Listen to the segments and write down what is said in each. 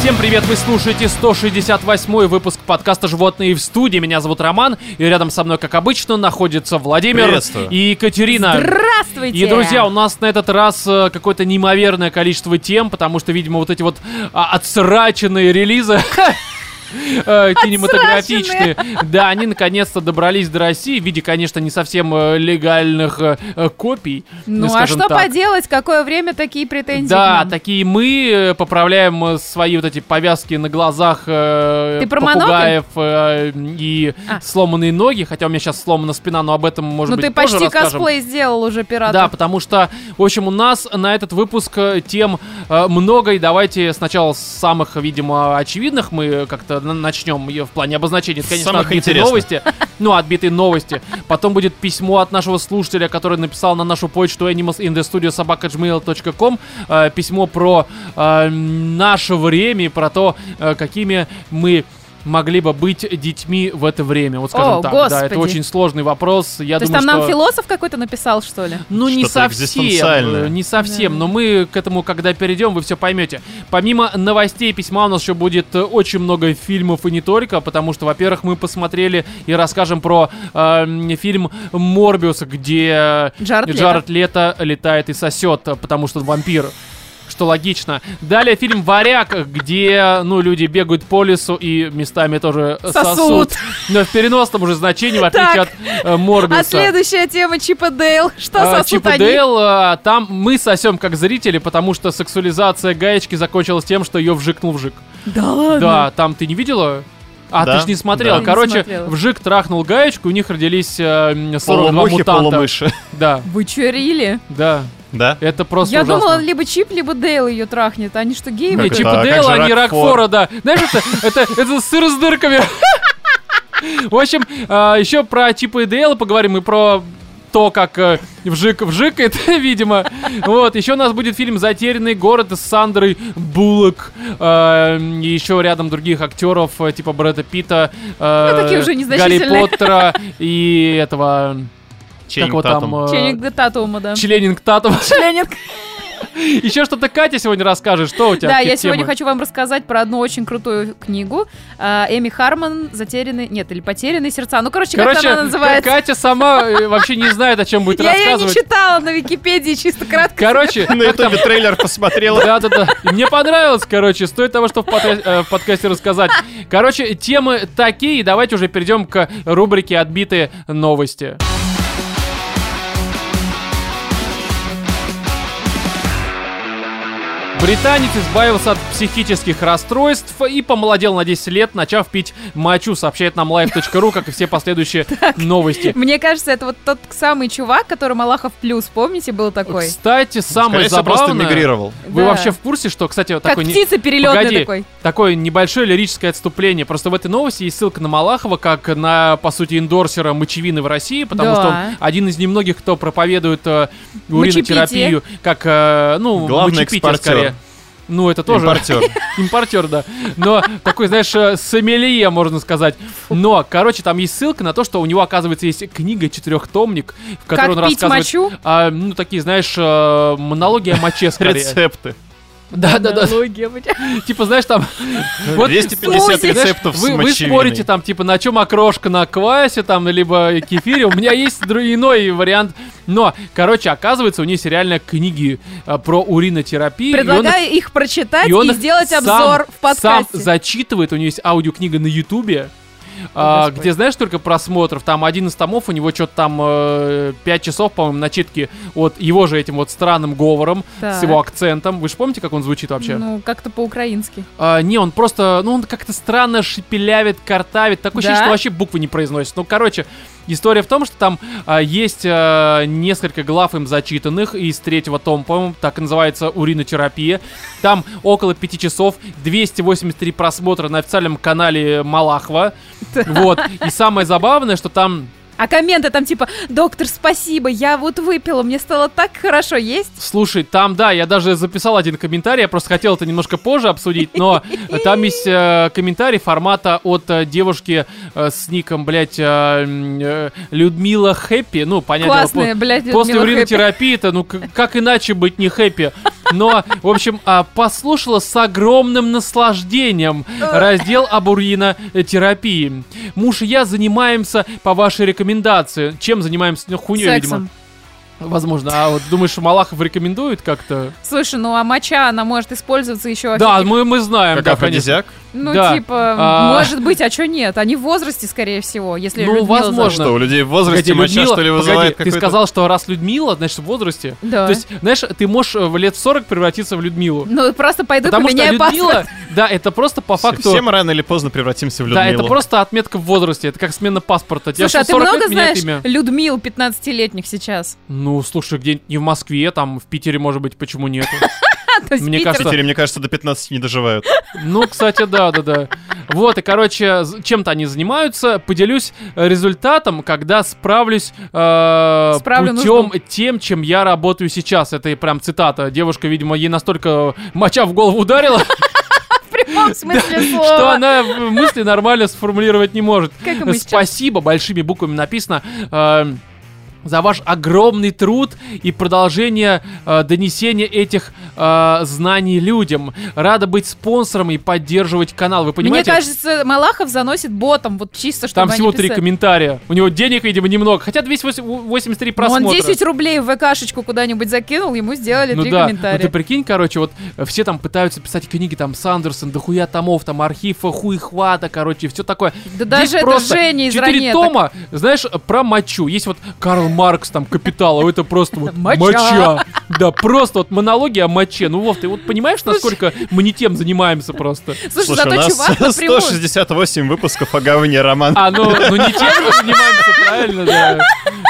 Всем привет, вы слушаете 168 выпуск подкаста «Животные в студии». Меня зовут Роман, и рядом со мной, как обычно, находится Владимир Приветствую. и Екатерина. Здравствуйте! А, И, друзья, у нас на этот раз э, какое-то неимоверное количество тем, потому что, видимо, вот эти вот а, отсраченные релизы э, кинематографичные. Да, они наконец-то добрались до России в виде, конечно, не совсем э, легальных э, э, копий. Ну а скажем что так. поделать, какое время такие претензии к Да, нам? такие мы э, поправляем э, свои вот эти повязки на глазах э, Ты про попугаев э, и А. сломанные ноги, хотя у меня сейчас сломана спина, но об этом, может Ну быть, ты тоже почти расскажем. косплей сделал уже, пират. Да, потому что, в общем, у нас на этот выпуск э, тем э, много, и давайте сначала с самых, видимо, очевидных мы как-то на- начнем э, в плане обозначения. Это, С конечно, самых отбитые интересных. новости. Ну, отбитые новости. Потом будет письмо от нашего слушателя, который написал на нашу почту animalsinthestudio.sobaka.gmail.com э, письмо про э, наше время и про то, э, какими мы могли бы быть детьми в это время. Вот скажем О, так. Да, это господи. очень сложный вопрос. Я То есть думаю, там нам что... философ какой-то написал, что ли? Ну, не Что-то совсем. экзистенциальное. э, Не совсем. Да. Но мы к этому, когда перейдем, вы все поймете. Помимо новостей и письма, у нас еще будет э, очень много фильмов и не только, потому что, во-первых, мы посмотрели и расскажем про э, м, фильм Морбиус, где э, Джаред Лето. Джаред Лето летает и сосет, э, потому что он вампир. Что логично. Далее фильм Варяг, где, ну, люди бегают по лесу и местами тоже э, сосут. Сосут. Но в переносном уже значении, в отличие Так. от э, Морбиуса. А следующая тема Чип и Дейл. Что А, сосут Чип и они? Дейл, а, там мы сосем как зрители, потому что сексуализация гаечки закончилась тем, что ее вжикнул вжик. Да ладно? Да, там ты не видела? А, Да, ты ж не смотрела. да. Не Короче, смотрела. вжик трахнул гаечку, у них родились э, м, 42 Полумухи, мутанта. полумыши. Да, Вы чё, рили? да. Да? Это просто Я ужасно. думала, либо Чип, либо Дейл ее трахнет. Они что, геи? Не, Как были? Чип и это? А как Дейл, же а не Рокфор? Рокфора, да. Знаешь, это, это, это сыр с дырками. В общем, а, еще про Чипа и Дейла поговорим и про то, как э, вжик вжикает, видимо. Вот, еще у нас будет фильм «Затерянный город» с Сандрой Буллок. Э, и еще рядом других актеров, э, типа Брэда Питта, э, Ну, такие уже Гарри незначительные. Поттера и этого... Чейн как вот Татум. там... э, Членик до Татума, да. Членинг Татум. Членик. Еще что-то Катя сегодня расскажет. Что у тебя? Да, какие я сегодня темы? хочу вам рассказать про одну очень крутую книгу. А, Эми Харман «Затерянные...» Нет, или «Потерянные сердца». Ну, короче, как Короче, она называется. Катя сама э, вообще не знает, о чем будет Я ее не рассказывать. читала на Википедии, чисто кратко. Короче, На ютубе трейлер посмотрела. да, да, да. Мне понравилось, короче, стоит того, что в, подка- э, в подкасте рассказать. Короче, темы такие. Давайте уже перейдем к рубрике «Отбитые новости». Британец избавился от психических расстройств и помолодел на 10 лет, начав пить мочу, сообщает нам live.ru, как и все последующие новости. Мне кажется, это вот тот самый чувак, которым Малахов плюс, помните, был такой? Кстати, самое Скорее всего, просто забавное... мигрировал. Вы Да. вообще в курсе, что, кстати, вот Как такой, не- птица перелетная Погоди. такой. такое небольшое лирическое отступление. Просто в этой новости есть ссылка на Малахова, как на, по сути, эндорсера мочевины в России, потому Да. что он один из немногих, кто проповедует э, уринотерапию, как, э, ну, Главный мочепитие экспортер. скорее. Ну, это тоже... Импортер. Импортер, да. Но такой, знаешь, э, сомелье, можно сказать. Но, короче, там есть ссылка на то, что у него, оказывается, есть книга четырехтомник, в которой он Как пить рассказывает... мочу? а, ну, такие, знаешь, э, монологи о моче скорее. Рецепты. Да, да, да. Аналогия, блядь. Типа, знаешь, там... Вот, 250 знаешь, рецептов с вы, вы мочевиной. спорите там, типа, на чем окрошка, на квасе там, либо кефире. У меня есть дру- иной вариант. Но, короче, оказывается, у нее есть реально книги э, про уринотерапию. и он их- Предлагаю их прочитать и, их сделать сам- обзор в подкасте. Сам зачитывает, у него есть аудиокнига на Ютубе. а, Господи. где, знаешь, только просмотров, там один из томов, у него что-то там 5 часов, по-моему, начитки от его же этим вот странным говором, с Так. его акцентом. Вы же помните, как он звучит вообще? Ну, как-то по-украински. А, не, он просто, ну он как-то странно шепелявит, картавит. Такое ощущение, Да? что вообще буквы не произносит. Ну, короче, история в том, что там а, есть а, несколько глав им зачитанных из третьего тома, по-моему, так и называется уринотерапия. Там около пяти часов, 283 просмотра на официальном канале Малахова. Вот. И самое забавное, что там А комменты там типа «Доктор, спасибо, я вот выпила, мне стало так хорошо есть». Слушай, там, да, я даже записал один комментарий, я просто хотел это немножко позже обсудить, но там есть э, комментарий формата от э, девушки э, с ником, блядь, э, м, э, Людмила Хэппи, ну, понятно, Классные, блядь, после Людмила Хэппи. уринотерапии-то, ну, к- как иначе быть не хэппи? Но, в общем, а, послушала с огромным наслаждением раздел об терапии. Муж и я занимаемся по вашей рекомендации. Чем занимаемся? Ну, хуйней, видимо. Сексом. Возможно. А вот думаешь, Малахов рекомендует как-то? Слушай, ну а моча, она может использоваться еще... Да, офиг- мы, мы знаем. Как да, конечно. афродизиак? Ну, да. типа, А. может быть, а что нет? Они в возрасте, скорее всего, если Ну, Людмила возможно. зовет. Что, у людей в Погоди, возрасте моча, Людмила, что ли, погоди, вызывает ты какой-то- сказал, что раз Людмила, значит, в возрасте. Да. То есть, знаешь, ты можешь э, в лет 40 превратиться в Людмилу. Ну, просто пойду Потому что поменяю паспорт. Людмила, да, это просто по Все- факту... Все мы рано или поздно превратимся в Людмилу. Да, это просто отметка в возрасте, это как смена паспорта. Тебе Слушай, а ты 40 лет много меняют знаешь имя. Людмил 15-летних сейчас? Ну, слушай, где-нибудь не в Москве, там, в Питере, может быть, почему нет. А, то есть Мне Питер- кажется, В Питере, мне кажется, до 15 не доживают. Ну, кстати, да, да, да. Вот, и, короче, з- чем-то они занимаются. Поделюсь э, результатом, когда справлюсь э, Справлю путем нужду. тем, чем я работаю сейчас. Это и прям цитата. Девушка, видимо, ей настолько моча в голову ударила, в прямом смысле что слова. она в- мысли нормально сформулировать не может. Как и мы сейчас. Спасибо, большими буквами написано. э, за ваш огромный труд и продолжение э, донесения этих э, знаний людям. Рада быть спонсором и поддерживать канал. Вы Мне понимаете? кажется, Малахов заносит ботом, вот чисто, чтобы Там всего они три писали. комментария. У него денег, видимо, немного. Хотя 283 просмотра. Ну, Он 10 рублей в ВКшечку куда-нибудь закинул, ему сделали ну три да, ну ты комментария. прикинь, короче, вот э, все там пытаются писать книги, там Сандерсон, дохуя томов, там архив, э, хуй хвата, короче, все такое. Да даже это просто Женя из Четыре Ранеток. тома, знаешь, про мочу. Есть вот Карл Маркс, там, Капитал, а это просто вот Моча. моча. Да, просто вот монологи о моче. Ну, Вов, ты вот понимаешь, насколько мы не тем занимаемся просто? Слушай, у зато нас чувак напрямую. 168 выпусков о говне, Роман. А, ну, ну не тем мы занимаемся, правильно, да.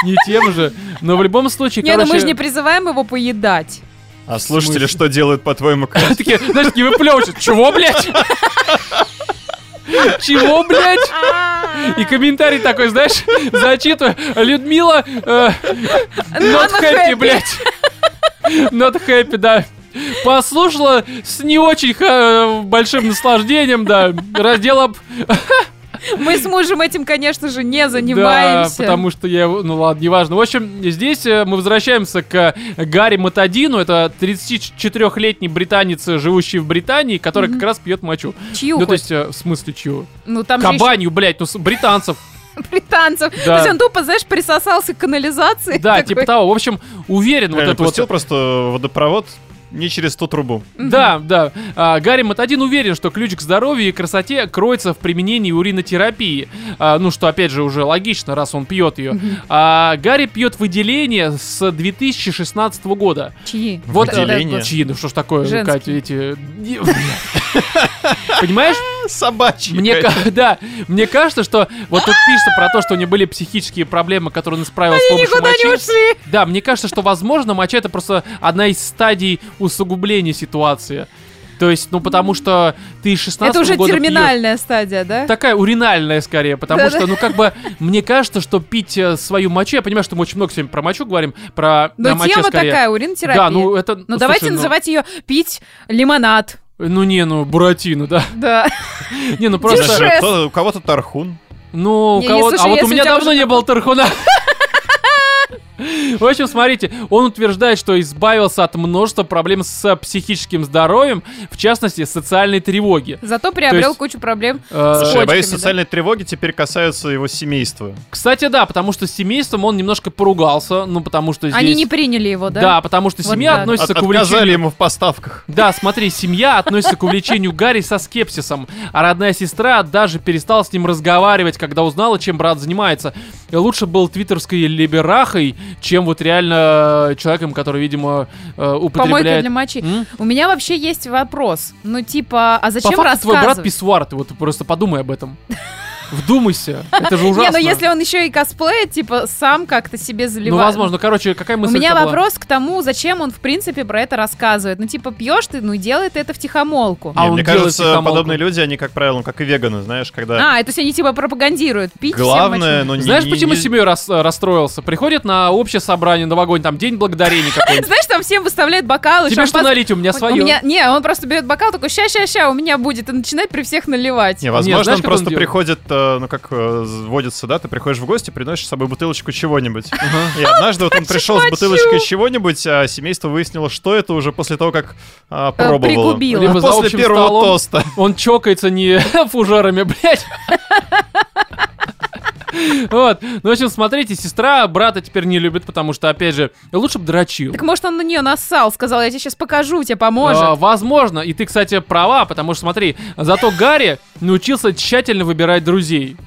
Не тем же. Но в любом случае, Не, ну короче... мы же не призываем его поедать. А слушатели смысле? что делают, по-твоему, к- Такие, знаешь, не выплевывают. Чего, блядь? Чего, блядь? И комментарий такой, знаешь, зачитываю. Людмила, э, not Not happy, happy. блядь. Not happy, да. Послушала с не очень ха- большим наслаждением, да, раздел об... Мы с мужем этим, конечно же, не Да, занимаемся. потому что я... его- Ну ладно, неважно. В общем, здесь э, мы возвращаемся к Гарри Матадину. Это 34-летний британец, э, живущий в Британии, который как раз пьет мочу. Ну, Чью то хоть? есть, э, в смысле чего? Ну, там же Кабанью, блядь, ну, с- британцев. ещё британцев. Да. То есть он тупо, знаешь, присосался к канализации. Да, такой. типа того. В общем, уверен, вот Реально, это вот... Э, пустил просто водопровод не через ту трубу. Да, да. А, Гарри Матадин уверен, что ключ к здоровью и красоте кроется в применении уринотерапии. А, ну, что, опять же, уже логично, раз он пьет ее. А, Гарри пьет выделение с 2016 года. Чьи? Вот Да, да, Выделение. вот. Чьи, ну что ж такое, Женские. Катя, эти... Понимаешь? Собачий. Мне, ка- да, мне кажется, что вот тут пишется про то, что у нее были психические проблемы, которые он исправил с помощью Никуда не мочи. ушли. Да, мне кажется, что, возможно, моча это просто одна из стадий усугубления ситуации. То есть, ну, потому что ты 16 Это уже года пьёшь. терминальная стадия, да? Такая уринальная скорее, потому Да-да. что, ну, как бы, мне кажется, что пить э, свою мочу, я понимаю, что мы очень много сегодня про мочу говорим, про Но э, моче тема скорее. такая, уринотерапия. Да, ну, это... Ну, давайте слушай, ну, называть ее пить лимонад. Ну, не, ну, буратино, да. Да. Не, ну, Даже просто... Дешевле. Дешес. кто- у кого-то тархун. Ну, у Не, не, кого слушай, А вот если у у меня тебя давно уже не было тархуна. В общем, смотрите, он утверждает, что избавился от множества проблем с э, психическим здоровьем, в частности, социальной тревоги. Зато приобрел То есть- кучу проблем. Э, Слушай, я боюсь, почками, да. социальные тревоги теперь касаются его семейства. Кстати, да, потому что с семейством он немножко поругался, ну, потому что здесь... Они не приняли его, да? Да, потому что Вот семья так. От- относится к увлечению... отказали ему в поставках. Да, смотри, семья относится к увлечению Гарри со скепсисом, а родная сестра даже перестала с ним разговаривать, когда узнала, чем брат занимается. И лучше был твиттерской либерахой, чем вот реально э, человеком, который, видимо, э, Помойка употребляет... для мочи. М? У меня вообще есть вопрос. Ну, типа, а По зачем факту твой рассказывать? брат писсуар, ты вот просто подумай об этом. Вдумайся, это же Не, ужасно. ну если он еще и косплеит, типа, сам как-то себе Ну, заливает. возможно, короче, какая У мысль меня это была? вопрос к тому, зачем он, в принципе, про это рассказывает. Ну, типа, пьешь ты, ну, и делай ты это втихомолку. А Не, он мне делает кажется, тихомолку. подобные люди, они, как правило, ну, как и веганы, знаешь, когда А, это все они, типа, пропагандируют. Пить всем главное, мочу. но не... Знаешь, не- почему не- семьей рас- э, расстроился? Приходит на общее собрание новогоднее, там день благодарения какой-нибудь. Знаешь, там всем выставляют бокалы, ну, Тебе что шампанское. налить? У меня свое. У меня, не, он просто берет бокал, такой, ща, ща, ща, у меня будет, и начинает при всех наливать. Не, возможно, знаешь, он как он просто делает? приходит э, э, ну как э, з- водится, да, ты приходишь в гости, приносишь с собой бутылочку чего-нибудь. И однажды вот он пришел с хочу. бутылочкой чего-нибудь, а семейство выяснило, что это уже после того, как а, Э, пробовало. пригубила. Ну, Либо за После общим первого столом. тоста. Он чокается не фужерами, блядь. Вот. Ну, в общем, смотрите, сестра брата теперь не любит, потому что, опять же, лучше бы дрочил. Так может он на нее нассал, сказал, я тебе сейчас покажу, тебе поможет. А, возможно. И ты, кстати, права, потому что, смотри, зато Гарри научился тщательно выбирать друзей.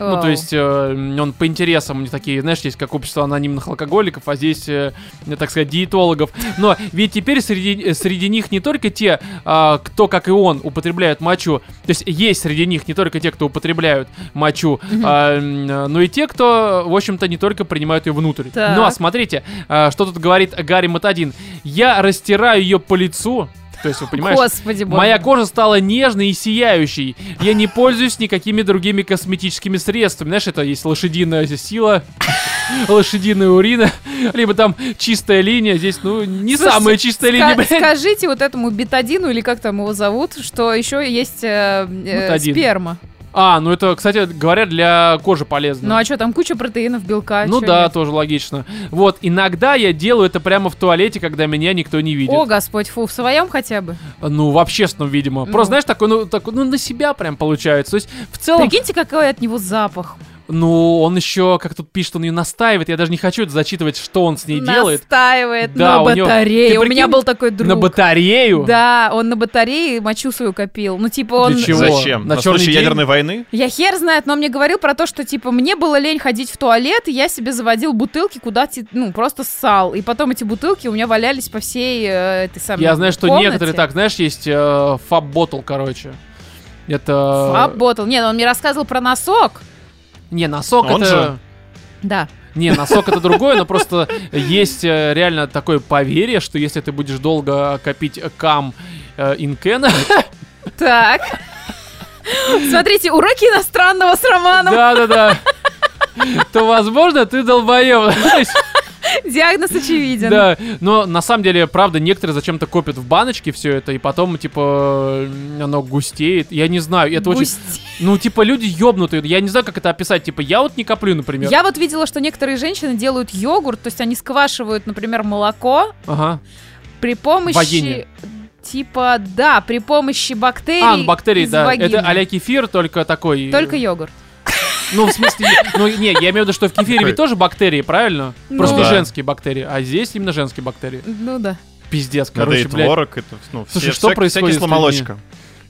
Ну, Вау. то есть, э, он по интересам, у них такие, знаешь, есть как общество анонимных алкоголиков, а здесь, э, э, так сказать, диетологов. Но ведь теперь среди, э, среди них не только те, а, кто, как и он, употребляют мочу. То есть, есть среди них не только те, кто употребляют мочу, а, м, э, но и те, кто, в общем-то, не только принимают ее внутрь. Так. Но, смотрите, а, что тут говорит Гарри Матадин. Я растираю ее по лицу. То есть, вы понимаете, Господи боже. Моя кожа стала нежной и сияющей. Я не пользуюсь никакими другими косметическими средствами. Знаешь, это есть лошадиная сила, лошадиная урина, либо там чистая линия. Здесь, ну, не Слушайте, самая чистая линия, Ска- блядь. Скажите вот этому бетадину, или как там его зовут, что еще есть э, э, Бетадин. сперма. А, ну это, кстати говоря, для кожи полезно. Ну а что, там куча протеинов, белка. Ну чё да, нет? тоже логично. Вот, иногда я делаю это прямо в туалете, когда меня никто не видит. О, господь, фу, в своем хотя бы. Ну, в общественном, видимо. Ну. Просто, знаешь, такой, ну, такой, ну, на себя прям получается. То есть, в целом, Прикиньте, какой от него запах. Ну, он еще, как тут пишет, он ее настаивает. Я даже не хочу это зачитывать, что он с ней делает. Настаивает Да, на у него- батарее. Ты У меня прикинь, был такой друг. На батарею? Да, он на батарее мочу свою копил. Ну, типа он... Для чего? Зачем? На На чёрный случай день? ядерной войны? Я хер знает, но он мне говорил про то, что, типа, мне было лень ходить в туалет, и я себе заводил бутылки куда ти- ну, просто ссал. И потом эти бутылки у меня валялись по всей э, этой самой Я знаю, что комнате. некоторые так, знаешь, есть э, фаб-ботл, короче. Это... Обботал. Нет, он мне рассказывал про носок. Не, носок Он это... же. Да. Не, носок это другое, но просто есть э, реально такое поверье, что если ты будешь долго копить э, кам э, инкена, Так. Смотрите, уроки иностранного с Романом. да-да-да, то, возможно, ты долбоеб. Знаешь, Диагноз очевиден. Да, ну, но на самом деле, правда, некоторые зачем-то копят в баночке все это, и потом, типа, м, оно густеет. Я не знаю, это очень... Пусть. Ну, типа, люди ёбнутые, я не знаю, как это описать. Типа, я вот не коплю, например. Я вот видела, что некоторые женщины делают йогурт, то есть они сквашивают, например, молоко Ага. при помощи... Вагине. Типа, да, при помощи бактерий. А, ну, бактерии, из да. вагины. Это а кефир, только такой... э, Только йогурт. Ну, в смысле, ну, не, я имею в виду, что в кефире ведь тоже бактерии, правильно? Ну. Просто не Да. женские бактерии, а здесь именно женские бактерии. Ну да. Пиздец, Надо короче, и блядь. творог, это, ну, Слушай, все- что вся- происходит с людьми? Вся кисломолочка.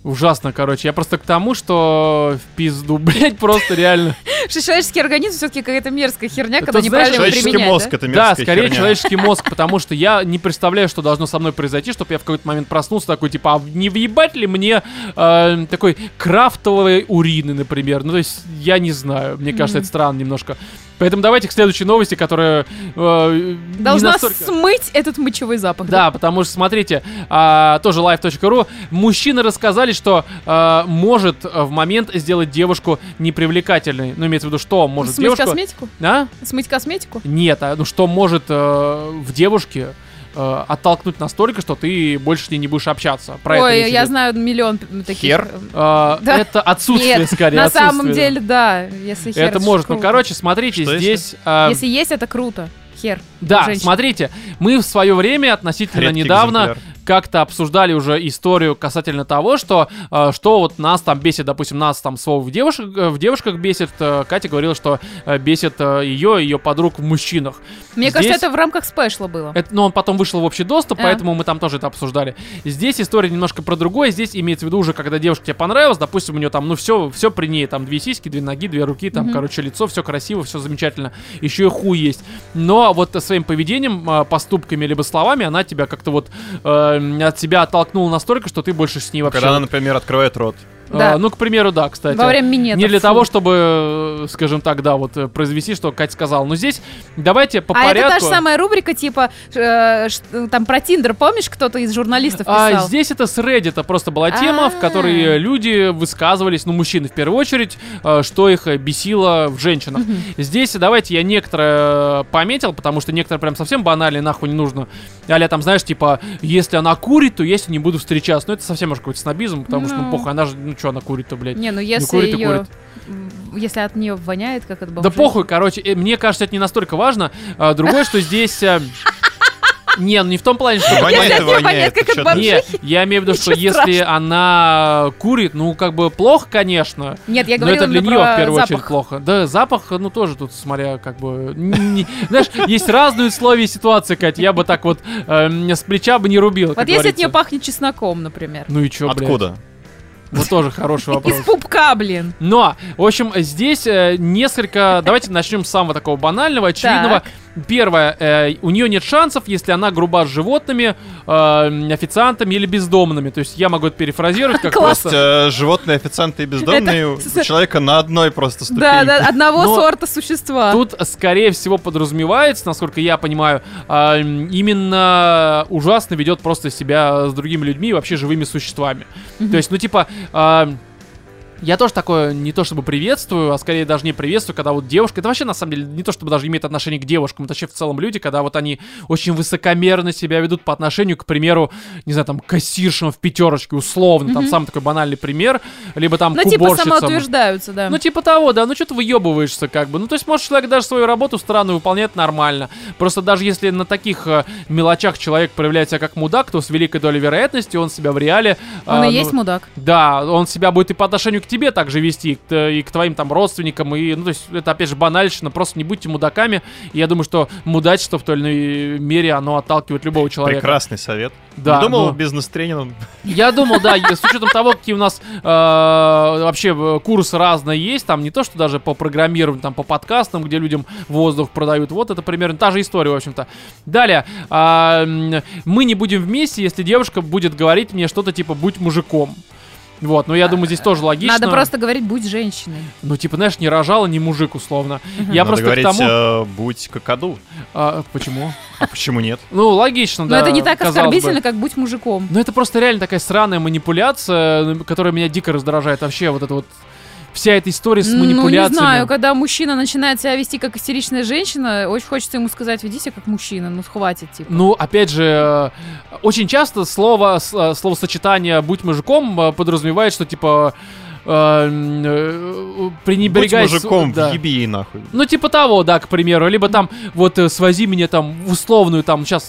Ужасно, короче. Я просто к тому, что в пизду, блядь, просто реально. Что человеческий организм все-таки какая-то мерзкая херня, Это когда знаешь, неправильно его Человеческий применяют, мозг да? это Да, мерзкая скорее херня. человеческий мозг, потому что я не представляю, что должно со мной произойти, чтобы я в какой-то момент проснулся такой, типа, а не въебать ли мне э, такой крафтовой урины, например? Ну, то есть, я не знаю, мне кажется, Мгм. это странно немножко. Поэтому давайте к следующей новости, которая э, не Должна настолько- смыть этот мочевой запах. Да, потому что, смотрите, а, тоже live.ru, мужчины рассказали, что а, может а, в момент сделать девушку непривлекательной. Ну, имеется в виду, что может Смыть девушку... косметику? А? Смыть косметику? Нет, а ну что может э, в девушке э, оттолкнуть настолько, что ты больше с ней не будешь общаться. Про это Ой, речь я идет. знаю миллион п- таких. Хер? э, Э, Да. Это отсутствие, Нет, скорее. на отсутствие, самом да. деле, да. Если хер, Это ж может. Ну, круто. короче, смотрите, Что если? здесь... э, Если есть, это круто. Хер. да, женщин. смотрите, мы в свое время относительно Редкий недавно экземпляр. как-то обсуждали уже историю касательно того, что э, что вот нас там бесит, допустим, нас там слово в девушках, в девушках бесит. Э, Катя говорила, что э, бесит э, ее и ее подруг в мужчинах. Мне Здесь- кажется, это в рамках спешла было. Это, но он потом вышел в общий доступ, А. поэтому мы там тоже это обсуждали. Здесь история немножко про другое. Здесь имеется в виду уже, когда девушка тебе понравилась, допустим, у нее там, ну все, все при ней, там две сиськи, две ноги, две руки, там, Мгм. короче, лицо, все красиво, все замечательно. Еще и хуй есть. Но вот своим поведением, а, поступками либо словами она тебя как-то вот э, от себя оттолкнула настолько, что ты больше с ней вообще. Ну, Когда она, например, открывает рот. А, Да. ну, к примеру, да, кстати. Во время минета. Не для фу. того, чтобы, э, скажем так, да, вот э, произвести, что Катя сказала. Но здесь давайте по а порядку. это та же самая рубрика, типа, э, ш- там про Тиндер, помнишь, кто-то из журналистов А, писал? здесь это с Reddit А, просто была тема, в которой А. люди высказывались, ну, мужчины в первую очередь, э, что их э, бесило в женщинах. Мгм. Здесь давайте я некоторые э, пометил, потому что некоторые прям совсем банальные, нахуй не нужно. Аля там, знаешь, типа, если она курит, то я с ней не буду встречаться. Ну, это совсем уж какой-то снобизм, потому что, ну, Ну. похуй, она же, ну, что она курит-то, блядь. Не, ну если курит и ее... курит. м, Если от нее воняет, как от бомжей. Да похуй, короче, э, мне кажется, это не настолько важно. А, Другое, что здесь... э, Не, ну не в том плане, что... Если Воняет от и нее воняет, воняет. как ты от чё там? бомжей. Не, я имею в виду, что Ничего если она курит, ну как бы плохо, конечно. Нет, я Но Ну, говорила это для именно нее в про первую очередь запах. плохо. Да, запах, ну тоже тут, смотря, как бы. н- не- Знаешь, есть разные условия и ситуации, Кать. Я бы так вот эм, с плеча бы не рубил. Вот если от нее пахнет чесноком, например. Ну и чё, блядь? Откуда? Вот тоже хороший вопрос. Из пупка, блин. Но, в общем, здесь э, несколько... Давайте начнем с самого такого банального, очевидного. Первое, э, у нее нет шансов, если она груба с животными, э, официантами или бездомными. То есть я могу это перефразировать как Класс. просто... Просто э, животные, официанты и бездомные у с- у человека на одной просто ступени. Да, да, одного Но сорта существа. Тут, скорее всего, подразумевается, насколько я понимаю, а, м, именно ужасно ведет просто себя с другими людьми и вообще живыми существами. Мгм. То есть, ну, типа... а, я тоже такое не то чтобы приветствую, а скорее даже не приветствую, когда вот девушка, это вообще на самом деле не то чтобы даже имеет отношение к девушкам, это вообще в целом люди, когда вот они очень высокомерно себя ведут по отношению, к примеру, не знаю, там, к кассиршам в пятерочке, условно, там Мгм. самый такой банальный пример, либо там Ну, к типа, уборщицам. самоутверждаются, да. Ну, типа того, да, ну что ты выебываешься, как бы. Ну, то есть, может, человек даже свою работу странную выполняет нормально. Просто даже если на таких э, мелочах человек проявляет себя как мудак, то с великой долей вероятности он себя в реале... Он э, ну, и есть мудак. Да, он себя будет и по отношению к тебе также вести, и к, т- и к твоим там родственникам, и, ну, то есть, это, опять же, банальщина, просто не будьте мудаками. И я думаю, что мудачество в той или иной мере, оно отталкивает любого человека. Прекрасный совет. Да, Не думал ну. бизнес-тренером? Я думал, да, е- с учетом того, какие у нас э, вообще э, курсы разные есть, там не то, что даже по программированию, там по подкастам, где людям воздух продают, вот это примерно та же история, в общем-то. Далее, а, м, мы не будем вместе, если девушка будет говорить мне что-то типа «будь мужиком». Вот, но я думаю, здесь тоже логично. Надо просто говорить, будь женщиной. Ну, типа, знаешь, не рожала, не мужик, условно. Я Надо просто к говорить, тому... э, будь какаду. А, почему? А почему нет? Ну, логично, Но да. это не так казалось бы. оскорбительно, как будь мужиком. Ну это просто реально такая сраная манипуляция, э, которая меня дико раздражает. Вообще вот это вот вся эта история с Ну, не манипуляциями. знаю, когда мужчина начинает себя вести как истеричная женщина, очень хочется ему сказать, веди себя как мужчина, ну хватит, типа. Ну, опять же, э, очень часто слово, с- э, словосочетание «будь мужиком» э, подразумевает, что типа э, э, Будь пренебрегай... с- э, мужиком, да. въеби ей нахуй. Ну, типа того, да, к примеру. Либо там, вот, э, свози меня там в условную, там, сейчас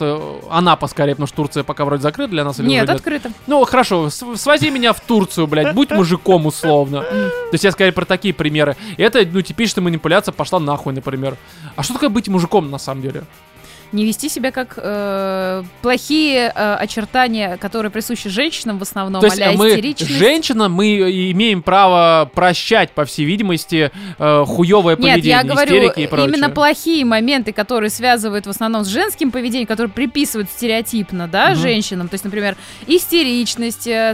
Анапа скорее, потому что Турция пока вроде закрыта для нас. Или Нет, вроде открыто. Ну, хорошо, св- свози меня в Турцию, блядь, будь мужиком условно. То есть я скорее про такие примеры. И это, ну, типичная манипуляция пошла нахуй, например. А что такое быть мужиком на самом деле? Не вести себя как э, плохие э, очертания, которые присущи женщинам в основном, То есть а-ля э, мы, истеричность. женщина, мы э, имеем право прощать, по всей видимости, э, хуевое Нет, поведение, я говорю, истерики и прочее. именно плохие моменты, которые связывают в основном с женским поведением, которые приписывают стереотипно, да, Мгм. женщинам. То есть, например, истеричность, э,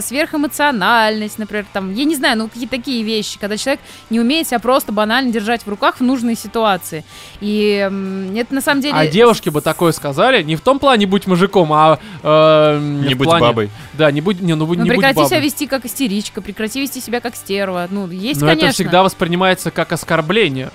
сверхэмоциональность, например, там, я не знаю, ну какие такие вещи, когда человек не умеет себя просто банально держать в руках в нужной ситуации. И м, это на самом деле... А девушки бы такое сказали, не в том плане будь мужиком, а э, Не в будь плане- бабой. Да, не будь, не, ну, будь- Ну, не будь прекрати себя бабой. вести как истеричка, прекрати вести себя как стерва. Ну, есть, Но конечно. это всегда воспринимается как оскорбление.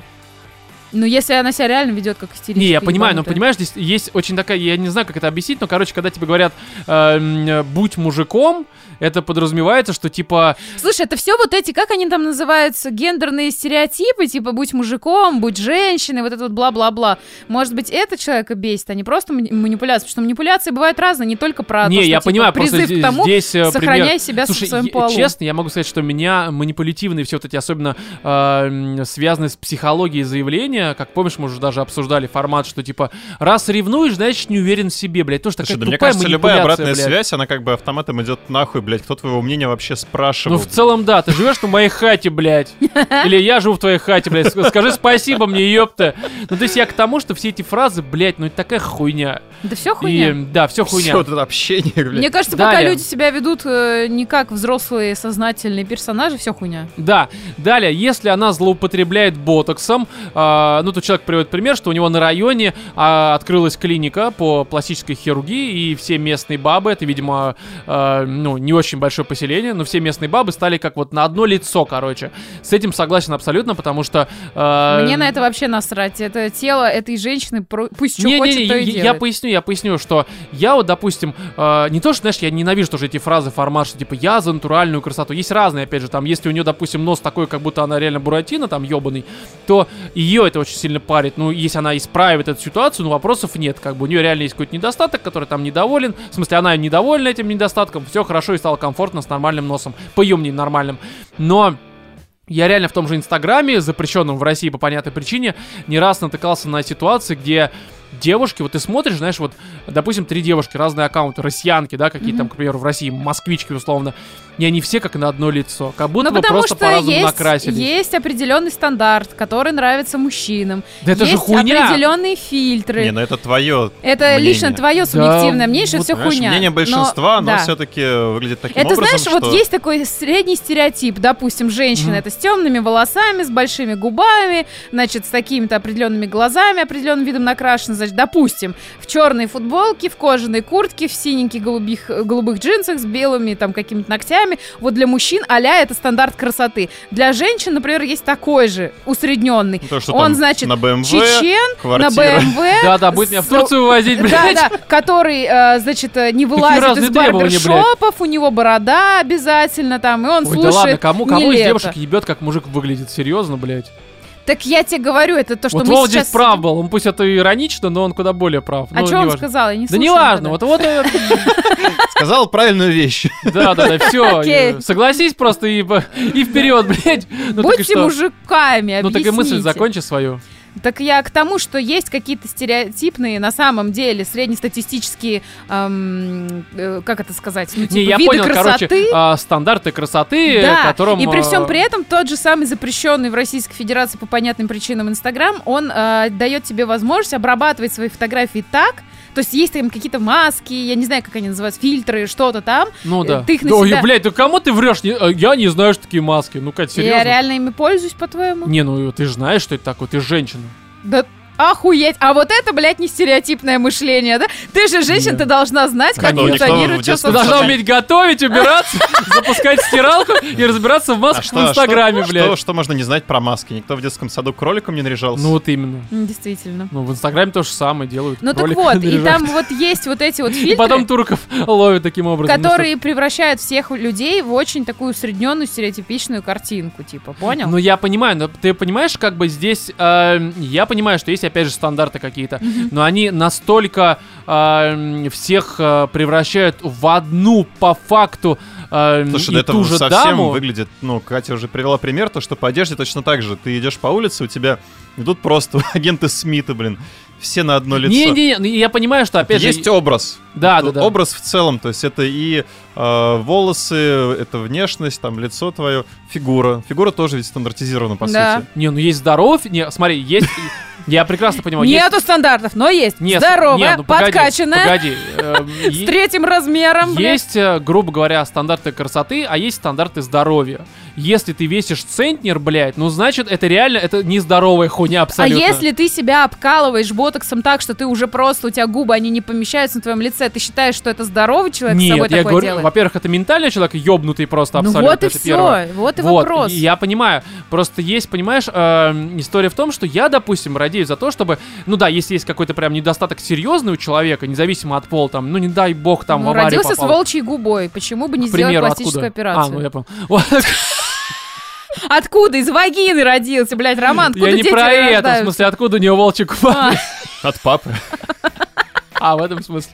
Но если она себя реально ведет как истеричка. Не, я понимаю, но ебанутая. понимаешь, здесь есть очень такая, я не знаю, как это объяснить, но, короче, когда тебе говорят, эм, э, будь мужиком, это подразумевается, что типа, Слушай, это все вот эти, как они там называются, гендерные стереотипы, типа будь мужиком, будь женщиной, вот это вот бла-бла-бла. Может быть, это человека бесит, а не просто мани- манипуляция, потому что манипуляции бывают разные, не только про не, то, что, я типа, понимаю, просто призыв здесь, к тому, здесь, э, сохраняй пример- себя со Слушай, своим е- полом. честно, я могу сказать, что меня манипулятивные все вот эти, особенно э, м, связанные с психологией заявления, как помнишь, мы уже даже обсуждали формат, что типа, раз ревнуешь, значит, не уверен в себе, блядь, тоже такая Слушай, да тупая мне кажется, любая манипуляция, обратная блядь. связь, она как бы автоматом идет нахуй, блядь. Кто твоего мнения вообще Ну, спрашивал? в целом, да, ты живешь в моей хате, блядь. Или я живу в твоей хате, блядь. Ск- Скажи спасибо мне, ёпта. Ну, то есть я к тому, что все эти фразы, блядь, ну это такая хуйня. Да все И, хуйня. м, да, все хуйня. Ну, Все вот это общение, Мне блядь. кажется, пока Далее. люди себя ведут э, не как взрослые сознательные персонажи, все хуйня. Да, далее, если она злоупотребляет ботоксом, а, а, ну, тут человек приводит пример, что у него на районе а, открылась клиника по пластической хирургии, и все местные бабы, это, видимо, а, ну, не очень большое поселение, но все местные бабы стали как вот на одно лицо, короче. С этим согласен абсолютно, потому что... а, Мне на это вообще насрать. Это тело этой женщины, про- пусть что не, хочет, не, не, то и я, делает. я поясню, я поясню, что я вот, допустим, э, не то, что, знаешь, я ненавижу тоже эти фразы формат, что типа я за натуральную красоту. Есть разные, опять же, там, если у нее, допустим, нос такой, как будто она реально буратино, там, ебаный, то ее это очень сильно парит. Ну, если она исправит эту ситуацию, ну, вопросов нет, как бы у нее реально есть какой-то недостаток, который там недоволен, в смысле, она недовольна этим недостатком, все хорошо и стало комфортно с нормальным носом, по ее мнению, нормальным. Но... Я реально в том же Инстаграме, запрещенном в России по понятной причине, не раз натыкался на ситуации, где девушки, вот ты смотришь, знаешь, вот, допустим, три девушки, разные аккаунты, россиянки, да, какие там, к примеру, в России, москвички, условно, и они все как на одно лицо, как будто Ну, бы потому просто что по-разному есть, накрасились. есть определенный стандарт, который нравится мужчинам. Да это есть же хуйня! определенные фильтры. Не, ну это твое. Это мнение. лично твое субъективное мнение, что вот, все Понимаешь, хуйня. мнение Но- большинства, но, да. все-таки выглядит таким Это образом, знаешь, вот что- есть такой средний стереотип, допустим, женщина Мгм. это с темными волосами, с большими губами, значит, с такими-то определенными глазами, определенным видом накрашена, значит, допустим, в черной футболке, в кожаной куртке, в синеньких голубых, голубых джинсах с белыми там какими-то ногтями. Вот для мужчин а-ля это стандарт красоты. Для женщин, например, есть такой же усредненный. Ну, то, что Он, там значит, на BMW, чечен, на квартира. БМВ. Да-да, будет меня в с- Турцию вывозить, да, блядь. да, который, э, значит, э, не вылазит разные из требования, блядь. барбершопов, у него борода обязательно там, и Ой, он да слушает ладно, кому, кому из Нилетто. девушек ебет, как мужик выглядит, серьезно, блядь. Так я тебе говорю, это то, что вот мы Вова сейчас... здесь прав был, он пусть это и иронично, но он куда более прав. А Ну, что он неважно. сказал? Я не Да слушала неважно, тогда. вот вот э, Сказал правильную вещь. Да, да, да, все. Окей. Согласись просто и, и вперед, блядь. Ну, так и Будьте что? мужиками, Ну так и мысль объясните. закончи свою. Так я к тому, что есть какие-то стереотипные, на самом деле, среднестатистические, эм, э, как это сказать, ну, не, типа, я виды понял, красоты. короче, а, стандарты красоты, Да, которым... и при всем а, при этом тот же самый запрещенный в Российской Федерации по понятным причинам Инстаграм, он э, дает тебе возможность обрабатывать свои фотографии так, то есть есть там какие-то маски, я не знаю, как они называются, фильтры, что-то там. Ну да. э, ты их на Да, ой, себя- блядь, ну кому ты врешь? Не- а, Я не знаю, что такие маски. Ну, Кать, Я серьезно? реально ими пользуюсь, по-твоему? Не, ну ты же знаешь, что это такое, ты же женщина. Да охуеть! А вот это, блядь, не стереотипное мышление, да? Ты же женщина, Нет. ты должна знать, как Конечно. Никто в функционирует Ты Слушай, чувство... должна слушай. уметь готовить, убираться, запускать стиралку и разбираться в А масках в Инстаграме, что, Что, блядь. что можно не знать про маски? Никто в детском саду кроликом не наряжался. Ну вот именно. М, Действительно. Ну, в Инстаграме то же самое делают. Ну так кроликов вот, и наряжают. там вот есть вот эти вот фильтры. И потом турков ловят таким образом. Ну, что ж. которые превращают всех людей в очень такую усредненную стереотипичную картинку, типа, понял? Ну, я понимаю, но ты понимаешь, как бы здесь... э, я понимаю, что есть, опять же, стандарты какие-то, но они настолько э, всех э, превращают в одну по факту э, Слушай, и да это ту же совсем даму. выглядит, ну, Катя уже привела пример, то, что по одежде точно так же. Ты идешь по улице, у тебя идут просто агенты Смита, блин. Все на одно лицо. Не-не-не, ну, я понимаю, что, опять Есть же... образ. Да, да, Вот да. Образ в целом, то есть это и э, волосы, это внешность, там лицо твое, фигура. Фигура тоже ведь стандартизирована, по Да. сути. Не, ну есть здоров... Не, смотри, есть... Я прекрасно понимаю, есть... Нету стандартов, но есть. Не, с- Здоровая, не, ну, погоди, подкачанная, Погоди. эм, с е- третьим размером. блядь. Есть, э, грубо говоря, стандарты красоты, а есть стандарты здоровья. Если ты весишь центнер, блядь, ну значит это реально, это нездоровая хуйня абсолютно. А если ты себя обкалываешь ботоксом так, что ты уже просто, у тебя губы, они не помещаются на твоем лице, ты считаешь, что это здоровый человек с Нет, собой я такое говорю, делает? во-первых, это ментальный человек, ёбнутый просто ну абсолютно. вот и это все, первое. вот и Вот, вопрос. и я понимаю. Просто есть, понимаешь, эм, история в том, что я, допустим, радею за то, чтобы, ну да, если есть какой-то прям недостаток серьезный у человека, независимо от пола, там, ну не дай бог, там, в ну, аварию родился с попал. волчьей губой, почему бы не К сделать примеру, пластическую откуда? операцию? А, ну я понял. Вот. Откуда? Из вагины родился, блядь, Роман, откуда Я не дети про это, в рождаются? смысле, откуда у него волчий кубан? А. От папы. А, в этом смысле.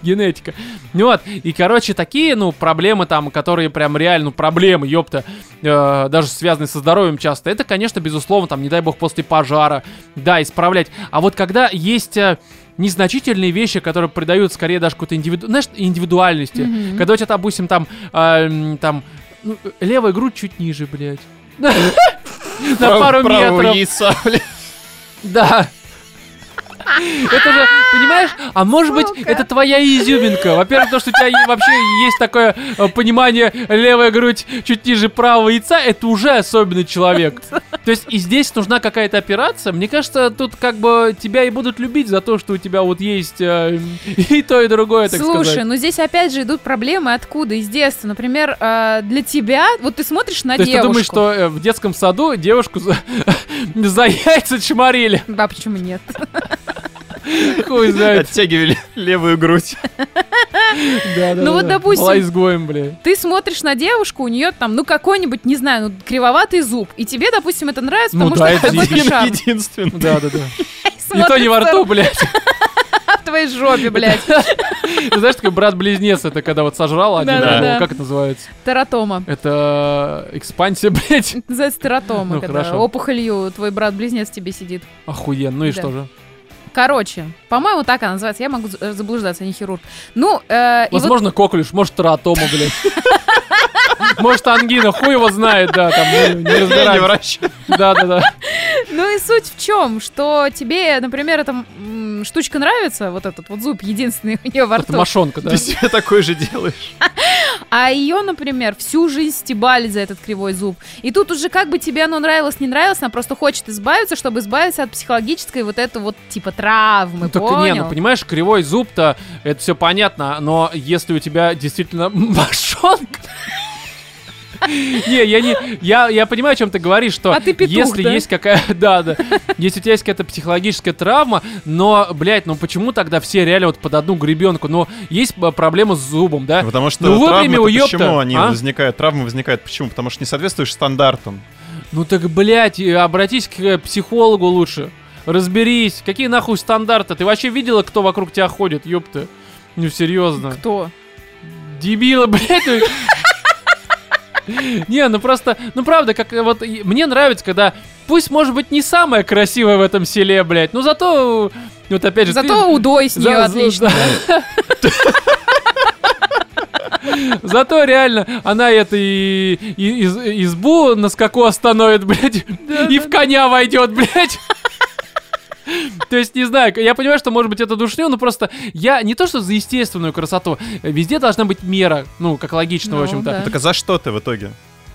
Генетика. Ну вот, и, короче, такие, ну, проблемы там, которые прям реально ну, проблемы, ёпта, э, даже связанные со здоровьем часто, это, конечно, безусловно, там, не дай бог, после пожара, да, исправлять. А вот когда есть э, незначительные вещи, которые придают скорее даже какой-то индивиду... знаешь, индивидуальности, Мгм. когда у тебя, допустим, там, э, м, там, ну, левая грудь чуть ниже, блядь. На пару Правого метров. яйца, блин. Да. Это же, понимаешь, а может быть, Сука. это твоя изюминка. Во-первых, то, что у тебя е- вообще есть такое э, понимание, левая грудь чуть ниже правого яйца, это уже особенный человек. То есть и здесь нужна какая-то операция. Мне кажется, тут как бы тебя и будут любить за то, что у тебя вот есть э, и то, и другое, так Слушай, сказать. ну здесь опять же идут проблемы откуда? Из детства. Например, э, для тебя, вот ты смотришь на То есть девушку. ты думаешь, что э, в детском саду девушку за, за яйца чморили? Да, почему нет? Хуй знает. Оттягивали левую грудь. Да, да, Ну вот, да. допустим- Была изгоем, блин. Ты смотришь на девушку, у нее там, ну, какой-нибудь, не знаю, ну, кривоватый зуб. И тебе, допустим, это нравится, Ну потому да, что это это такой Один шарм. единственный. Да, да, да. И Не то не во смотрится рту, блядь. в твоей жопе, блядь. Ты знаешь, такой брат-близнец, это когда вот сожрал один, Да-да-да. другого. как это называется? Тератома. Это э, экспансия, блядь. Называется тератома, Ну, когда хорошо. опухолью твой брат-близнец тебе сидит. Охуенно, ну и Да. что же? Короче, по-моему, так она называется. Я могу за- заблуждаться, я не хирург. Ну, э, и вот Возможно, коклюш, может, тератома, блядь. Может, ангина, хуй его знает, да, там, ну, не Я не разбираемся. врач. Да-да-да. Ну и суть в чем, что тебе, например, эта м, штучка нравится, вот этот вот зуб единственный у нее во Это рту, мошонка, да. Ты себе такой же делаешь. а ее, например, всю жизнь стебали за этот кривой зуб. И тут уже как бы тебе оно нравилось, не нравилось, она просто хочет избавиться, чтобы избавиться от психологической вот этой вот типа травмы, Ну, так не, понял? ну понимаешь, кривой зуб-то, это все понятно, но если у тебя действительно мошонка... Не, я не, я, я понимаю, о чем ты говоришь, что А ты петух, если да? есть какая, да, да, если у тебя есть какая-то психологическая травма, но, блядь, ну почему тогда все реально вот под одну гребенку? Но есть э, проблема с зубом, да? Потому что Ну, вовремя травмы-то уёб-то, почему они а? возникают? Травмы возникают почему? Потому что не соответствуешь стандартам. Ну так, блядь, э, обратись к э, психологу лучше. Разберись, какие нахуй стандарты? Ты вообще видела, кто вокруг тебя ходит, ёпта? Ну серьезно. Кто? Дебила, блядь. ну. Не, ну просто, ну правда, как э, вот и- мне нравится, когда пусть, может быть, не самая красивая в этом селе, блядь, но зато э, вот опять же. ты- Зато удой с за- нее за- отлично. да. Зато реально она это и, и- из- избу на скаку остановит, блядь, и в коня войдет, блядь. То есть, не знаю, я понимаю, что, может быть, это душню, но просто я не то, что за естественную красоту, э, везде должна быть мера, ну, как логично, в Ну, общем-то. да. Так а за что ты в итоге?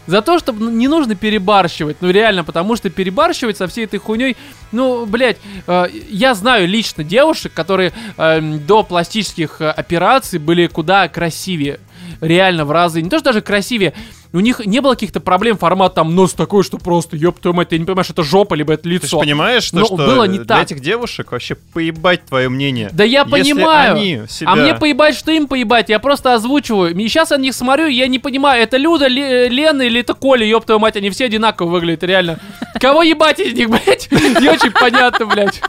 За то, чтобы не нужно перебарщивать. Ну, реально, потому что перебарщивать со всей этой хуйней... Ну, блядь, э, я знаю лично девушек, которые эм, до пластических э, операций были куда красивее. Реально, в разы. Не то, что даже красивее. У них не было каких-то проблем формат там нос такой, что просто, ёб твою мать, ты не понимаешь, это жопа, либо это Ты лицо. же понимаешь, то, Ну, что было не для так. этих девушек вообще поебать твое мнение. Да я Если понимаю. они себя- А мне поебать, что им поебать, я просто озвучиваю. И сейчас я на них смотрю, и я не понимаю, это Люда, Ле- Лена или это Коля, ёб твою мать, они все одинаково выглядят, реально. Кого ебать из них, блядь? Не очень понятно, блядь.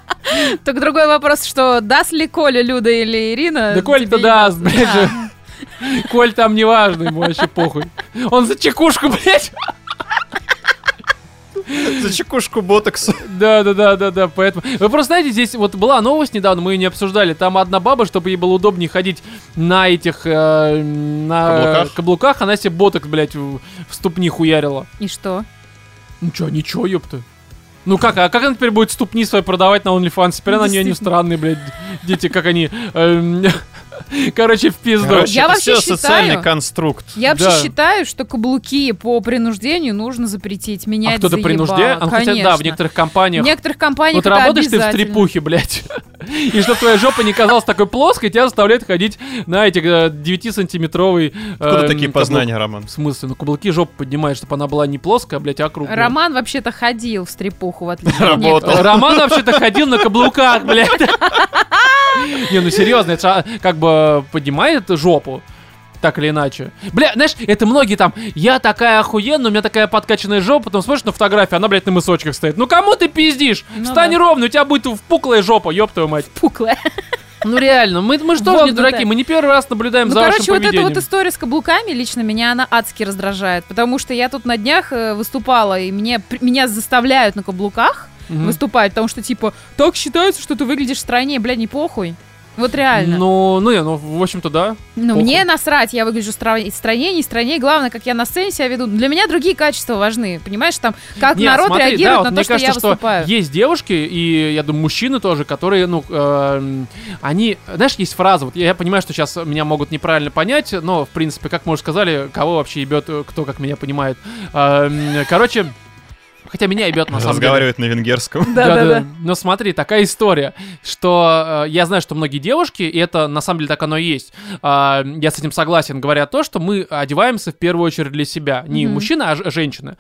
Так другой вопрос, что даст ли Коля, Люда или Ирина? Да Коль-то Э, тебе даст, ебаться? блядь же. Да. Коль там не важно, ему вообще похуй. Он за чекушку, блядь. За чекушку ботокса. Да, да, да, да, да. Поэтому. Вы просто знаете, здесь вот была новость недавно, мы ее не обсуждали. Там одна баба, чтобы ей было удобнее ходить на этих э, на Каблуках? каблуках, она себе боток, блядь, в, в ступни хуярила. И что? Ну чё, ничего, ёпта. Ну как, а как она теперь будет ступни свои продавать на OnlyFans? Теперь на нее не Действительно. странные, блядь, дети, как они... эм, Короче, в пизду. Короче, Я это вообще все социальный считаю- конструкт. Я вообще Да. считаю, что каблуки по принуждению нужно запретить. Меня А это кто-то заебало, принужден? А, ну, хотя да, в конечно. некоторых В компаниях. некоторых компаниях Вот это работаешь ты в обязательно. стрипухе, блядь. И чтобы твоя жопа не казалась такой плоской, тебя заставляют ходить на эти 9-сантиметровый... Откуда такие познания, Роман? эм, В смысле? Ну, каблуки жопу поднимают, чтобы она была не плоская, блядь, а круглая. Роман вообще-то ходил в стрипуху, в отличие от Работал. некоторых. Роман вообще-то ходил на каблуках, блядь. Не, ну серьезно, это же, а, как бы поднимает жопу. Так или иначе. Бля, знаешь, это многие там, я такая охуенная, у меня такая подкачанная жопа, потом смотришь на фотографии, она, блядь, на мысочках стоит. Ну кому ты пиздишь? Ну Встань да. ровно, у тебя будет впуклая жопа, ёб твою мать. Пуклая. Ну реально, мы, мы же тоже не Вогнутая. дураки, мы не первый раз наблюдаем Ну, за короче, вашим вот эта поведением. вот история с каблуками лично меня она адски раздражает, потому что я тут на днях э, выступала, и мне, при- меня заставляют на каблуках Мгм. выступать, потому что, типа, так считается, что ты выглядишь страннее, бля, не похуй. Вот реально. Ну, ну, я, ну, в общем-то, да. Ну, Похуй. мне насрать, я выгляжу стра- страннее, не страннее. Главное, как я на сцене себя веду. Для меня другие качества важны. Понимаешь, там, как Не, народ смотри, реагирует да, вот на то, мне что кажется, я выступаю. Есть девушки, и я думаю, мужчины тоже, которые, ну, эм, они, знаешь, есть фраза, вот я, я понимаю, что сейчас меня могут неправильно понять, но, в принципе, как мы уже сказали, кого вообще ебет, э, кто как меня понимает. Эм, короче, Хотя меня ебет на самом деле. Разговаривает на венгерском. Да-да-да. Но смотри, такая история, что э, я знаю, что многие девушки, и это на самом деле так оно и есть, а, я с этим согласен, говоря то, что мы одеваемся в первую очередь для себя. Не Мгм. мужчина, а ж- женщина.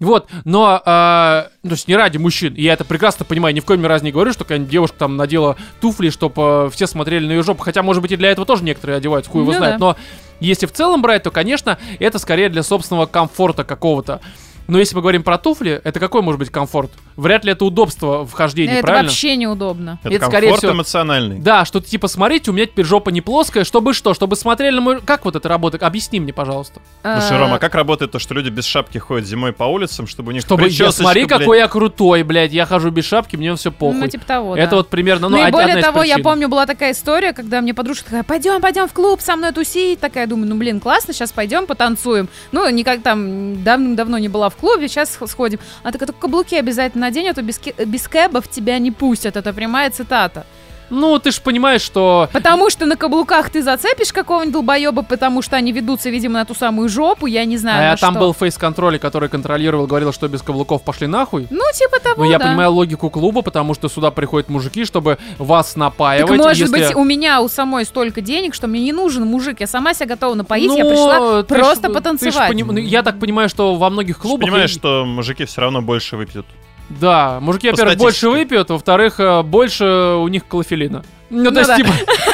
Вот, но, а, ну, то есть не ради мужчин, и я это прекрасно понимаю, ни в коем разе не говорю, что какая-нибудь девушка там надела туфли, чтобы все смотрели на ее жопу, хотя, может быть, и для этого тоже некоторые одевают, хуй его Ну знает, да. но если в целом брать, то, конечно, это скорее для собственного комфорта какого-то. Но если мы говорим про туфли, это какой может быть комфорт? Вряд ли это удобство в хождении, Это правильно? вообще неудобно. Это Это, скорее комфорт всего- эмоциональный. Да, что-то типа, смотрите, у меня теперь жопа не плоская, чтобы что? Чтобы смотрели на мою... Как вот это работает? Объясни мне, пожалуйста. Слушай, Э, Рома, а как работает то, что люди без шапки ходят зимой по улицам, чтобы у них Чтобы, я, причесочка, смотри, блядь, какой я крутой, блядь, я хожу без шапки, мне все похуй. Ну, типа того, это да. вот примерно, ну, Ну, и од- более одна из того, я причин. помню, была такая история, когда мне подружка такая, пойдем, пойдем в клуб, со мной тусить. Такая, думаю, ну, блин, классно, сейчас пойдем потанцуем. Ну, никак там давным-давно не была в клубе, сейчас сходим. А такая, только каблуки обязательно надень, а то без, ке- без кэбов тебя не пустят. Это прямая цитата. Ну, ты же понимаешь, что... Потому что на каблуках ты зацепишь какого-нибудь долбоеба, потому что они ведутся, видимо, на ту самую жопу, я не знаю, а на там что. был фейс-контроль, который контролировал, говорил, что без каблуков пошли нахуй. Ну, типа того, Ну, я да. понимаю логику клуба, потому что сюда приходят мужики, чтобы вас напаивать. Так может а если- быть, у меня у самой столько денег, что мне не нужен мужик. Я сама себя готова напоить, я Ну, пришла ты ж- просто ты ж потанцевать. поним- ну, Я так понимаю, что во многих Ты же клубах... понимаешь, и- что мужики все равно больше выпьют. Ну, Да, мужики, По во-первых, больше статистике. выпьют, во-вторых, э, больше у них клофелина. Ну, Ну то есть, да. типа...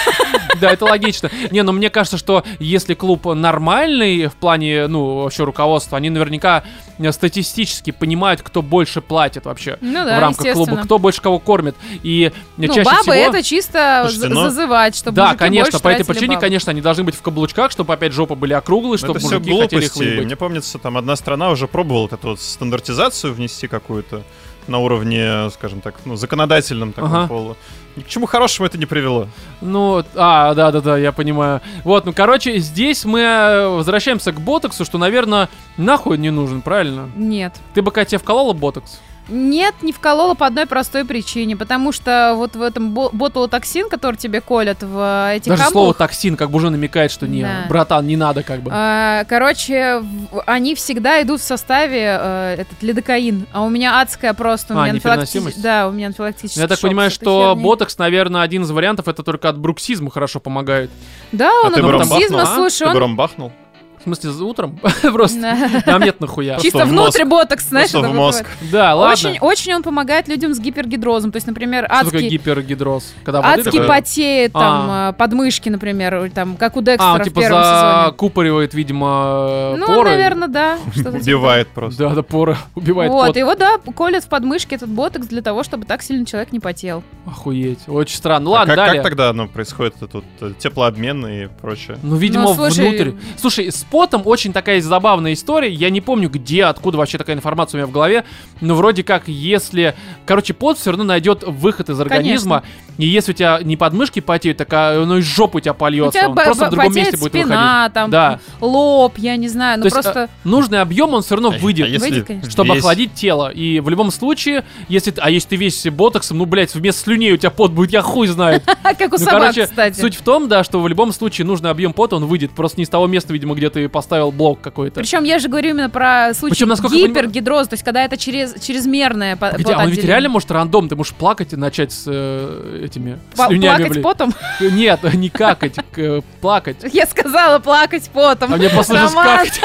Да, это логично. Не, но мне кажется, что если клуб нормальный в плане, ну, вообще руководства, они наверняка э, статистически понимают, кто больше платит вообще Ну да, в рамках естественно. клуба, кто больше кого кормит. И э, Ну, чаще бабы всего... ну, это чисто Слушайте, за- но- зазывать, чтобы да, мужики конечно, больше по этой тратили причине, баб. конечно, они должны быть в каблучках, чтобы опять жопы были округлые, Но чтобы Ну, это все мужики хотели их глупости. выебать. Мне помнится, там одна страна уже пробовала вот эту вот стандартизацию внести какую-то на уровне, скажем так, ну, законодательном таком Ага. пола. Ни к чему хорошему это не привело. Ну, а, да-да-да, я понимаю. Вот, ну, короче, здесь мы э, возвращаемся к ботоксу, что, наверное, нахуй не нужен, правильно? Нет. Ты бы, Катя, тебе вколола ботокс? Нет, не вколола по одной простой причине, потому что вот в этом бо- ботулотоксин, который тебе колят в э, этих Даже ампулах, слово токсин как бы уже намекает, что не, Да. братан, не надо как бы. А, Короче, в- они всегда идут в составе э, этот лидокаин. А у меня адская просто. У А, меня непереносимость? анфилактический- Да, у меня анфилактический. Я так шок понимаю, с этой что херней. ботокс, наверное, один из вариантов, это только от бруксизма хорошо помогает. Да, он ты от бы бруксизма, ромбахнул, а? Ты слушай, бы он ромбахнул? В смысле, за утром? Просто Да. нам нет нахуя. Просто чисто в мозг. внутрь ботокс, знаешь, Просто в это мозг. бывает. Да, ладно. Очень, очень он помогает людям с гипергидрозом. То есть, например, Что такое А, адский, гипергидроз? Когда воды адский такое? потеет там э, подмышки, например, или там, как у Декстера А, он в типа первом сезоне. закупоривает, видимо, э, Ну, поры. наверное, да. что-то типа Убивает просто. Да, да, поры. Убивает Вот, пот. его, да, колят в подмышке этот ботокс для того, чтобы так сильно человек не потел. Охуеть. Очень странно. А Ладно, как, как далее. тогда оно происходит, этот вот, э, теплообмен и прочее? Ну, видимо, Ну, слушай- внутрь. Слушай, с потом очень такая забавная история. Я не помню, где, откуда вообще такая информация у меня в голове. Но вроде как, если... Короче, пот все равно найдет выход из организма. И если у тебя не подмышки потеют, так а, оно из жопы у тебя У польется. Ну, тебя он бо- просто в бо- другом потеет месте будет спина, выходить. там, Да. лоб, я не знаю, ну То есть, просто... Нужный объем он все равно А- Ну, выйдет. а если Выйдет, конечно. Чтобы весь- охладить тело. И в любом случае, если ты, а если ты весь ботоксом, ну, блядь, вместо слюней у тебя пот будет, я хуй знает. А как у Ну, собак, короче, кстати. суть в том, да, что в любом случае нужный объем пота, он выйдет просто не с того места, видимо, где ты поставил блок какой-то. Причем я же говорю именно про случай Причем, насколько я понимаю- А гипергидроза, то есть когда это через, чрезмерное по- Где, он ведь потоотделение. реально может рандом, ты можешь плакать и начать с э, этими Пла- слюнями, плакать блин. потом? Нет, не какать, к, э, плакать. Я сказала плакать потом. А мне послышалось Роман. какать.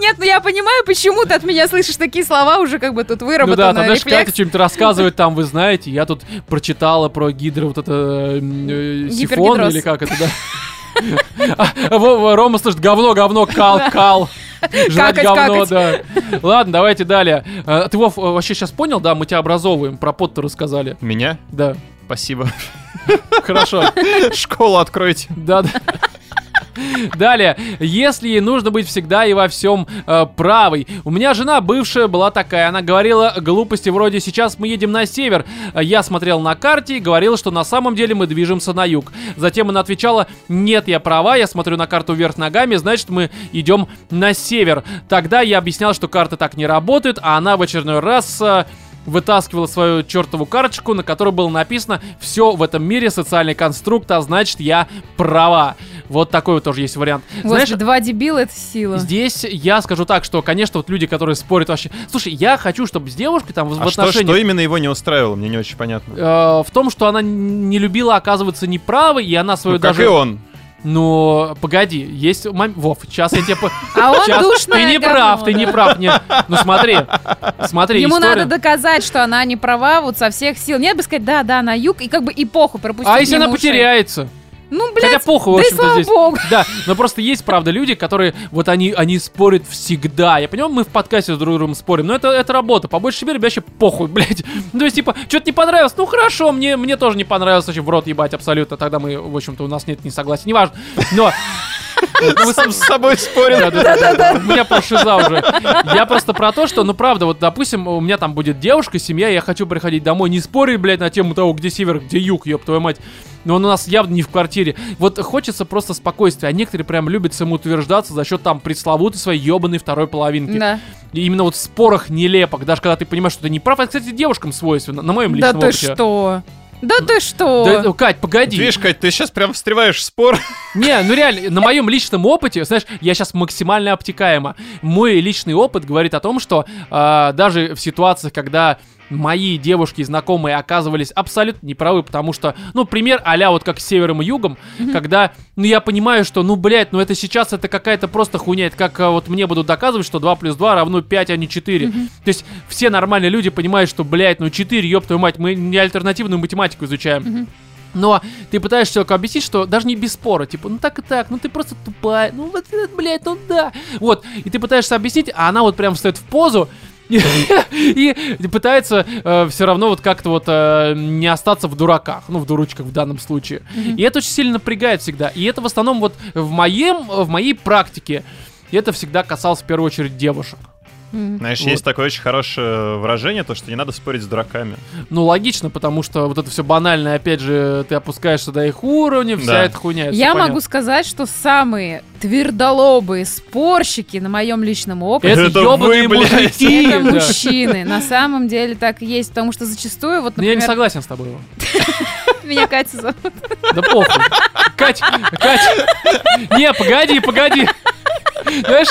Нет, ну я понимаю, почему ты от меня слышишь такие слова уже как бы тут Ну выработаны. да, там, знаешь, рефлекс. Катя что-нибудь рассказывает, там, вы знаете, я тут прочитала про гидро вот это м, э, сифон Гипергидроз. или как это, да? А, Вова, Рома слышит говно, говно, кал, кал. Жрать Какать, говно, какать. да. Ладно, давайте далее. А, Ты, Вов, э, вообще сейчас понял, да, мы тебя образовываем, про пот рассказали. Меня? Да, Спасибо. хорошо. Школу откройте. Да, да. Далее, если нужно быть всегда и во всем э, правой. У меня жена бывшая была такая, она говорила глупости вроде «сейчас мы едем на север». А Я смотрел на карте и говорил, что на самом деле мы движемся на юг. Затем она отвечала «нет, я права, я смотрю на карту вверх ногами, значит мы идем на север». Тогда я объяснял, что карты так не работают, а она в очередной раз... э, вытаскивала свою чертову карточку, на которой было написано «Все в этом мире социальный конструкт, а значит, я права». Вот такой вот тоже есть вариант. Знаешь, два дебила — это сила. Здесь я скажу так, что, конечно, вот люди, которые спорят вообще... Слушай, я хочу, чтобы с девушкой там в А что, отношениях... что именно его не устраивало, мне не очень понятно. Ну, э, в том, что она не любила оказываться неправой, и она свою Ну, как даже... и он. Но погоди, есть... мом- Вов, сейчас я тебе... по- А он Сейчас- душное Ты не говно, прав, ты не да. прав. Нет. Ну смотри, смотри, Ему история. надо доказать, что она не права вот со всех сил. Нет бы сказать, да, да, на юг, и как бы и похуй пропустить. А если она мимо ушей. потеряется? Ну, блядь, Хотя похуй, в да и общем-то, слава здесь. богу. Да, но просто есть, правда, люди, которые вот они, они спорят всегда. Я понимаю, мы в подкасте с друг другом спорим, но это, это работа. По большей мере, мне вообще похуй, блядь. Ну, То есть, типа, что-то не понравилось, ну хорошо, мне, мне тоже не понравилось, очень в рот ебать абсолютно. Тогда мы, в общем-то, у нас нет несогласия, неважно. Но... Мы Сам с собой спорил. Да-да-да. У меня полшиза уже. Я просто про то, что, ну правда, вот, допустим, у меня там будет девушка, семья, я хочу приходить домой, не спорить, блядь, на тему того, где север, где юг, ёб твою мать. Но он у нас явно не в квартире. Вот хочется просто спокойствия, а некоторые прям любят самоутверждаться за счет там пресловутой своей ебаной второй половинки. Да. И именно вот в спорах нелепок, даже когда ты понимаешь, что ты не прав. Это, кстати, девушкам свойственно, на моем Да личном ты опыте. что? Да ты Да, что? э, Кать, погоди. Видишь, Кать, ты сейчас прям встреваешь в спор. Не, ну реально, на моем личном опыте, знаешь, я сейчас максимально обтекаемо. Мой личный опыт говорит о том, что а, даже в ситуациях, когда мои девушки и знакомые оказывались абсолютно неправы, потому что, ну, пример а-ля вот как с севером и югом, когда, ну, я понимаю, что, ну, блядь, ну, это сейчас это какая-то просто хуйня, это как а, вот мне будут доказывать, что 2 плюс 2 равно 5, а не 4. То есть все нормальные люди понимают, что, блядь, ну, 4, ёб твою мать, мы не альтернативную математику изучаем. Но ты пытаешься человеку объяснить, что даже не без спора, типа, ну так и так, ну ты просто тупая, ну вот, э, блядь, ну да. Вот, и ты пытаешься объяснить, а она вот прям встает в позу, и- и пытается все равно вот как-то вот э, не остаться в дураках, ну в дурочках в данном случае. И это очень сильно напрягает всегда. И это в основном вот в моем, в моей практике это всегда касалось в первую очередь девушек. Мгм. Знаешь, Вот. есть такое очень хорошее выражение, то, что не надо спорить с дураками. Ну логично, потому что вот это все банально, опять же, ты опускаешься до их уровня, вся Да. эта хуйня. это всё Я понятно. могу сказать, что самые твердолобые спорщики на моем личном опыте Это, Это ёбаные вы, блядь. мужики! это да. мужчины. На самом деле так и есть, потому что зачастую, вот, Ну, я не например, согласен с тобой. Вова. меня Катя зовут. Да похуй. Кать, Кать, не, погоди, погоди. Знаешь,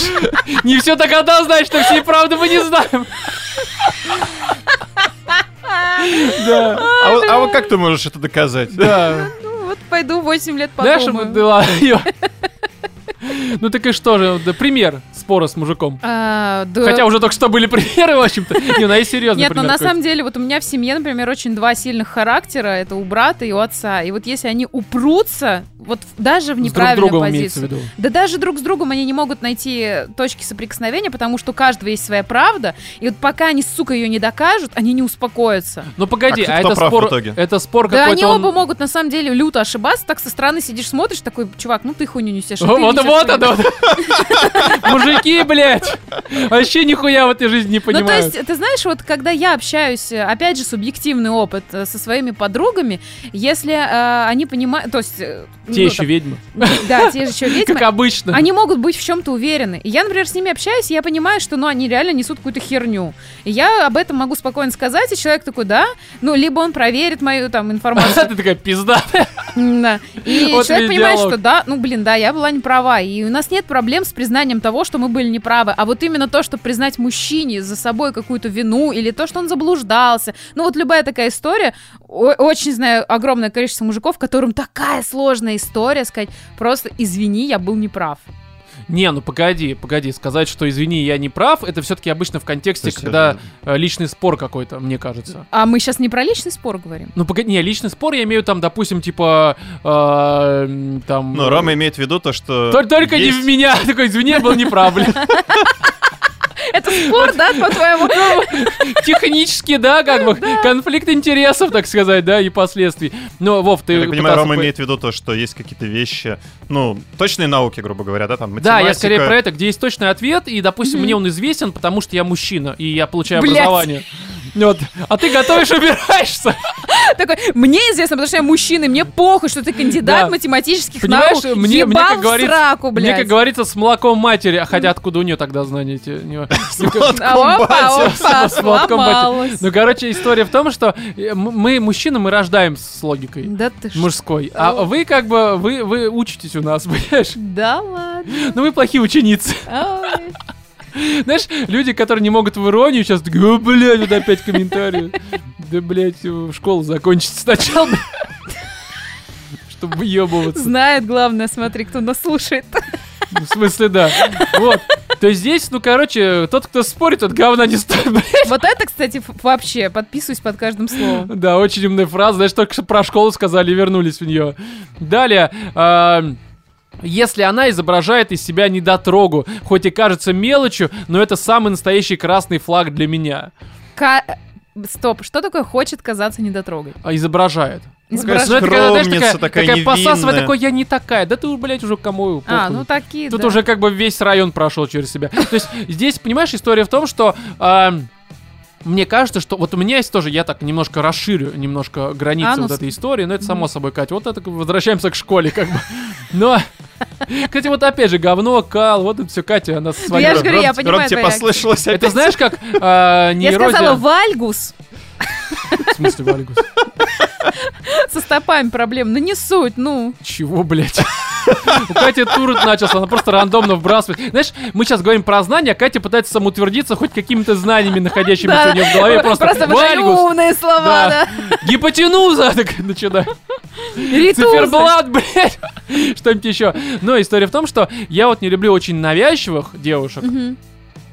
не все так однозначно, всей правды мы не знаем. Да, А вот- а вот как ты можешь это доказать? да. Ну, вот пойду 8 лет Знаешь, подумаю. вот, да ладно, ё. Ну так и что же, да, пример спора с мужиком. А, да. Хотя уже только что были примеры, в общем-то. Не, ну а есть серьезный Нет, но пример на какой-то? самом деле, вот у меня в семье, например, очень два сильных характера. Это у брата и у отца. И вот если они упрутся, вот в- даже С в друг неправильную другом имеется в позицию. виду. Да даже друг с другом они не могут найти точки соприкосновения, потому что у каждого есть своя правда. И вот пока они, сука, ее не докажут, они не успокоятся. Ну погоди, А кто- а кто это прав в спор, итоге? это спор Да какой-то они он- оба могут на самом деле люто ошибаться, так со стороны сидишь, смотришь, такой, чувак, ну ты хуйню несешь. а О, ты Вот, несёшь вот хуйню». оно. Мужики, блядь. Вообще нихуя в этой жизни не Ну, то понимают. есть, ты знаешь, вот когда я общаюсь, э, опять же, субъективный опыт э, со своими подругами, если э, они понимают, то есть... э, Те ну, еще ведьмы. там, Да, те же еще ведьмы. Как обычно. Они могут быть в чем-то уверены. И я, например, с ними общаюсь, и я понимаю, что ну, они реально несут какую-то херню. И я об этом могу спокойно сказать, и человек такой, да, ну, либо он проверит мою там информацию, Ты такая пизда. да. И Вот человек ведь понимает, диалог. что да, ну блин, да, я была не права. И у нас нет проблем с признанием того, что мы были неправы. А вот именно то, что признать мужчине за собой какую-то вину или то, что он заблуждался. Ну вот любая такая история. О- очень знаю огромное количество мужиков, которым такая сложная история сказать, просто извини, я был неправ. Не, ну погоди, погоди. Сказать, что извини, я не прав, это все-таки обычно в То контексте, есть когда э, личный спор какой-то, мне кажется. А мы сейчас не про личный спор говорим. Ну, погоди, не, личный спор я имею там, допустим, типа, э, м, там... Ну, Рома имеет в виду то, что... Только, только не есть- в меня. Такой, извини, я был неправ, блин. Это спор, да, по-твоему? Технически, да, как бы, конфликт интересов, так сказать, да, и последствий. Но, Вов, ты... Я так понимаю, пытался Рома по- имеет в виду то, что есть какие-то вещи, ну, точные науки, грубо говоря, да, там, Да, математика. я скорее про это, где есть точный ответ, и, допустим, мне он известен, потому что я мужчина, и я получаю Блядь. образование. Вот. А ты готовишь, убираешься. Такой, мне известно, потому что я мужчина, и мне похуй, что ты кандидат Да. математических Понимаешь, наук. мне, мне, Ебал как в говорится, сраку, мне, блядь. как говорится, с молоком матери. А Хотя откуда у нее тогда знания эти? Не- Вот А, Опа, комбатер. опа, С молоком матери. сломалась. Ну, короче, история в том, что э, м- мы, мужчины, мы рождаем с логикой Да ты что? мужской. Ну. А вы как бы, вы, вы учитесь у нас, понимаешь? Да ладно. Ну, вы плохие ученицы. Ой. Знаешь, люди, которые не могут в иронию, сейчас такие, «О, блядь, вот опять комментарии. Да, блядь, э, школу закончить сначала. Чтобы въебываться. Знает, главное, смотри, кто нас слушает. В смысле, да. Вот. То есть здесь, ну, короче, тот, кто спорит, тот говна не стоит, блядь. Вот это, кстати, ф- вообще, подписываюсь под каждым словом. Да, очень умная фраза. Знаешь, только что про школу сказали и вернулись в нее. Далее. а, Если она изображает из себя недотрогу, хоть и кажется мелочью, но это самый настоящий красный флаг для меня. Ка- Стоп, что такое хочет казаться недотрогой? А изображает. Изображает. Ну, это когда, знаешь, Скромница такая невинная. посасывая, такой, я не такая. Да ты, блядь, уже кому А, похуй. ну такие, Тут да. уже как бы весь район прошел через себя. То есть здесь, понимаешь, история в том, что... а, мне кажется, что вот у меня есть тоже, я так немножко расширю немножко границы А, ну, вот с- этой истории, но это само собой, Катя. Вот это как бы возвращаемся к школе, как бы. Но, кстати, вот опять же, говно, кал, вот это все, Катя, она со своей... Я же говорю, я Ром, понимаю Ром, тебе твои реакции. послышалось Это опять? знаешь, как а, Я нейрозия... сказала вальгус В смысле, Вальгус? со стопами проблем. Ну не суть, ну. Чего, блядь? У Кати турут начался, она просто рандомно вбрасывает. Знаешь, мы сейчас говорим про знания, а Катя пытается самоутвердиться хоть какими-то знаниями, находящимися у нее в голове. Просто, потому что они «Вальгус», умные слова, Да. да. гипотенуза, так начинает. Ритуза. Циферблат, блядь. Что-нибудь еще. Но история в том, что я вот не люблю очень навязчивых девушек. Мгм.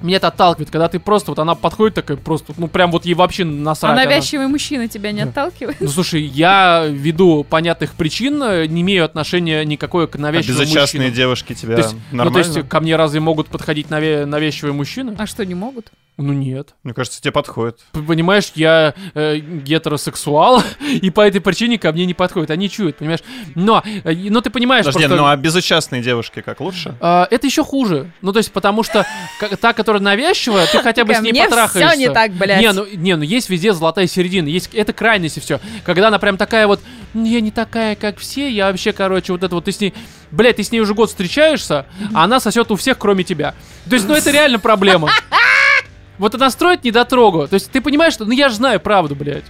Меня это отталкивает, когда ты просто, вот она подходит такая, просто, ну прям вот ей вообще насрать. А она- навязчивый мужчина тебя не Да. отталкивает? Ну слушай, я ввиду понятных причин э, не имею отношения никакое к А навязчивым безучастные мужчинам. девушки тебя То есть, ну, то нормально? есть ко мне разве могут подходить наве- навязчивые мужчины? А что, не могут? Ну нет. Мне кажется, тебе подходит. П- Понимаешь, я э, гетеросексуал, и по этой причине ко мне не подходят. Они чуют, понимаешь? Но, э, ну ты понимаешь, Подожди, просто- ну а безучастные девушки как лучше? А, это еще хуже. Ну, то есть, потому что к- та, которая навязчивая, ты хотя бы Такая, с ней «Мне потрахаешься. всё не так, блядь». Не ну, не, ну есть везде золотая середина. Есть, это крайность и все. Когда она прям такая вот, «Ну, я не такая, как все, я вообще, короче, вот это вот, ты с ней, блядь, ты с ней уже год встречаешься, а она сосет у всех, кроме тебя. То есть, ну, это реально проблема. Вот она строит недотрогу. То есть, ты понимаешь, что, ну, я же знаю правду, блядь.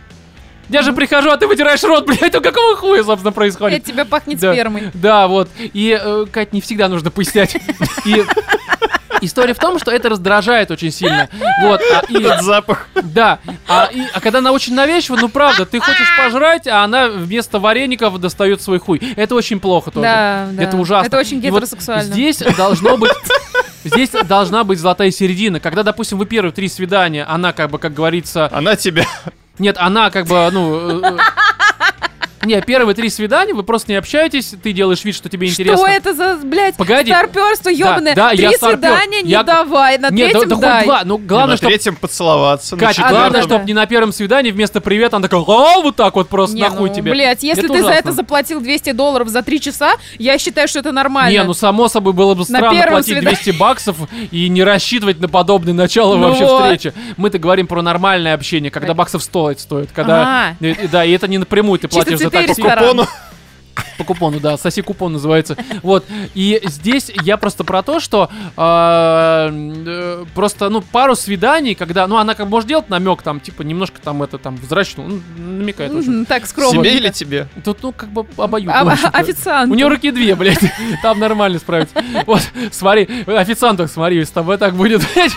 Я же прихожу, а ты вытираешь рот, блядь, ну какого хуя, собственно, происходит? От тебя пахнет Да. спермой. Да, вот. И, э, Кать, не всегда нужно пояснять. И история в том, что это раздражает очень сильно. Вот. а, и- Этот запах. да. А, и- а когда она очень навязчива, ну правда, ты хочешь пожрать, а она вместо вареников достает свой хуй. Это очень плохо тоже. Да, да. Это ужасно. Это очень И вот гетеросексуально. Здесь должно быть... Здесь должна быть золотая середина. Когда, допустим, вы первые три свидания, она как бы, как говорится, Она тебя... нет, она как бы, ну... э, э, Не, первые три свидания, вы просто не общаетесь, ты делаешь вид, что тебе интересно. Что это за, блядь, Погоди. старперство ебаное? да, Три я старпёр. свидания не Я- давай, на Нет, да, третьем да хоть дай. два. Ну, Главное, главное, на чтобы... третьем поцеловаться, на Кать, главное, четвертом... чтобы не на первом свидании вместо привет она такая, а, вот так вот просто, Не, нахуй ну, тебе. Блядь, если Это ты за это ужасно. заплатил 200 долларов за три часа, я считаю, что это нормально. Не, ну само собой было бы странно первом платить свидании. 200 баксов и не рассчитывать на подобное начало Ну вообще вот. встречи. Мы-то говорим про нормальное общение, когда Конечно. баксов стоит стоит, когда А. и- и- да, и это не напрямую ты Чисто платишь за цветы и такси. ресторан. Купону. По купону, да, соси купон называется. Вот. И здесь я просто про то, что а, э, просто, ну, пару свиданий, когда, ну, она как бы может делать намек, там, типа, немножко там это, там, взрачну, ну, намекает, в общем. Мгм, Так, скромно. Себе или тебе? Тут, ну, как бы обоюдно. А- в общем-то. Официант. У нее руки две, блядь. Там нормально справится. Вот, смотри, официанток, смотри, с тобой так будет, блядь.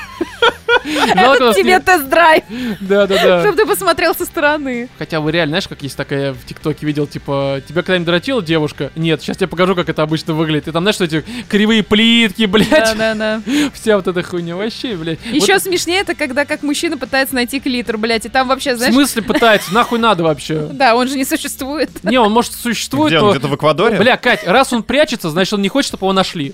Жалко, нас Тебе не- тест-драйв, Да, да, да. чтобы ты посмотрел со стороны. Хотя вы реально, знаешь, как есть такая в ТикТоке видел, типа, тебя когда-нибудь дрочила девушка? Нет, сейчас тебе покажу, как это обычно выглядит. И там, знаешь, что эти кривые плитки, блядь, Да-да-да. вся вот эта хуйня вообще, блядь. Еще Вот смешнее это, когда как мужчина пытается найти клитор, блядь, и там вообще, в знаешь... смысле пытается? Нахуй надо вообще? Да, он же не существует. Не, он может существует, Где он? но... Где-то в Эквадоре? Бля, Кать, раз он прячется, значит, он не хочет, чтобы его нашли.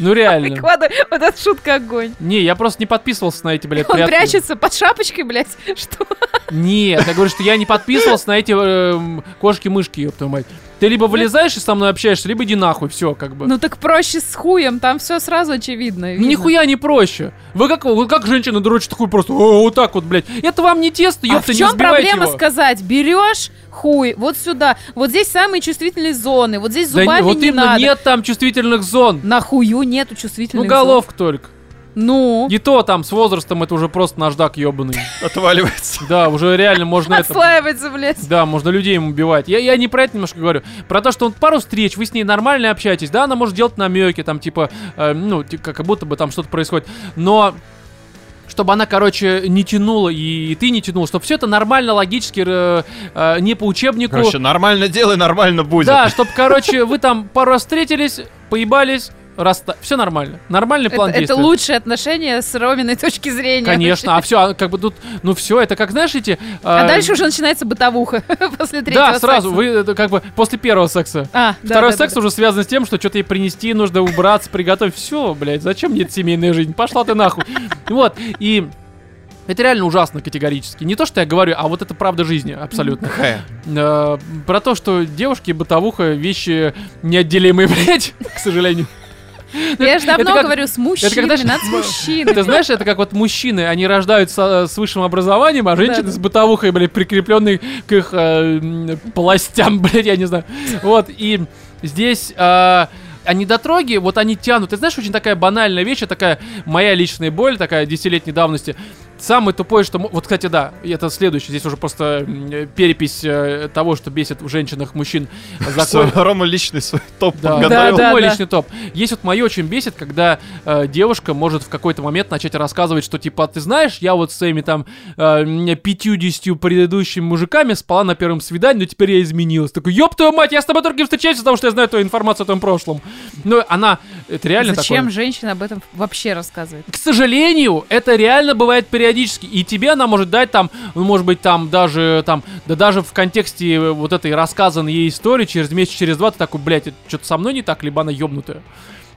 Ну реально. Прикладывай, Вот эта шутка огонь. Не, я просто не подписывался на эти, блядь, Он прятки. прячется под шапочкой, блядь. Что? Нет, я говорю, что я не подписывался на эти эм, кошки-мышки, ёб твою мать. Ты либо вылезаешь и со мной общаешься, либо иди нахуй, все, как бы. Ну так проще с хуем, там все сразу очевидно. видно. Ну, Нихуя не проще. Вы как, вы как женщина дрочит такой просто, «О, вот так вот, блядь. Это вам не тесто, А в ёпта, не чем сбивайте проблема его. сказать? Берешь хуй, вот сюда, вот здесь самые чувствительные зоны, вот здесь Да не- зубами вот не именно надо. нет там чувствительных зон. На хую нету Ну, чувствительных зон. головка только. Ну, И то там с возрастом это уже просто наждак ебаный. Отваливается. Да, уже реально можно ну, это... отслаивается, блядь. Да, можно людей им убивать. Я, я не про это немножко говорю. Про то, что он пару встреч, вы с ней нормально общаетесь, да, она может делать намеки, там, типа, э, ну, ти- как будто бы там что-то происходит. Но чтобы она, короче, не тянула, и, и ты не тянул, чтобы все это нормально, логически, э, э, не по учебнику. Короче, нормально делай, нормально будет. да, чтобы, короче, вы там пару раз встретились, поебались, расста... все нормально. Нормальный Это, план это действия. лучшие отношения с Роминой точки зрения. Конечно, а все, как бы тут, ну все, это как, знаешь, эти... А э, дальше уже начинается бытовуха после третьего Да, сразу, секса. вы это как бы после первого секса. А, да, Второй да, да, секс да. уже связан с тем, что что-то ей принести, нужно убраться, приготовить. Все, блядь, зачем мне эта семейная жизнь? Пошла ты нахуй. Вот, и это реально ужасно категорически. Не то, что я говорю, а вот это правда жизни абсолютно. Какая? Э, Про то, что девушки, бытовуха, вещи неотделимые, блядь, к сожалению. Я же давно это как- говорю, с мужчинами, знаешь, надо с мужчинами. Ты знаешь, это как вот мужчины, они рождаются э, с высшим образованием, а женщины Да-да. с бытовухой, блядь, прикрепленные к их э, м, полостям, блядь, я не знаю. Вот, и здесь... э, они дотроги, вот они тянут. Ты знаешь, очень такая банальная вещь, а такая моя личная боль, такая десятилетней давности. Самое тупое, что... мо- Вот, кстати, да, и это следующее. Здесь уже просто м, э, перепись э, того, что бесит в женщинах мужчин. Закон, Свой- Рома личный свой топ да, подготовил. да, Да, это мой да. личный топ. Есть вот мое очень бесит, когда э, девушка может в какой-то момент начать рассказывать, что типа, ты знаешь, я вот с своими там э, 50 предыдущими мужиками спала на первом свидании, но теперь я изменилась. Такой, ёб твою мать, я с тобой только и встречаюсь, потому что я знаю твою информацию о твоем прошлом. Но она, это реально Зачем такое. женщина об этом вообще рассказывает? К сожалению, это реально бывает периодически. И тебе она может дать там, ну, может быть, там даже там, да даже в контексте э, вот этой рассказанной ей истории, через месяц, через два, ты такой, блядь, что-то со мной не так, либо она ёбнутая.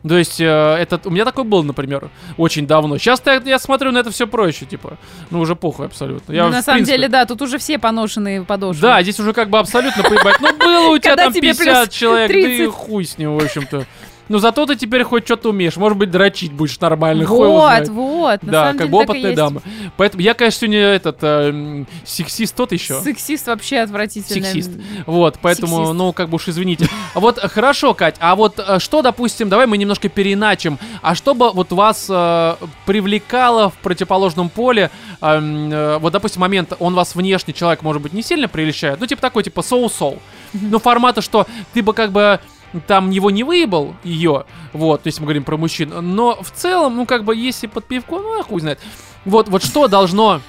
То есть, э, это, у меня такое было, например, очень давно. Сейчас я, я смотрю на это все проще, типа. Ну, уже похуй абсолютно. Я Ну, в на самом принципе- деле, да, тут уже все поношенные подошвы. Да, здесь уже как бы абсолютно поебать. Ну, было у тебя Когда там тебе плюс 50 человек, да и 30. хуй с ним, в общем-то. Ну, зато ты теперь хоть что-то умеешь. Может быть, дрочить будешь нормально. хуй его знает. Вот, вот, на Да, самом как деле бы так и опытная есть. дама. Поэтому я, конечно, сегодня этот э, м, сексист тот еще. Сексист вообще отвратительный. Сексист. Вот, поэтому, Сексист. ну, как бы уж извините. А Вот э, хорошо, Кать, а вот э, что, допустим, давай мы немножко переначим. А что бы вот вас э, привлекало в противоположном поле? э, м, э, вот, допустим, момент, он вас внешне, человек, может быть, не сильно прельщает. Ну, типа такой, типа соу-соу. Ну, формата, что ты бы как бы там его не выебал, ее, вот, если мы говорим про мужчин, но в целом, ну, как бы, если под пивко, ну, а хуй знает. Вот, вот что должно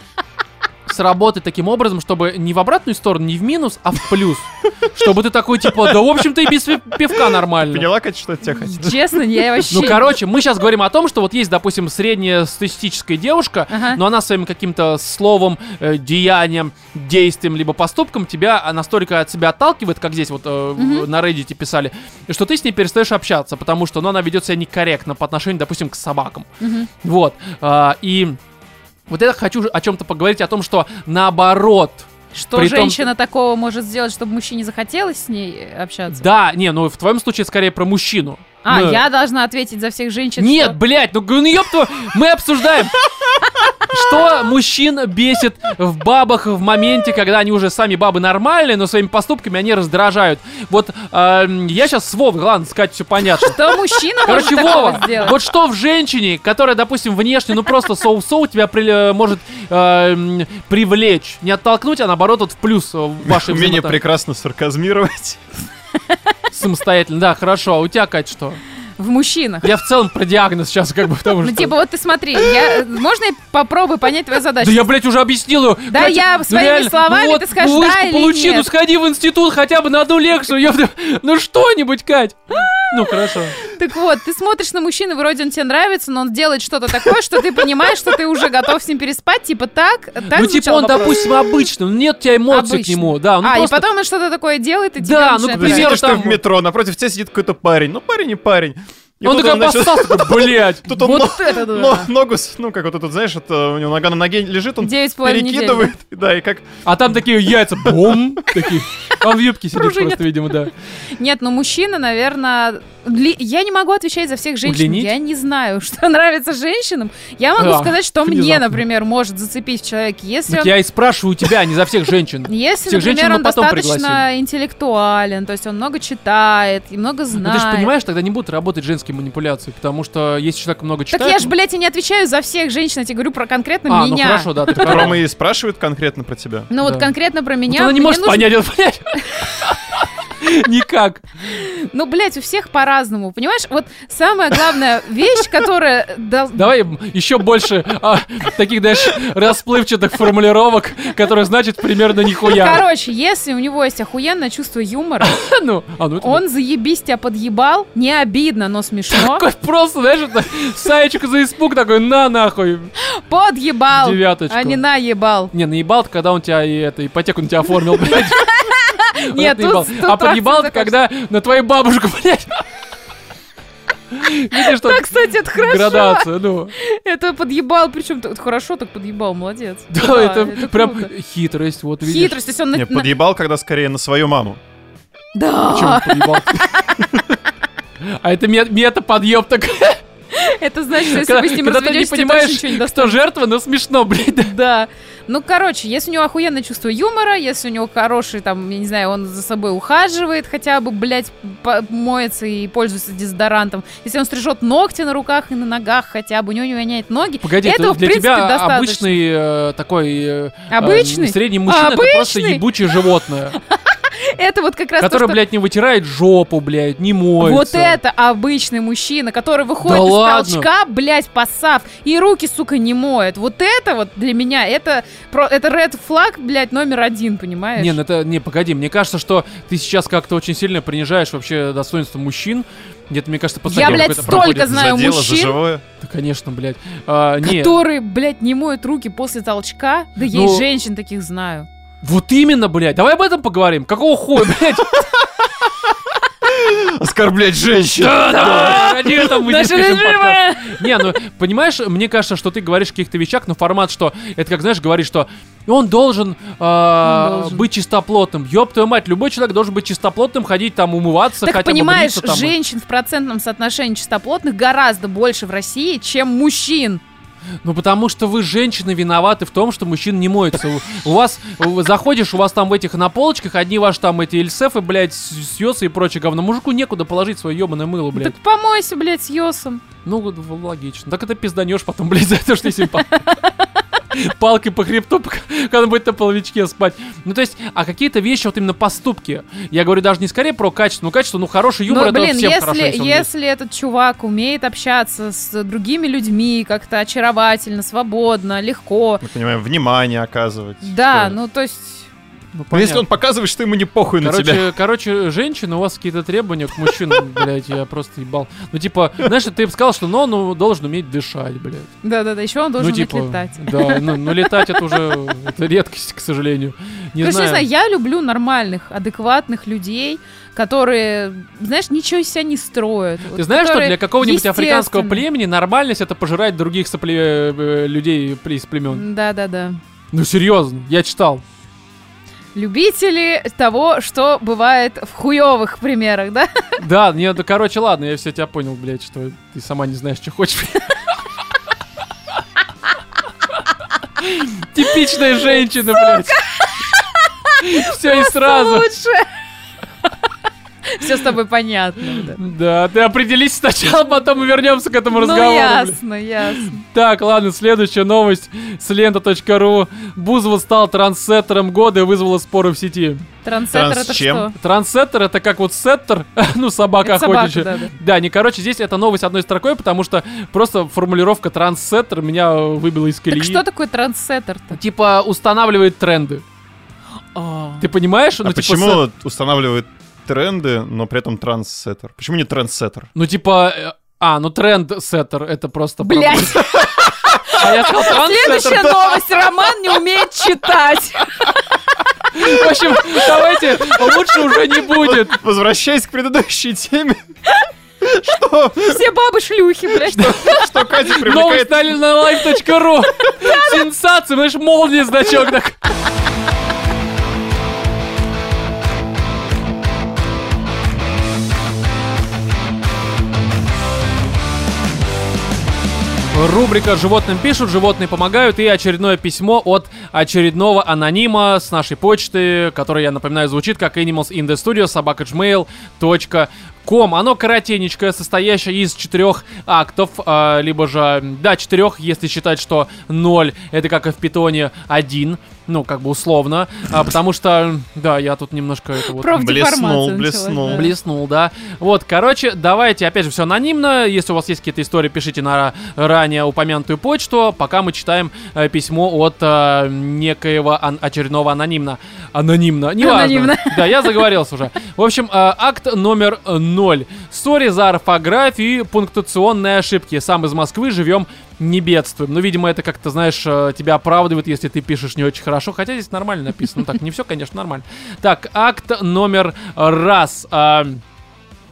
сработать таким образом, чтобы не в обратную сторону, не в минус, а в плюс. Чтобы ты такой, типа, да, в общем-то, и без пи- пивка нормально. Поняла, Катя, что от тебя хотят? Честно, я вообще... Ну, короче, мы сейчас говорим о том, что вот есть, допустим, средняя статистическая девушка, Ага. но она своим каким-то словом, э, деянием, действием, либо поступком тебя а, настолько от себя отталкивает, как здесь вот э, в- Мгм. на Reddit писали, что ты с ней перестаешь общаться, потому что ну, она ведет себя некорректно по отношению, допустим, к собакам. Мгм. Вот. А, и вот я хочу же о чем-то поговорить, о том, что наоборот. Что При том- э, женщина такого может сделать, чтобы мужчине захотелось с ней общаться? Да, не, ну в твоем случае скорее про мужчину. А, Ну, я должна ответить за всех женщин? Нет, что- блядь, ну, г- ну ёб твою- мы обсуждаем. Что мужчин бесит в бабах в моменте, когда они уже сами бабы нормальные, но своими поступками они раздражают. Вот эм, я сейчас с Вовой, ладно, сказать все понятно. Что мужчина Короче, может такого Вова, сделать? вот что в женщине, которая, допустим, внешне, ну просто соу-соу тебя при- э, может э, м, привлечь, не оттолкнуть, а наоборот вот в плюс э, в вашей Умение взаимоотно- прекрасно сарказмировать. самостоятельно. Да, хорошо. А у тебя, Кать, что? В мужчинах. Я в целом про диагноз сейчас как бы, потому Ну, что... типа, вот ты смотри, я... можно я попробую понять твою задачу? Да я, блядь, уже объяснила. Да я своими словами, ну вот, ты скажешь, ну вышку да или получи, нет? ну сходи в институт хотя бы на одну лекцию, ёпта. ну что-нибудь, Кать. Ну хорошо. Так вот, ты смотришь на мужчину, вроде он тебе нравится, но он делает что-то такое, что ты понимаешь, что ты уже готов с ним переспать, типа так, так ну типа звучал он, вопрос? допустим, обычный, ну, нет у тебя эмоций Обычный. к нему, да. Он а, просто... и потом он что-то такое делает, и тебе Да, ну, начинает к примеру, нравиться. Сидишь ты там- в метро, напротив тебя сидит какой-то парень. Ну, парень и парень. И Он тут такой начал- обоссался, такой, блядь. Тут он Вот но- это да. но- ногу, с- ну, как вот тут, знаешь, это у него нога на ноге лежит, он Девять с половиной недель, перекидывает. Да, и как А там такие яйца, бум, такие. Он в юбке сидит Пружинит. просто, видимо, да. Нет, ну мужчины, наверное... дли- Я не могу отвечать за всех женщин. Удлинить? Я не знаю, что нравится женщинам. Я могу Да, сказать, что мне, внезапно. например, может зацепить человек, если Так он... я и спрашиваю у тебя, а не за всех женщин. Если, Всех женщин например, мы он потом достаточно пригласим. интеллектуален, то есть он много читает и много Ну, ты знает. же понимаешь, тогда не будут работать женские манипуляции, потому что если человек много так читает... я же, блядь, и не отвечаю за всех женщин, я тебе говорю про конкретно А, ну меня. хорошо, да, ты права. Которому и спрашивают конкретно про тебя. Ну Да. вот конкретно про Вот меня. она не мне может нужно- понять, это понять. Никак. Ну, блядь, у всех по-разному. Понимаешь, вот самая главная вещь, которая дол- Давай еще больше а, таких, знаешь, расплывчатых формулировок, которые значат примерно нихуя. Ну, Короче, если у него есть охуенное чувство юмора, Ну, а, ну это он заебись тебя подъебал, не обидно, но смешно, такой просто, знаешь, это, Саечка за испуг такой, на нахуй, подъебал, девяточку. а не наебал. Не, наебал когда он тебя и это, ипотеку на тебя оформил, блядь. Вот Нет, это наебал. тут А ситуация подъебал такая, когда на твою бабушку, блядь. Видишь, что Да, кстати, это хорошо. градация, ну. Это подъебал, причем так- хорошо так подъебал, молодец. Да, это прям круто. хитрость, вот видишь. Хитрость, то есть он... на- Не, на- подъебал, когда скорее на свою маму. Почему Да, подъебал? А это мет- мета-подъеб такой. это значит, если Когда, вы с ним когда ты не разведетесь, тебе точно ничего не понимаешь, что жертва, но смешно, блядь. да. Да. Ну, короче, если у него охуенное чувство юмора, если у него хороший, там, я не знаю, он за собой ухаживает хотя бы, блядь, по- моется и пользуется дезодорантом, если он стрижет ногти на руках и на ногах хотя бы, у него не воняет ноги, Погоди, этого, это в для принципе, тебя достаточно. обычный э, такой... э, э, Обычный? средний мужчина это просто Обычный? ебучее животное, это вот как раз то, которое, что- блядь, не вытирает жопу, блядь, не моется. Вот это обычный мужчина, который выходит Да из ладно? толчка, блядь, посав, и руки, сука, не моет. Вот это вот для меня, это, про- это red флаг, блядь, номер один, понимаешь? Не, ну это, не, погоди, мне кажется, что ты сейчас как-то очень сильно принижаешь вообще достоинство мужчин. Где-то, мне кажется, Я, постоянно блядь, какой-то проходит. столько знаю за дело, мужчин, за живое. Да, конечно, блядь. А, не, которые, блядь, не моют руки после толчка. Да я Ну- и женщин таких знаю. вот именно, блядь. Давай об этом поговорим. Какого хуя, блядь? Оскорблять женщин. Один там мы Даже здесь пишем не подкаст. понимаю. Не, ну, понимаешь, мне кажется, что ты говоришь о каких-то вещах, но формат, что это как, знаешь, говоришь, что он должен, э, должен. быть чистоплотным. Ёб твою мать, любой человек должен быть чистоплотным, ходить там умываться, Так хотя понимаешь, бы бриться там. женщин в процентном соотношении чистоплотных гораздо больше в России, чем мужчин. Ну, потому что вы, женщины, виноваты в том, что мужчин не моется. У- У вас, у- заходишь, у вас там в этих на полочках, одни ваши там эти эльсефы, блядь, сьёсы и прочее говно. Мужику некуда положить свое ебаное мыло, блядь. Так помойся, блядь, с Йосом. Ну, вот в- логично. Так это пизданешь потом, блядь, за то, что если пал- палкой по хребту, пока- когда будет на половичке спать. Ну, то есть, а какие-то вещи, вот именно поступки. Я говорю даже не скорее про качество, ну, качество, ну, хороший юмор, Но, это блин, всем если, хорошо, если он есть. если этот чувак умеет общаться с другими людьми как-то очаровательно, свободно, легко. Мы понимаем, внимание оказывать. Да, Что- ну то есть... Ну, Но если понятно. он показывает, что ему не похуй на тебя. Короче, короче, женщины, у вас какие-то требования к мужчинам, блядь, я просто ебал. Ну, типа, знаешь, ты бы сказал, что ну, он должен уметь дышать, блядь. Да-да-да, еще он должен ну, типа, уметь летать. Да, ну, но летать это уже это редкость, к сожалению. Не Короче, знаю. не знаю, я люблю нормальных, адекватных людей, которые, знаешь, ничего из себя не строят. Ты знаешь, что для какого-нибудь африканского племени нормальность это пожирать других сопле... э, людей при- из племен. Да-да-да. Ну серьезно, я читал. Любители того, что бывает в хуевых примерах, да? Да, не, ну короче, ладно, я все тебя понял, блядь, что ты сама не знаешь, что хочешь. Типичная женщина, блядь. Все и сразу. Лучше. Все с тобой понятно. да. Да, ты определись сначала, потом мы вернемся к этому Ну, разговору. блядь. ясно, ясно. Так, ладно, следующая новость с лента.ру. Бузова стал трансеттером года и вызвала споры в сети. Трансеттер Транс это чем? что? Трансеттер это как вот сеттер, ну собака Это собака, охотничья. да, да. Да, не, короче, здесь это новость одной строкой, потому что просто формулировка трансеттер меня э, выбила из колеи. Так что такое трансеттер-то? Типа устанавливает тренды. Ты понимаешь? А ну, типа, почему сет- устанавливают тренды, но при этом трансеттер? Почему не трансеттер? Ну типа... э, А, ну тренд-сеттер, это просто... Блять, А я сказал трансеттер. следующая новость. Роман не умеет читать. В общем, давайте, лучше уже не будет. Возвращаясь к предыдущей теме, что, Все бабы шлюхи, блядь. что Катя Новость привлекает... на live.ru. Сенсация, знаешь, молния значок так. Рубрика «Животным пишут, животные помогают» и очередное письмо от очередного анонима с нашей почты, который, я напоминаю, звучит как animals in the studio ком. Оно коротенечкое, состоящее из четырех актов, а, либо же, да, четырех, если считать, что ноль это как и в питоне один, ну, как бы условно, а, потому что, да, я тут немножко это вот... Профдеформация Блеснул, началась, блеснул. да. Блеснул, да. Вот, короче, давайте, опять же, все анонимно. Если у вас есть какие-то истории, пишите на ранее упомянутую почту, пока мы читаем э, письмо от э, некоего ан- очередного анонимно. Анонимно, неважно. Анонимно. Да, я заговорился уже. В общем, э, акт номер 0. Сори за орфографию и пунктуационные ошибки. Сам из Москвы, живем не бедствуем. Ну, видимо, это как-то, знаешь, э, тебя оправдывает, если ты пишешь не очень хорошо. Хотя здесь нормально написано. Ну так, не все, конечно, нормально. Так, акт номер раз. А,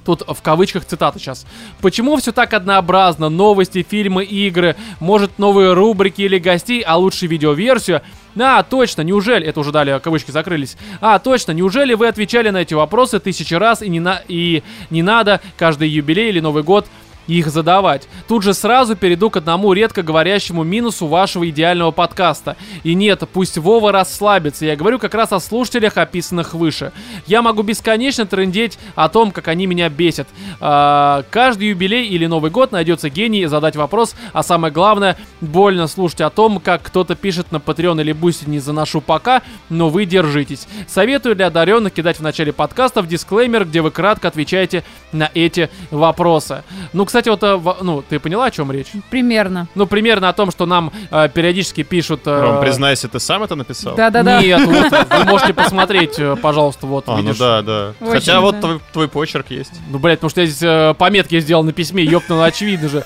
Тут в кавычках цитата сейчас. Почему все так однообразно? Новости, фильмы, игры, может новые рубрики или гостей, а лучше видеоверсию? А, точно, неужели... Это уже далее кавычки закрылись. А, точно, неужели вы отвечали на эти вопросы тысячи раз и не, на... и не надо каждый юбилей или Новый год их задавать. Тут же сразу перейду к одному редко говорящему минусу вашего идеального подкаста. И нет, пусть Вова расслабится. Я говорю как раз о слушателях, описанных выше. Я могу бесконечно трындеть о том, как они меня бесят. А, каждый юбилей или Новый год найдется гений задать вопрос, а самое главное, больно слушать о том, как кто-то пишет на Patreon или Бусти не заношу пока, но вы держитесь. Советую для одаренных кидать в начале подкастов дисклеймер, где вы кратко отвечаете на эти вопросы. Ну, кстати, вот, э, во- ну, ты поняла, о чем речь? Примерно. Ну, примерно о том, что нам э, периодически пишут... э, Ром, признайся, ты сам это написал? Да-да-да. Нет, вот, вы можете посмотреть, э, пожалуйста, вот, А, ну видишь. да, да. Очень, Хотя вот да. твой, твой почерк есть. Ну, блядь, потому что я здесь э, пометки сделал на письме, ёпта, ну, очевидно же.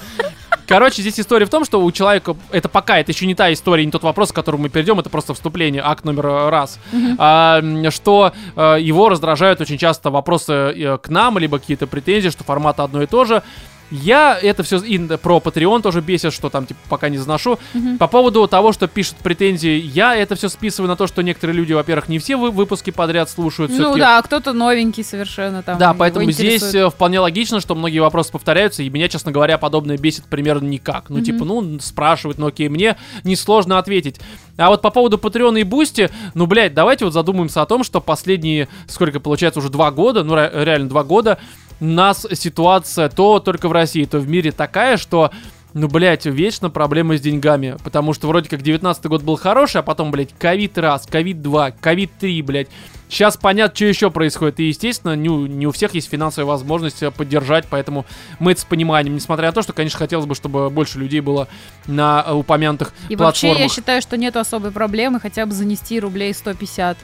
Короче, здесь история в том, что у человека это пока, это еще не та история, не тот вопрос, к которому мы перейдем, это просто вступление, акт номер э, раз, А, м, что э, его раздражают очень часто вопросы э, к нам, либо какие-то претензии, что формат одно и то же. Я это все и про Patreon тоже бесит, что там типа пока не заношу. По поводу того, что пишут претензии, я это все списываю на то, что некоторые люди, во-первых, не все вы- выпуски подряд слушают. Ну всё-таки да, а кто-то новенький совершенно там. да, его поэтому здесь интересует. э, вполне логично, что многие вопросы повторяются, и меня, честно говоря, подобное бесит примерно никак. Ну, типа, ну, спрашивают, ну окей, мне несложно ответить. А вот по поводу Патреона и Бусти, ну, блядь, давайте вот задумаемся о том, что последние, сколько получается, уже два года, ну, ре- реально два года, у нас ситуация то только в России, то в мире такая, что ну, блядь, вечно проблемы с деньгами. Потому что вроде как 19 год был хороший, а потом, блядь, ковид раз, ковид два, ковид три, блядь. Сейчас понятно, что еще происходит. И, естественно, не, у- не у всех есть финансовая возможность себя поддержать, поэтому мы это с пониманием. Несмотря на то, что, конечно, хотелось бы, чтобы больше людей было на э, упомянутых И вообще, платформах. я считаю, что нет особой проблемы хотя бы занести рублей 150.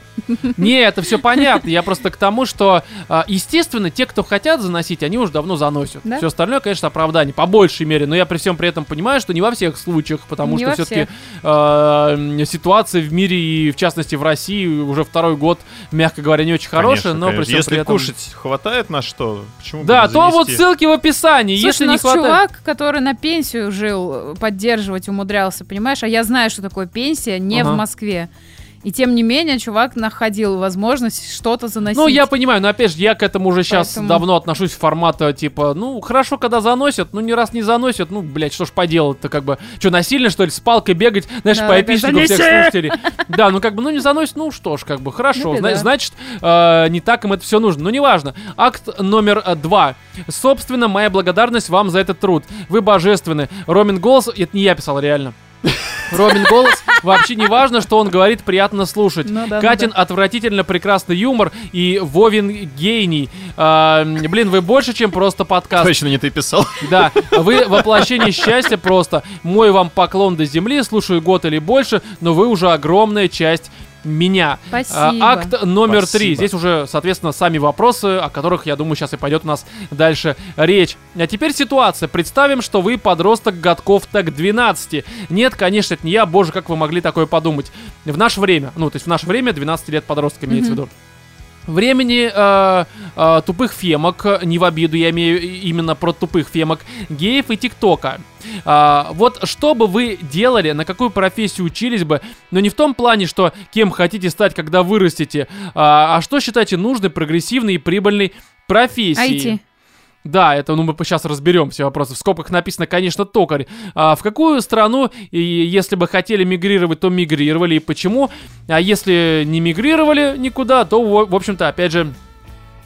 Не, это все понятно. Я просто к тому, что, а, естественно, те, кто хотят заносить, они уже давно заносят. Да? Все остальное, конечно, оправдание, по большей мере. Но я при всем при этом понимаю, что не во всех случаях, потому Не что во все-таки э, ситуация в мире и, в частности, в России уже второй год, мягко говоря, не очень хорошая, Конечно, но при конечно. всем Если при этом... кушать хватает на что, почему бы Да, не то вот занести? ссылки в описании, Слушай, ну если у не нас хватает. чувак, который на пенсию жил, э, поддерживать умудрялся, понимаешь? А я знаю, что такое пенсия, не Ага. в Москве. И тем не менее, чувак находил возможность что-то заносить. Ну, я понимаю, но опять же, я к этому уже сейчас Поэтому- давно отношусь формата, типа, ну, хорошо, когда заносят, ну, не раз не заносят, ну, блядь, что ж поделать-то, как бы, что, насильно, что ли, с палкой бегать, знаешь, Да, по да, эпичнику всех занеси! слушателей. Да, ну, как бы, ну, не заносят, ну, что ж, как бы, хорошо, Ну, зна- да. значит, э, не так им это все нужно, ну, неважно. Акт номер э, два. Собственно, моя благодарность вам за этот труд. Вы божественны. Ромин голос, это не я писал, реально. Ромин голос, вообще не важно, что он говорит, приятно слушать. Ну да, ну Катин а, да. отвратительно прекрасный юмор и Вовин гений. А, м, блин, вы больше, чем просто подкаст. Точно не ты писал. Да, вы воплощение счастья просто. Мой вам поклон до земли, слушаю год или больше, но вы уже огромная часть меня. А, Спасибо. акт номер три. Спасибо. Здесь уже, соответственно, сами вопросы, о которых, я думаю, сейчас и пойдет у нас дальше речь. А теперь ситуация. Представим, что вы подросток годков так 12. Нет, конечно, это не я. Боже, как вы могли такое подумать. В наше время, ну, то есть в наше время 12 лет подростка имеется в виду. Времени э, э, тупых фемок, э, не в обиду, я имею и- именно про тупых фемок, геев и тиктока. А, вот что бы вы делали, на какую профессию учились бы, но не в том плане, что кем хотите стать, когда вырастете, а, а что считаете нужной, прогрессивной и прибыльной профессией. IT. Да, это ну мы сейчас разберем все вопросы. В скобках написано, конечно, токарь. А в какую страну, и если бы хотели мигрировать, то мигрировали и почему? А если не мигрировали никуда, то, во- в общем-то, опять же,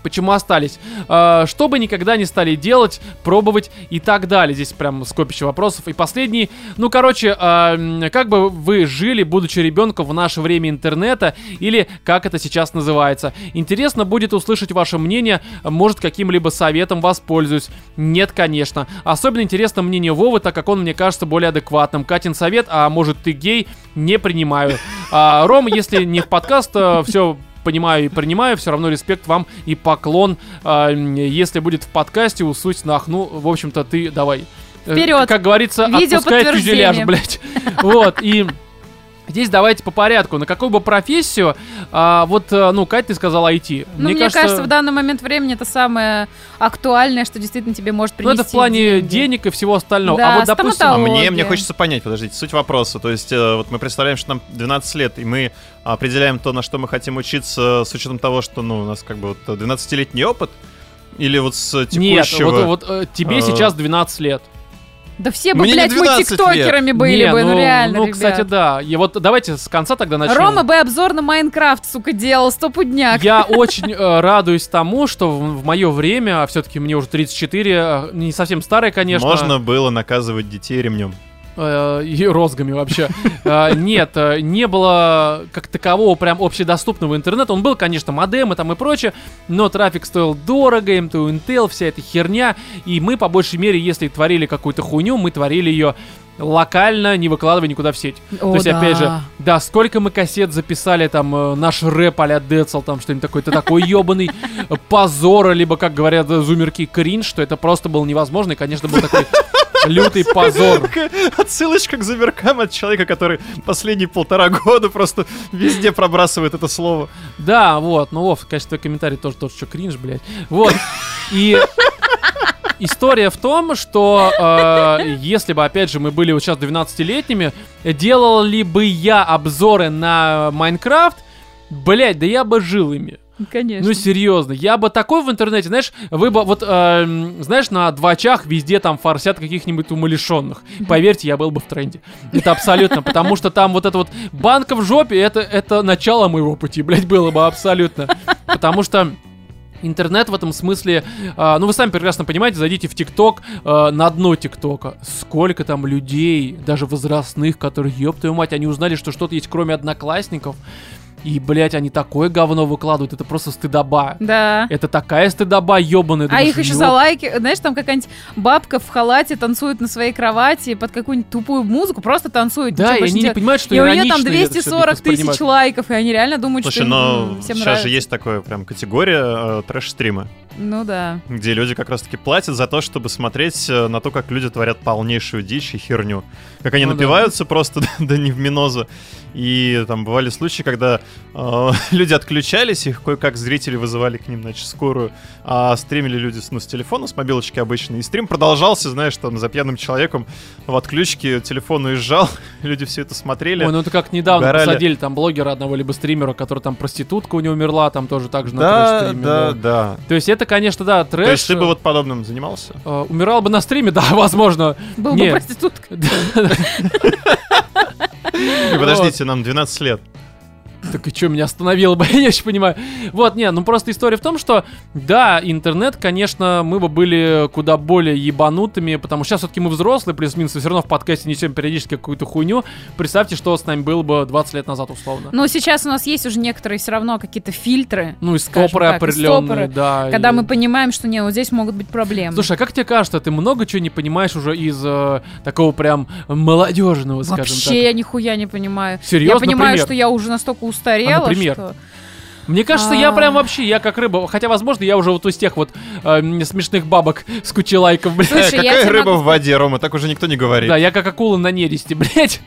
почему остались. А, Что бы никогда не стали делать, пробовать и так далее. Здесь прям скопище вопросов. И последний. Ну, короче, а, м, как бы вы жили, будучи ребенком в наше время интернета, или как это сейчас называется. Интересно будет услышать ваше мнение, может, каким-либо советом воспользуюсь. Нет, конечно. Особенно интересно мнение Вовы, так как он, мне кажется, более адекватным. Катин совет, а может, ты гей, не принимаю. А, Ром, если не в подкаст, все понимаю и принимаю, все равно респект вам и поклон. А, м, Если будет в подкасте, усуть нахну. В общем-то, ты давай. Э, Вперед! Как говорится, Видео отпускай подтверждение. тюзеляж, блядь. Вот, и... Здесь давайте по порядку. На какую бы профессию, а, вот, э, ну, Кать, ты сказала IT. Ну, мне кажется, в данный момент времени это самое актуальное, что действительно тебе может ну, принести. это в плане денег. деньги. и всего остального. Да, а вот, допустим, А мне, Психология. мне хочется понять, подождите, суть вопроса. То есть, э, вот мы представляем, что нам 12 лет, и мы определяем то, на что мы хотим учиться, с учетом того, что ну, у нас как бы вот 12-летний опыт, или вот с нет, текущего... вот, вот, э, тебе А. сейчас 12 лет. Да все бы, Мне не блядь, мы 12 лет. тиктокерами были Не, бы, ну, ну, реально, Ну, ребят. кстати, да. И вот давайте с конца тогда начнем. Рома бы обзор на Майнкрафт, сука, делал стопудняк. Я очень э, радуюсь тому, что в, мое время, а все-таки мне уже 34, э, не совсем старое, конечно. Можно было наказывать детей ремнем. э, и розгами вообще. Э, Нет, э, не было как такового прям общедоступного интернета. Он был, конечно, модемы там и прочее, но трафик стоил дорого, МТУ Intel, вся эта херня. И мы, по большей мере, если творили какую-то хуйню, мы творили ее локально, не выкладывая никуда в сеть. О, То есть, опять же, да. да, сколько мы кассет записали, там, э, наш рэп а-ля Децл, там, что-нибудь такое, ты такой ебаный позор, либо, как говорят э, зумерки, кринж, что это просто было невозможно, и, конечно, был такой лютый позор. Такая Отсылочка к замеркам от человека, который последние полтора года просто везде пробрасывает это слово. Да, вот, ну, Вов, конечно, твой комментарий тоже тот, что кринж, блядь. Вот, и... История в том, что э, если бы, опять же, мы были вот сейчас 12-летними, делал ли бы я обзоры на Майнкрафт, блядь, да я бы жил ими. Конечно. Ну серьезно, я бы такой в интернете, знаешь, вы бы вот, эм, знаешь, на двачах везде там форсят каких-нибудь умалишенных. Поверьте, я был бы в тренде. Это абсолютно, потому что там вот это вот банка в жопе, это, это начало моего пути, блядь, было бы абсолютно. Потому что Интернет в этом смысле, а, ну вы сами прекрасно понимаете, зайдите в ТикТок, а, на дно ТикТока, сколько там людей, даже возрастных, которые, ёб твою мать, они узнали, что что-то есть кроме одноклассников, и, блядь, они такое говно выкладывают, это просто стыдоба. Да. Это такая стыдоба ебаная. А их еще за лайки, знаешь, там какая-нибудь бабка в халате танцует на своей кровати под какую-нибудь тупую музыку, просто танцует. ничего Да, и они больше не не делает. понимают, что типа И у нее там иронично я это всё типа, 240 тысяч воспринимаю. лайков, и они реально думают, Слушай, что но м, всем сейчас нравится. же есть такая прям категория э, трэш-стрима, Ну да. где люди как раз-таки платят за то, чтобы смотреть э, на то, как люди творят полнейшую дичь и херню. Как они Ну да. напиваются просто до, до невминоза. И там бывали случаи, когда э, люди отключались, их кое-как зрители вызывали к ним, значит, скорую, а стримили люди с, ну, с телефона, с мобилочки обычно. И стрим продолжался, знаешь, там за пьяным человеком в отключке телефон уезжал, люди все это смотрели. Ой, ну это как недавно Угорали. посадили там блогера одного, либо стримера, который там проститутка у него умерла, там тоже так же на да, стриме. да, да. То есть это, конечно, да, трэш. То есть ты бы вот подобным занимался? Э, умирал бы на стриме, да, возможно. Был Нет. бы проститутка. Не, Подождите, нам 12 лет. Так и что меня остановило бы, я не очень понимаю. Вот, не, ну просто история в том, что, да, интернет, конечно, мы бы были куда более ебанутыми, потому что сейчас все-таки мы взрослые, плюс-минус, все равно в подкасте несем периодически какую-то хуйню. Представьте, что с нами было бы 20 лет назад, условно. Но сейчас у нас есть уже некоторые все равно какие-то фильтры, Ну и скажем стопоры так, и определенные, стопоры, да. когда и- мы понимаем, что не, вот здесь могут быть проблемы. Слушай, а как тебе кажется, ты много чего не понимаешь уже из э, такого прям молодежного, ну, скажем Вообще я нихуя не понимаю. Серьезно, Я понимаю, например? что я уже настолько устарела, А, например? что... так? Мне кажется, я А. прям вообще, я как рыба. Хотя, возможно, я уже вот из тех вот э, м, смешных бабок с кучей лайков, блядь. Слушай, Э, я какая тебе рыба могу в воде, Рома? Так уже никто не говорит. Да, я как акула на нересте, блядь.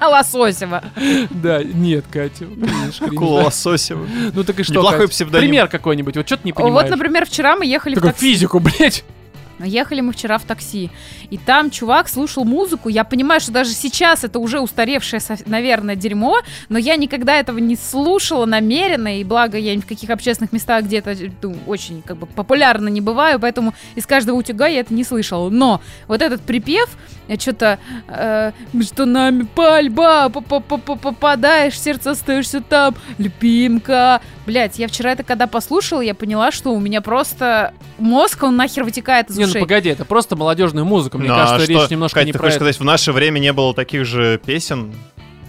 Лососева. Да, нет, Катя. видишь, кринж, Акула да. лососева. Ну так и что, Неплохой Кать? псевдоним. Пример какой-нибудь, вот что ты не Вот, понимаешь? например, вчера мы ехали в Только такси. физику, блядь. Ехали мы вчера в такси, и там чувак слушал музыку. Я понимаю, что даже сейчас это уже устаревшее, со- наверное, дерьмо, но я никогда этого не слушала намеренно, и благо я ни в каких общественных местах где-то ну, очень как бы популярно не бываю, поэтому из каждого утюга я это не слышала. Но вот этот припев, что-то между нами пальба, по- по- по- по- попадаешь, в сердце остаешься там, любимка. Блять, я вчера это когда послушала, я поняла, что у меня просто мозг, он нахер вытекает из Не, ну ушей. погоди, это просто молодежная музыка. Мне Ну, а кажется, что, речь немножко Кать, не ты про хочешь это. сказать, в наше время не было таких же песен?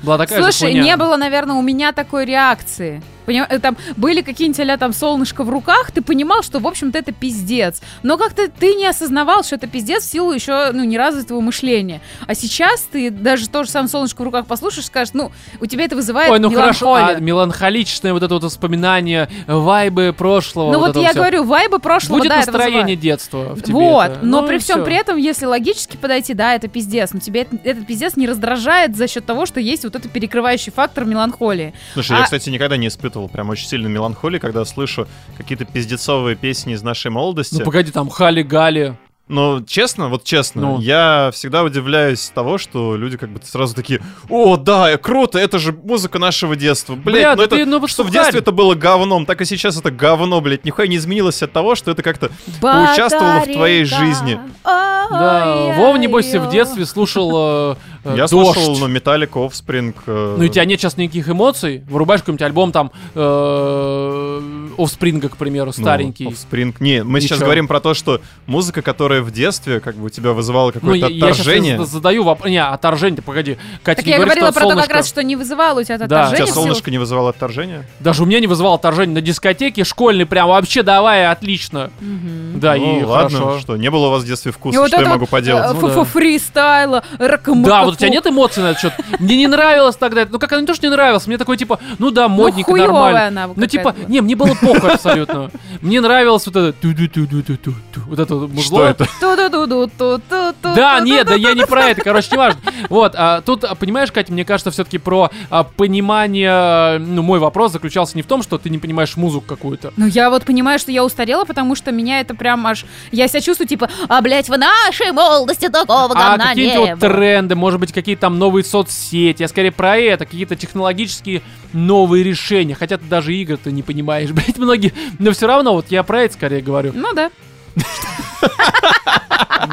Была такая же Слушай, хуйня. не было, наверное, у меня такой реакции. Поним- э, Там были какие-нибудь а там солнышко в руках, ты понимал, что, в общем-то, это пиздец. Но как-то ты не осознавал, что это пиздец в силу еще, ну, неразвитого мышления. А сейчас ты даже то же самое солнышко в руках послушаешь, скажешь, ну, у тебя это вызывает Ой, ну хорошо, а меланхолию. меланхоличное вот это вот воспоминание, вайбы прошлого. ну вот, вот, это я всё. говорю, вайбы прошлого, Будет да, это вызывает. настроение детства в тебе. вот, это. но Ну при и всем всё. при этом, если логически подойти, да, это пиздец, но тебе это- этот пиздец не раздражает за счет того, что есть вот этот перекрывающий фактор меланхолии. Слушай, А- я, кстати, никогда не испытывал прям очень сильно меланхолии, когда слышу какие-то пиздецовые песни из нашей молодости. Ну погоди, там хали-гали. Но честно, вот честно, Ну. я всегда удивляюсь того, что люди как бы сразу такие, о, да, э, круто, это же музыка нашего детства. Бля, Блядь, ну да это... ты, ну, вот Что в сухарь. детстве это было говном, так и сейчас это говно, блядь. Нихуя не изменилось от того, что это как-то... Поучаствовала в твоей Батарейка. жизни. Да, Ой, Вов, небось, ой, в детстве слушал э, э, Я «Дождь». слушал, ну, Металлику, Offspring... э, Ну и у тебя нет сейчас никаких эмоций. Вырубаешь какой-нибудь альбом там э, Офспринга, к примеру, ну, старенький. Offspring. Не, мы сейчас Ничего. говорим про то, что музыка, которая в детстве как бы у тебя вызывала Ну, я, какое-то я отторжение. сейчас задаю вопрос. Не, отторжение, ты погоди. Катя Так не я говорит, говорила что про то, как солнышко. раз, что не вызывало у тебя Да. это У тебя отторжение. в силу- солнышко не вызывало отторжения? Даже у меня не вызывало отторжение на дискотеке школьной. Прям вообще давай, отлично. Мгм. Да, ну, и ладно, хорошо. что, не было у вас в детстве И вкуса, вот что это я могу вот, поделать? э, Ну фу- да. фу- Фристайла, ракомакафу. Да, вот у тебя нет эмоций на этот счет. Мне не нравилось тогда. это. Ну как, оно не то, что не нравилось. Мне такое типа, ну да, Ну, модненько, хуёвая нормально. она Ну какая-то типа, была. не, мне было похуй абсолютно. Мне нравилось вот это ту-ду-ту-ду-ту-ту. Вот это вот Что музло. это? Ту-ду-ду-ду-ту-ту-ту-ту-ту. Да, нет, да я не про это, короче, не важно. Вот, а, тут, а, понимаешь, Катя, мне кажется, все-таки про а, понимание, ну, мой вопрос заключался не в том, что ты не понимаешь музыку какую-то. Ну, я вот понимаю, что я устарела, потому что меня это прям аж... Я себя чувствую, типа, а, блядь, в нашей молодости такого А говна не какие-нибудь вот было». тренды, может быть, какие-то там новые соцсети, я скорее про это, какие-то технологические новые решения, хотя ты даже игр-то не понимаешь, блядь, многие, но все равно, вот я про это скорее говорю. Ну да.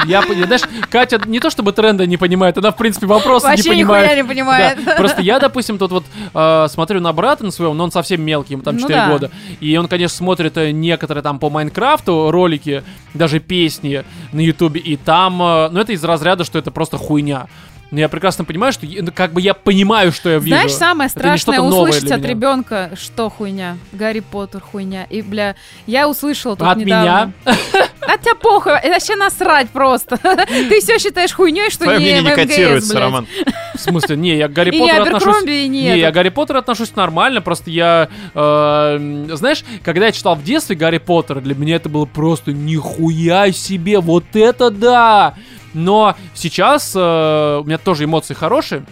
Я, пони- знаешь, Катя не то чтобы тренды не понимает, она, в принципе, вопросы не Вообще понимает. нихуя не понимает. Да, Просто я, допустим, тут вот э, смотрю на брата на своем, но он совсем мелкий, ему там Ну 4 да. года. И он, конечно, смотрит э, некоторые там по Майнкрафту ролики, даже песни на Ютубе. И там, э, ну это из разряда, что это просто хуйня. Но я прекрасно понимаю, что я- ну, как бы я понимаю, что я вижу. Знаешь, самое Это не страшное что-то новое услышать для от меня. ребенка, что хуйня, Гарри Поттер хуйня. И, бля, я услышала тут От недавно. От тебя похуй, это вообще насрать просто. Ты все считаешь хуйней, что Твое не мнение не МГС, котируется, блядь. Роман. В смысле, не, я к Гарри И не Поттеру отношусь. Аберкромби, и не Не, я к этот. Гарри Поттеру отношусь нормально, просто я, э, м, знаешь, когда я читал в детстве Гарри Поттера, для меня это было просто нихуя себе, вот это да! Но сейчас э, у меня тоже эмоции хорошие,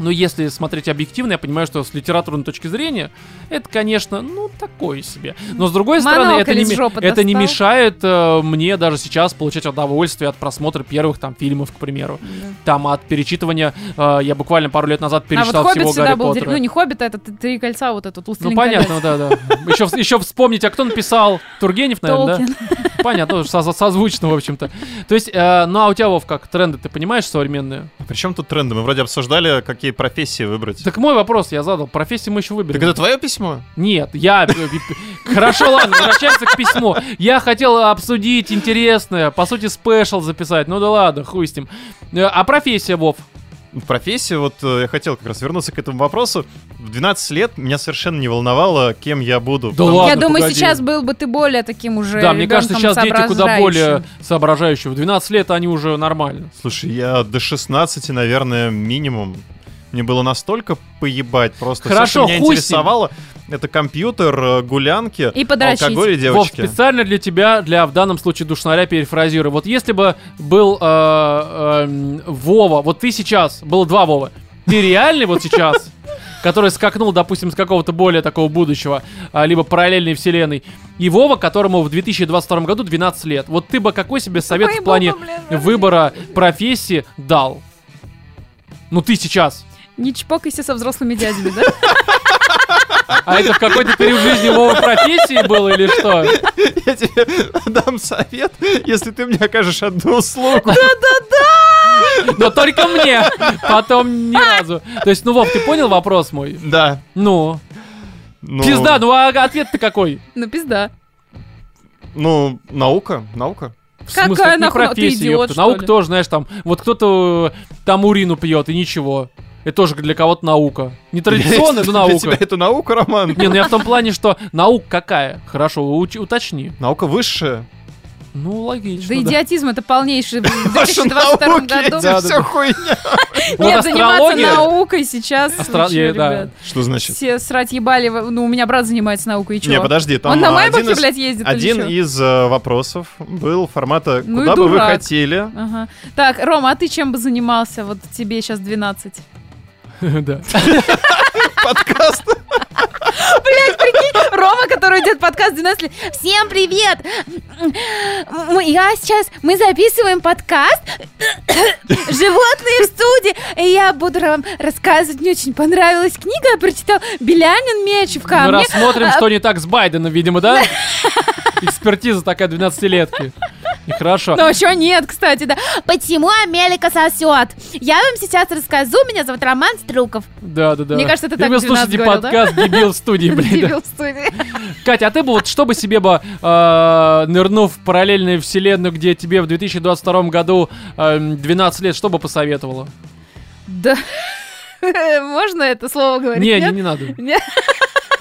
но если смотреть объективно, я понимаю, что с литературной точки зрения это, конечно, ну, такое себе. Но с другой стороны, Монокль это не, из ми- жопы это не достал. мешает э, мне даже сейчас получать удовольствие от просмотра первых там фильмов, к А примеру. Там от перечитывания, э, я буквально пару лет назад А вот перечитал Хоббит всего всегда Гарри был... дерь- Поттера. Ну, не Хоббит, а этот Три кольца, вот этот, Ну «Властелин понятно, да, да. Еще, вс- еще вспомнить, а кто написал? Тургенев, колец». наверное, Толкин. да? Понятно, ну, со- со- созвучно, в общем-то. То есть, э, ну а у тебя, Вов, как тренды, ты понимаешь современные? Причем тут тренды? Мы вроде обсуждали, какие профессии выбрать. Так мой вопрос я задал, профессии мы еще Так выберем. это твое письмо? Нет, я... э, э, Хорошо, ладно, возвращаемся к письму. Я хотел обсудить интересное, по сути, спешл записать. Ну да ладно, хуй с ним. Э, А профессия, Вов? профессии, вот э, я хотел как раз вернуться к этому вопросу. В 12 лет меня совершенно не волновало, кем я буду. Да Потому- ладно, Я думаю, погоди. сейчас был бы ты более таким уже Да, мне кажется, ребенком сейчас дети куда соображающим. более соображающие. В 12 лет они уже нормально. Слушай, я до 16, наверное, минимум. Мне было настолько поебать просто. Хорошо, Все, что меня хуй с ним. интересовало, это компьютер, э, гулянки, И подрочить. алкоголь и Вов, девочки. специально для тебя, для в данном случае душнаря перефразирую. Вот если бы был э, эм, Вова, вот ты сейчас, было два Вова, ты реальный вот сейчас, который скакнул, допустим, с какого-то более такого будущего, а, либо параллельной вселенной, и Вова, которому в 2022 году 12 лет. Вот ты бы какой себе совет Ой, в плане Боба, блин, вообще. выбора профессии дал? Ну ты сейчас. Не чпокайся со взрослыми дядями, да? А это в какой-то период жизни Вова профессии было или что? Я тебе дам совет, если ты мне окажешь одну услугу. Но только мне. Потом ни А! разу. То есть, ну, Вов, ты понял вопрос мой? Да. Ну. ну- Пизда, ну а ответ-то какой? Ну, пизда. Ну, наука, наука. В Какая смысле, это не нахуй- а ты профессия, идиот, ёпта. что Наука ли? тоже, знаешь, там, вот кто-то э, там урину пьет и ничего. Это тоже для кого-то наука. Не ну, традиционная, но Для тебя наука. это наука, Роман? Не, ну я в том плане, что наука какая? Хорошо, уч- уточни. Наука высшая. Ну, логично. Да да. идиотизм это полнейший в Ваши 2022 науки, году. Да, это да, все да. хуйня. Вот Нет, заниматься астрология- наукой а сейчас. Астро- вообще, я- да. ребят. Что значит? Все срать ебали. Ну, у меня брат занимается наукой, и чё? Не, подожди, там Он на а, майбахе, один из- блядь, ездит Один или чё? из э, вопросов был формата Ну и «Куда бы вы дурак. хотели?» Ага. Так, Рома, а ты чем бы занимался? Вот тебе сейчас 12. Да. Подкаст. Рома, который идет подкаст 12 лет. Всем привет! М, Я сейчас, мы записываем подкаст «Животные в студии». И я буду вам рассказывать, мне очень понравилась книга, я прочитал Белянин Мечев ко Мы мне. А, рассмотрим, что не так с Байденом, видимо, да? Экспертиза такая 12-летки. И хорошо. Ну, еще нет, кстати, да. Почему Амелика сосет? Я вам сейчас расскажу, меня зовут Роман Струков. Да, да, да. Мне кажется, это И так вы 12 слушаете говорил, да? подкаст «Дебил в студии», блин. да. Дебил в студии. Катя, а ты бы вот что бы себе бы, э, нырнув в параллельную вселенную, где тебе в 2022 году эм, 12 лет, что бы посоветовала? Да. Можно это слово говорить? Не, не, нет? не надо. Нет.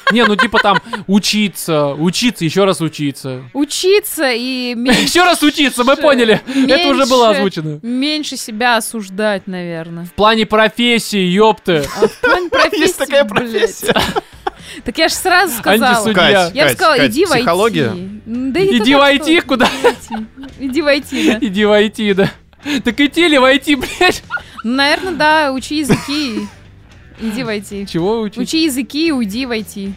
Не, ну типа там учиться, учиться, еще раз учиться. Учиться и меньше Еще раз учиться, мы Меньше, поняли. Это уже было меньше. озвучено. Меньше себя осуждать, наверное. В плане профессии, ёпты. А Есть такая профессия. Так я же сразу сказала. Антисудья. Кать, Я бы Кать, сказала, Кать, иди в IT. Психология? М, да это Иди так войти что? куда? Иди в IT, да. Иди войти, да. Так идти или войти, блядь? Ну, Наверное, да, учи языки. и Иди в IT. Чего учить? Учи языки и уйди в IT.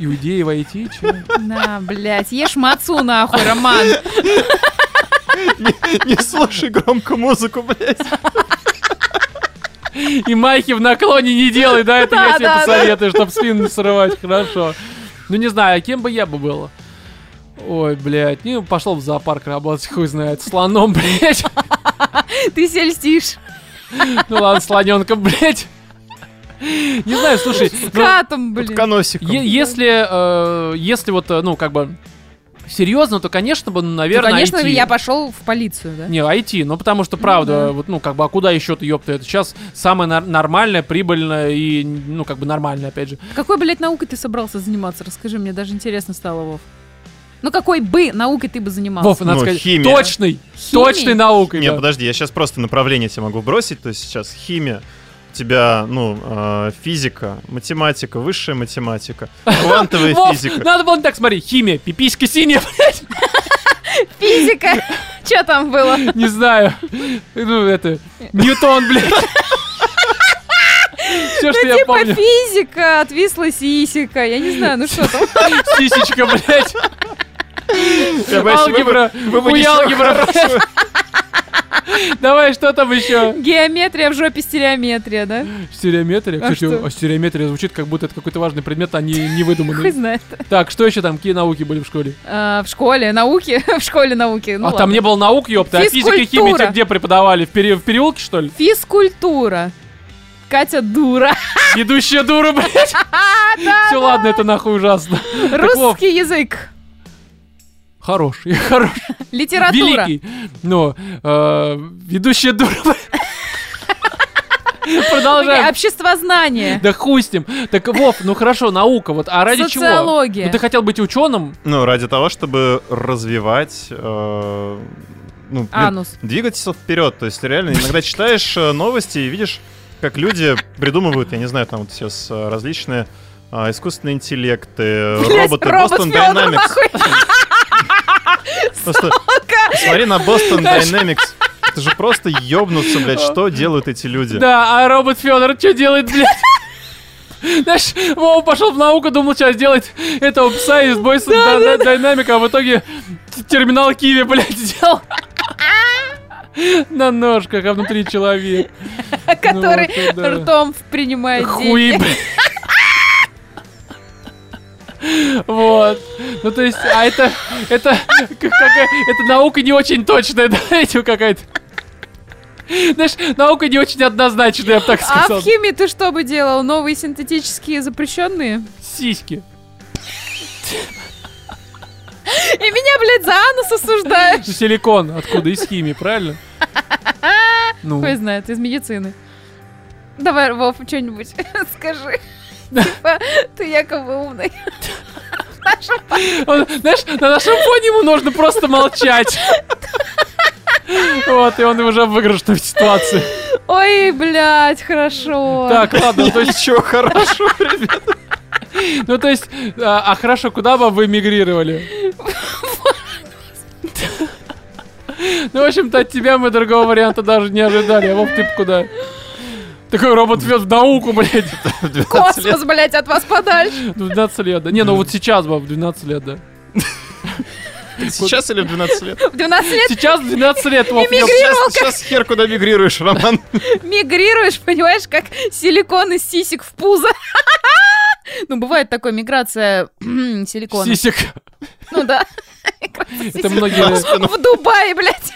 Иудеи войти? Чего? На, блядь, ешь мацу нахуй, Роман. Не не слушай громко музыку, блядь. И майки в наклоне не делай, да, это я Да, тебе да, да. посоветую, чтобы спину не срывать, хорошо. Ну не знаю, а кем бы я бы был? Ой, блядь, не пошел в зоопарк работать, хуй знает, слоном, блядь. Ты сельстишь. Ну ладно, слоненком, блядь. Не знаю, слушай, ну, Катом, блин. Утконосиком. е- если, э, если вот, э, ну, как бы, серьезно, то, конечно бы, ну, Ну, наверное, конечно, IT. я пошел в полицию, да? Не, IT, ну потому что, правда, да. вот, ну, как бы, а куда еще ты, ёпта, это сейчас самое нар- нормальное, прибыльное и, ну, как бы, нормальное, опять же. Какой, блядь, наукой ты собрался заниматься? Расскажи, мне даже интересно стало, Вов. Ну, какой бы наукой ты бы занимался? Вов, надо Ну, сказать, химия. точный, А. Химия? точной наукой. Не, да. подожди, я сейчас просто направление тебе могу бросить. То есть сейчас химия, у тебя, ну, э, физика, математика, высшая математика, квантовая Вов, физика. надо было не так, смотри, химия, пиписька синяя, блядь, Физика! Че там было? не знаю. Ну, это, Ньютон, блядь. Все, что я Типа помню. физика, отвисла сисика. Я не знаю, ну что там? Сисечка, блядь. Я боюсь, вы бы- Алгебра, вы бы ничего хуялгебра, блядь. Давай, что там еще? Геометрия в жопе стереометрия, да? Стереометрия. А Кстати, что? а стереометрия звучит, как будто это какой-то важный предмет, а не, не Хуй выдуманный. знает. Так, что еще там? Какие науки были в школе? А, В школе, науки, в школе науки. ну а там ладно. не было наук, ёпта. А физика и химия тебе Физкультура. где преподавали? В, пере- в переулке, что ли? Физкультура. Катя дура. Идущая дура, блядь. Все, ладно, это нахуй ужасно. Вов. Русский язык. Хороший, хороший, Литература. великий. Ну, э, ведущая дура, блядь. Окей, Продолжаем. Ну, Обществознание. Да хуй с ним. Так, Вов, ну хорошо, наука, вот, а ради чего? Социология. Ну, ты хотел быть ученым? Ну, ради того, чтобы развивать... э, ну, блин, Анус. двигаться вперед. То есть реально иногда читаешь э, новости и видишь, как люди придумывают, я не знаю, там вот сейчас э, различные а, искусственные интеллекты, э, Блядь, роботы, робот Бостон Фёдор, Dynamics. Ну, нахуй. Просто Смотри на Бостон Dynamics. Это же просто ёбнуться, блядь, что делают эти люди. Да, а робот Федор что делает, блядь? Знаешь, Вова пошел в науку, думал, сейчас делать этого пса из Бойса Дайнамика, а в итоге т- терминал Киви, блядь, сделал. На ножках, а внутри человек. который Ну, это да. ртом принимает Хуи, деньги. блядь. Вот. Ну, то есть, а это... Это, как- какая- это наука не очень точная, да, этим какая-то. Знаешь, наука не очень однозначная, я бы так А сказал. в химии ты что бы делал? Новые синтетические запрещенные? Сиськи. И меня, блядь, за анус осуждаешь. Силикон. Откуда? Из химии, правильно? Ну, Хуй знает, из медицины. Давай, Вов, что-нибудь скажи. Типа, ты якобы умный. он- знаешь, на нашем фоне ему нужно просто молчать. Вот, и он уже в выигрышной ситуации. Ой, блядь, хорошо. Так, ладно, то есть, Ничего хорошего. ну то есть, а а хорошо, куда бы вы мигрировали? Ну, в общем-то, от тебя мы другого варианта даже не ожидали. А Вов, ты б куда? Такой робот вез в науку, блядь. Космос, блядь, от вас подальше. В 12 лет, да. Не, ну вот сейчас бы, в 12 лет, да. Сейчас или в 12 лет? В 12 лет Сейчас в 12 лет, Вов, ёп. Сейчас, сейчас хер куда мигрируешь, Роман. мигрируешь, понимаешь, как силикон из сисек в пузо. Ну, бывает такая миграция кхм, силикона. Сисек. Ну да. Миграция Это сисек. ну. многие... В Дубае, блядь.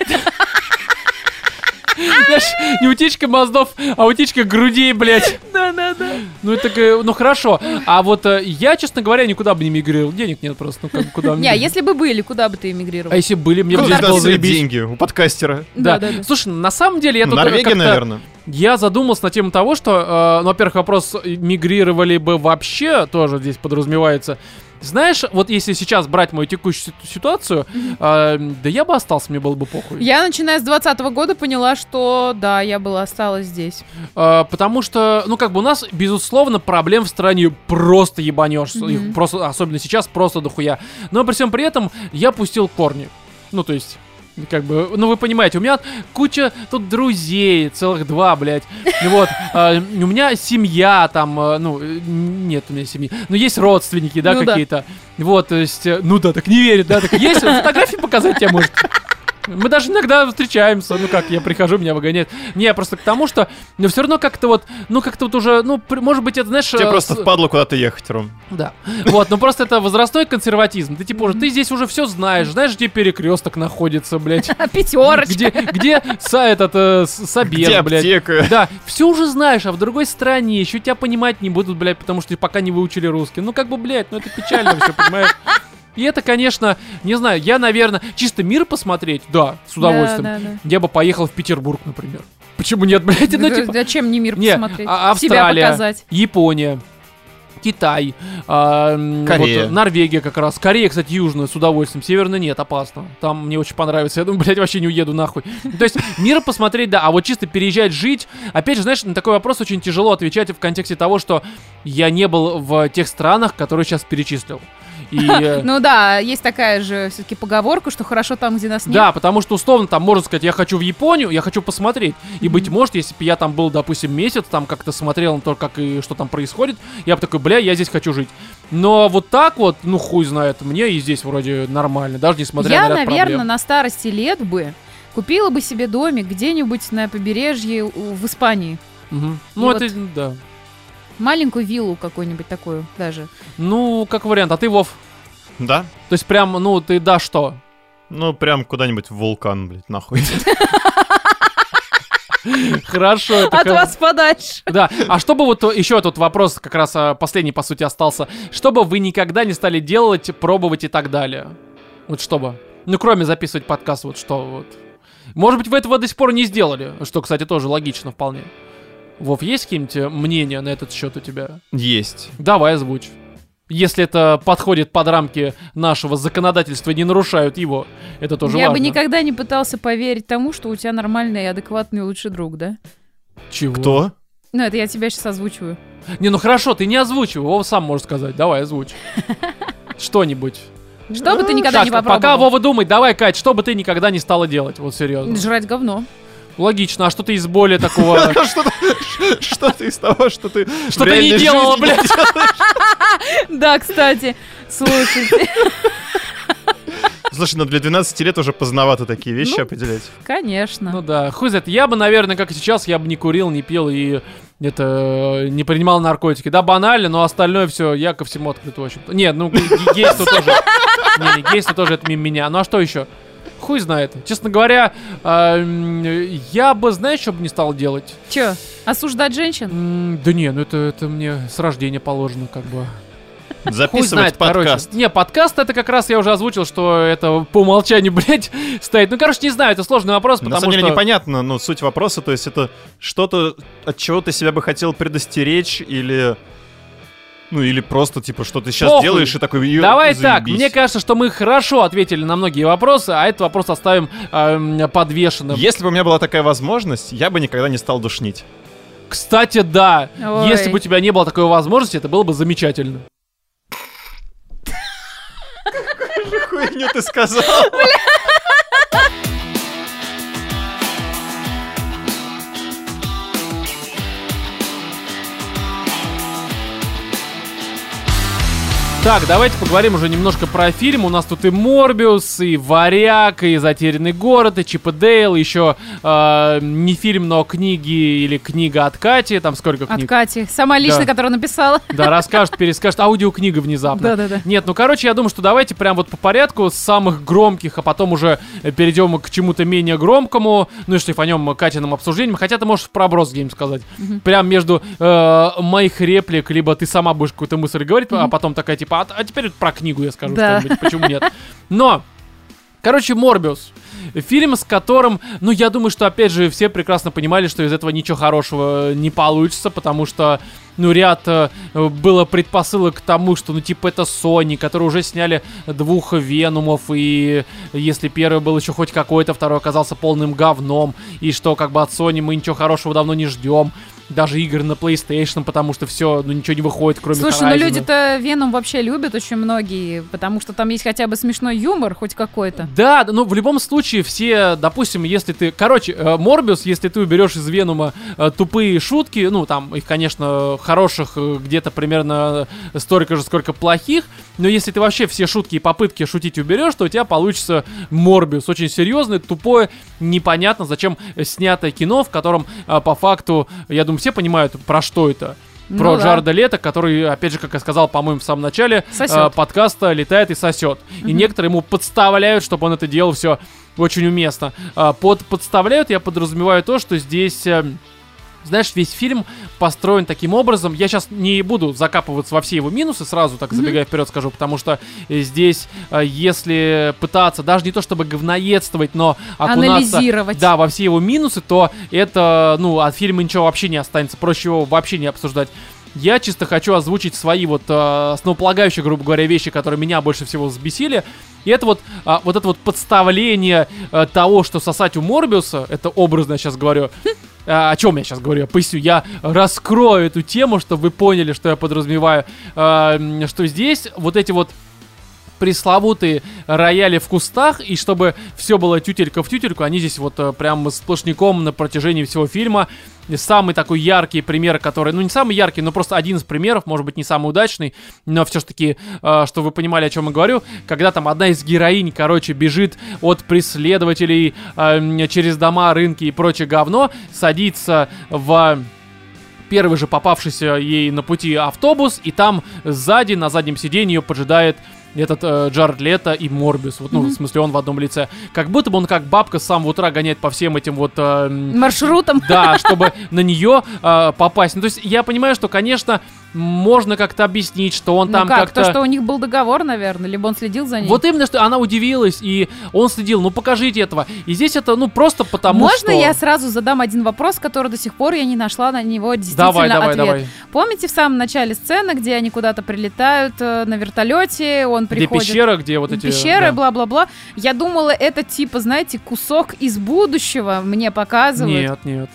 Знаешь, не утечка мозгов, а утечка грудей, блядь. Да, да, да. Ну, это, такая, ну, хорошо. А вот э, я, честно говоря, никуда бы не мигрировал. Денег нет просто. Ну, как, куда Не, а если бы были, куда бы ты А эмигрировал? если были, мне бы Ну, здесь когда было все заебись. деньги у подкастера. Да. да, да. Слушай, на самом деле я тут э, Норвегия, как-то- наверное. Я задумался на тему того, что, э, ну, во-первых, вопрос, э, мигрировали бы вообще, тоже здесь подразумевается. Знаешь, вот если сейчас брать мою текущую ситу- ситуацию, э, да я бы остался, мне было бы похуй. Я, начиная с 20 года, поняла, что да, я была осталась здесь. Э, Потому что, ну, как бы у нас, безусловно, проблем в стране просто ебанешь. Мгм. Их просто, особенно сейчас, просто дохуя. Но при всем при этом я пустил корни. Ну, то есть. Как бы, ну вы понимаете, у меня куча тут друзей, целых два, блядь. Ну Вот, э, у меня семья там, э, ну, э, нет у меня семьи, но есть родственники, да, Ну да. какие-то. Вот, то есть, э, ну да, так не верит, да, так есть, фотографии показать тебе, может. Мы даже иногда встречаемся, ну как, я прихожу, меня выгоняют. Не, просто к тому, что, но все равно как-то вот, ну как-то вот уже, ну, при- может быть, это, знаешь... Тебе э, просто с- впадло куда-то ехать, Ром. Да. Вот, ну просто это возрастной консерватизм. Ты типа уже, ты здесь уже все знаешь, знаешь, где перекресток находится, блядь. А пятерочка. Где, где са, этот, э, с- собес, Где блядь. аптека? Да, все уже знаешь, а в другой стране еще тебя понимать не будут, блядь, потому что пока не выучили русский. Ну как бы, блядь, ну это печально все, понимаешь? И это, конечно, не знаю, я, наверное, чисто мир посмотреть, да, с удовольствием. Да, да, да. Я бы поехал в Петербург, например. Почему нет, блядь? Ну, типа, Зачем мне мир не, посмотреть? а- Себя Австралия. показать. Япония, Китай, а, м, Корея. вот, э, Норвегия как раз. Корея, кстати, южная, с удовольствием. Северная нет, опасно. Там мне очень понравится. Я думаю, блядь, вообще не уеду нахуй. Ну, То есть мир посмотреть, да, а вот чисто переезжать, жить. Опять же, знаешь, на такой вопрос очень тяжело отвечать в контексте того, что я не был в тех странах, которые сейчас перечислил. И, э, Ну да, есть такая же все-таки поговорка, что хорошо там, где нас нет. Да, потому что условно там можно сказать, я хочу в Японию, я хочу посмотреть. И быть может, если бы я там был, допустим, месяц, там как-то смотрел на то, как и что там происходит, я бы такой, бля, я здесь хочу жить. Но вот так вот, ну хуй знает, мне и здесь вроде нормально, даже несмотря Я, на ряд наверное, проблем. на старости лет бы купила бы себе домик где-нибудь на побережье у- в Испании. Мгм. Ну И это, да. Маленькую виллу какую-нибудь такую даже. Ну, как вариант, а ты, Вов, Да? то есть прям, ну, ты да что? Ну, прям куда-нибудь в вулкан, блядь, нахуй. Хорошо. это От хо- вас подальше. Да, а что бы вот еще тут вопрос как раз а, последний, по сути, остался. Что бы вы никогда не стали делать, пробовать и так далее? Вот что бы? Ну, кроме записывать подкаст, вот что вот. Может быть, вы этого до сих пор не сделали, что, кстати, тоже логично вполне. Вов, есть какие-нибудь э, мнения на этот счет у тебя? Есть. Давай озвучь. Если это подходит под рамки нашего законодательства и не нарушают его, это тоже Я важно. бы никогда не пытался поверить тому, что у тебя нормальный и адекватный лучший друг, да? Чего? Кто? Ну, это я тебя сейчас озвучиваю. Не, ну хорошо, ты не озвучивай, Вова сам может сказать. Давай, озвучь. Что-нибудь. Что бы ты Так, никогда не Пока попробовал? Вова думает, давай, Кать, что бы ты никогда не стала делать, вот серьезно. Жрать говно. Логично, а что ты из более такого... Что-то что-то из того, что ты в Что ты не реальной делала, жизни блядь? Да, кстати, слушайте, Слушай, ну для 12 лет уже поздновато такие вещи Ну. определять. Ну конечно. да, хуй знает. Я бы, наверное, как и сейчас, я бы не курил, не пил и это э, не принимал наркотики. Да, банально, но остальное все, я ко всему открыт, в общем-то. Нет, ну г- г- гейство тоже. Не, не, гейство тоже это мимо меня. Ну а что еще? Хуй знает. Честно говоря, а, м, я бы, знаешь, что бы не стал делать? Че, осуждать женщин? М, Да не, ну это, это мне с рождения положено, как бы. Хуй знает, Записывать подкаст. Короче. Не, подкаст это как раз я уже озвучил, что это по умолчанию, блядь, стоит. Ну, короче, не знаю, это сложный вопрос, На потому самом деле что... непонятно, ну, суть вопроса, то есть это что-то, от чего ты себя бы хотел предостеречь или... Ну, или просто, типа, что ты сейчас Похуй. делаешь и такой... «Ё, Давай так, заебись». мне кажется, что мы хорошо ответили на многие вопросы, а этот вопрос оставим эм, подвешенным. Если бы у меня была такая возможность, я бы никогда не стал душнить. Кстати, да, Ой. если бы у тебя не было такой возможности, это было бы замечательно. Хуйню ты сказал. Так, давайте поговорим уже немножко про фильм. У нас тут и Морбиус, и Варяг, и Затерянный город, и Чип и Дейл, еще э, не фильм, но книги или книга от Кати, там сколько От книг? Кати, сама лично, Да. которая написала. Да, расскажет, перескажет. Аудиокнига внезапно. Да-да-да. Нет, ну короче, я думаю, что давайте прям вот по порядку с самых громких, а потом уже э, перейдем к чему-то менее громкому, ну и шлифанем э, Катиным обсуждением. Хотя ты можешь в проброс гейм сказать. Прям между э, моих реплик, либо ты сама будешь какую-то мысль говорить, а потом такая типа, а, а теперь вот про книгу я скажу Да. что-нибудь, почему нет. Но, короче, Морбиус. Фильм, с которым, ну, я думаю, что, опять же, все прекрасно понимали, что из этого ничего хорошего не получится, потому что, ну, ряд э, было предпосылок к тому, что, ну, типа, это Sony, которые уже сняли двух Венумов, и если первый был еще хоть какой-то, второй оказался полным говном, и что, как бы, от Sony мы ничего хорошего давно не ждем, даже игр на PlayStation, потому что все, ну, ничего не выходит, кроме Слушай, ну Horizon. люди-то Веном вообще любят очень многие, потому что там есть хотя бы смешной юмор хоть какой-то. Да, да, ну в любом случае все, допустим, если ты, короче, э, Морбиус, если ты уберешь из Венума э, тупые шутки, ну там их, конечно, хороших э, где-то примерно столько же, сколько плохих, но если ты вообще все шутки и попытки шутить уберешь, то у тебя получится Морбиус, очень серьезный, тупое, непонятно, зачем снятое кино, в котором э, по факту, я думаю, все понимают про что это. Ну Про да. Джарда Лето, который, опять же, как я сказал, по-моему, в самом начале, Сосет. э, подкаста летает и сосет. И некоторые ему подставляют, чтобы он это делал все очень уместно. А, Под подставляют, я подразумеваю то, что здесь. э, Знаешь, весь фильм построен таким образом. Я сейчас не буду закапываться во все его минусы, сразу так забегая вперед скажу, потому что э, здесь, э, если пытаться, даже не то чтобы говноедствовать, но окунаться Анализировать. да, во все его минусы, то это, ну, от фильма ничего вообще не останется, проще его вообще не обсуждать. Я чисто хочу озвучить свои вот э, основополагающие, грубо говоря, вещи, которые меня больше всего взбесили. И это вот, а, вот это вот подставление э, того, что сосать у Морбиуса, это образно я сейчас говорю, а, о чем я сейчас говорю, я поясню. Я раскрою эту тему, чтобы вы поняли, что я подразумеваю. А, м, что здесь вот эти вот пресловутые рояли в кустах, и чтобы все было тютелька в тютельку, они здесь вот э, прям сплошняком на протяжении всего фильма. И Самый такой яркий пример, который, ну не самый яркий, но просто один из примеров, может быть не самый удачный, но все-таки, что вы понимали, о чем я говорю, когда там одна из героинь, короче, бежит от преследователей э, м, через дома, рынки и прочее говно, садится в первый же попавшийся ей на пути автобус, и там сзади, на заднем сиденье ее поджидает этот э, Джаред Лето и Морбиус. Вот, ну, в смысле, он в одном лице. Как будто бы он как бабка с самого утра гоняет по всем этим вот... э, м, Маршрутом. да, чтобы на нее э, попасть. Ну, то есть я понимаю, что, конечно, можно как-то объяснить, что он Ну там как, как-то... то, что у них был договор, наверное, либо он следил за ней. Вот именно, что она удивилась, и он следил. Ну, покажите этого. И здесь это, ну, просто потому Можно что... я сразу задам один вопрос, который до сих пор я не нашла на него действительно Давай, давай, ответ? давай. Помните в самом начале сцены, где они куда-то прилетают э, на вертолете, он Где приходит... пещера, где вот эти... Пещеры, да. бла-бла-бла. Я думала, это типа, знаете, кусок из будущего мне показывают. Нет, нет.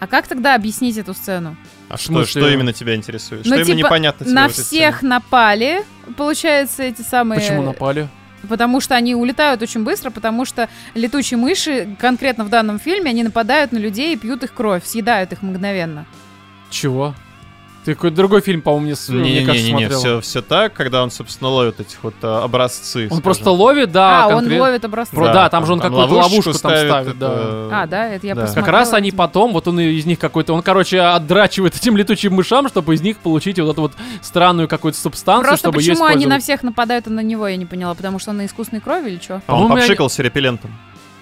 А как тогда объяснить эту сцену? А В что, смысле? что именно тебя интересует? Ну, что типа, именно непонятно тебе на в этой всех сцене? напали, получается, эти самые... Почему напали? потому что они улетают очень быстро, потому что летучие мыши, конкретно в данном фильме, они нападают на людей и пьют их кровь, съедают их мгновенно. Чего? Ты какой-то другой фильм, по-моему, мне, с- мне кажется, Не-не-не, смотрел. все, все так, когда он, собственно, ловит этих вот а, образцы. Он скажем. просто ловит, да, а, конкрет- он ловит образцы. Про- да, там же он какую-то ловушку там ставит, это- э, да. А, да, это я Да. просто. Как раз они потом, вот он из них какой-то, он, короче, отдрачивает этим летучим мышам, чтобы из них получить вот эту вот странную какую-то субстанцию, Просто чтобы ее почему они на использовать. всех нападают, а на него я не поняла, потому что он на искусной крови или что? А он По-моему, я- попшикался репеллентом.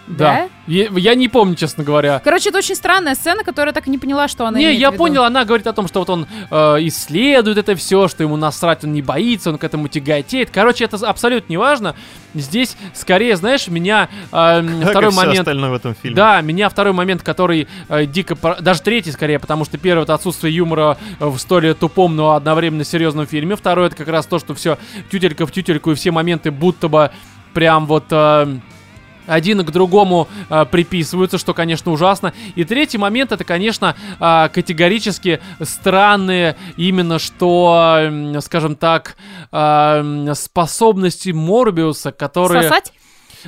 Да. Е- Я не помню, честно говоря. Короче, это очень странная сцена, которая так и не поняла, что она Не, имеет я в виду. понял, она говорит о том, что вот он э, исследует это все, что ему насрать, он не боится, он к этому тяготеет. Короче, это абсолютно не важно. Здесь, скорее, знаешь, меня э, м, Как и второй всё момент. остальное в этом фильме. Да, меня второй момент, который э, дико... пор- Даже третий, скорее, потому что первый — это отсутствие юмора э, в столь тупом, но одновременно серьезном фильме. Второй — это как раз то, что все тютелька в тютельку, и все моменты будто бы прям вот... э, один к другому э, приписываются, что, конечно, ужасно. И третий момент это, конечно, э, категорически странные именно что, м, скажем так, э, м, способности Морбиуса, которые... Сосать?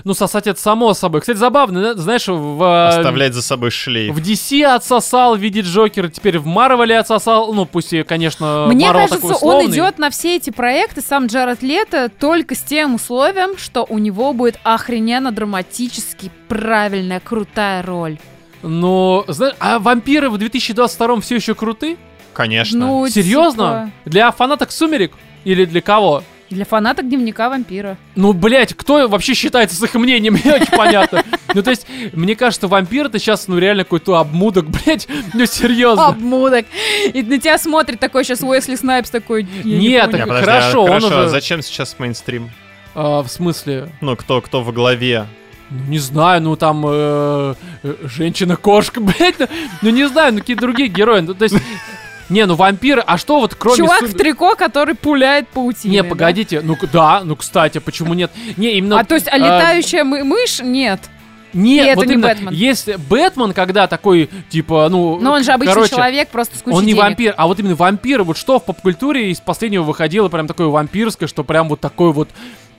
Ну, сосать это само собой. Кстати, забавно, да, знаешь, в... э, Оставлять за собой шлейф. В DC отсосал в виде Джокера, теперь в Марвеле отсосал. Ну, пусть и, конечно, Мне Марвел кажется, такой он условный. идет на все эти проекты, сам Джаред Лето, только с тем условием, что у него будет охрененно драматически правильная, крутая роль. Но, знаешь, а вампиры в 2022 все еще круты? Конечно. Ну, Серьезно? Для фанаток «Сумерек»? Или для кого? типа, для фанаток дневника вампира. Ну, блядь, кто вообще считается с их мнением, не очень понятно. Ну, то есть, мне кажется, вампир это сейчас, ну, реально какой-то обмудок, блядь, ну, серьезно. Обмудок. И на тебя смотрит такой сейчас Уэсли Снайпс такой. «Я не Нет, Не, понял». так- подожди, хорошо, а он хорошо, а уже- зачем сейчас мейнстрим? А, в смысле, Ну, кто, кто во главе? Ну, Не знаю, ну там э, э, женщина-кошка, блядь, ну, ну не знаю, ну какие другие герои, ну то есть, не, ну вампиры, а что вот кроме... Чувак сум- в трико, который пуляет паутиной. Не, да? погодите, ну к- да, ну кстати, почему нет? Не, именно... А то есть, а э, летающая мы- мышь? Нет. Нет, и это вот не именно, Бэтмен. Если Бэтмен, когда такой, типа, ну... Но он же обычный короче, человек, просто с кучей Он не денег. вампир, а вот именно вампир. Вот что в поп-культуре из последнего выходило прям такое вампирское, что прям вот такое вот...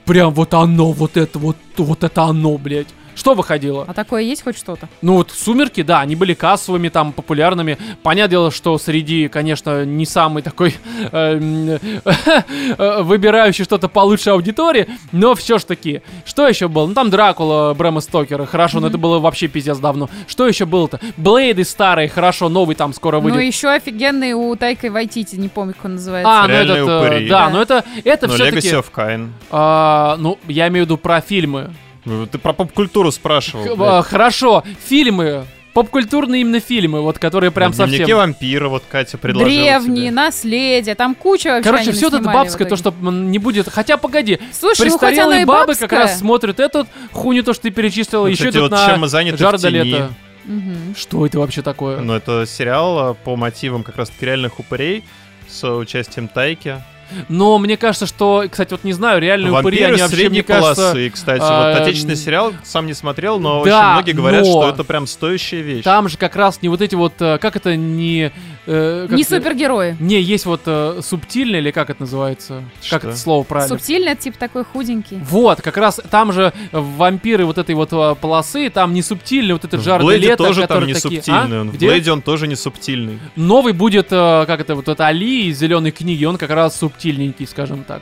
Прям вот оно, вот это вот, вот это оно, блядь. Что выходило? А такое есть хоть что-то? Ну вот «Сумерки», да, они были кассовыми, там, популярными. Понятное дело, что среди, конечно, не самый такой э, м, э, выбирающий что-то получше аудитории, но все ж таки. Что еще было? Ну там «Дракула» Брэма Стокера, хорошо, но это было вообще пиздец давно. Что еще было-то? «Блейды» старые, хорошо, новый там скоро Ну, выйдет. еще офигенный у Тайка Вайтити, не помню, как он называется. А, ну Реальные этот, э, упыри. да, но это, это Ну, все-таки, Legacy of Kain. ну, я имею в виду про фильмы. Ну, Ты про поп-культуру Х- спрашивал. э, блядь. хорошо, фильмы, поп-культурные именно фильмы, вот которые прям Ну, совсем... Дневники вампира, вот Катя предложила Древние, тебе. наследие, там куча вообще Короче, они все это наснимали бабское, в то, итоге. что м, не будет. Хотя, погоди, Слушай, ну хоть она престарелые и бабы бабская. как раз смотрят эту хуйню, то, что ты перечислила, Ну, еще кстати, идут вот на чем мы заняты в жар до тени». лета. Мгм. Что это вообще такое? Ну, это сериал э, по мотивам как раз-таки реальных упырей с участием Тайки. Но мне кажется, что, кстати, вот не знаю, реальные упыри, Вампиры они вообще, средней мне кажется, полосы, кстати. эм, Вот отечественный сериал сам не смотрел, но да, очень многие говорят, но- что это прям стоящая вещь. там же как раз не вот эти вот, э, как это, не... э, как Не это- супергерои. Не, есть вот э, субтильный, или как это называется? Как Что? это слово правильно? Субтильный, это типа такой худенький. Вот, как раз там же э, вампиры вот этой вот э, полосы, там не субтильный вот этот В жар до Блэйде лета, тоже там который не такие- а? субтильный. он. В Где? Блэйде он тоже не субтильный. Новый будет, э, как это, вот этот Али из зеленой книги, он как раз субтильненький, скажем так.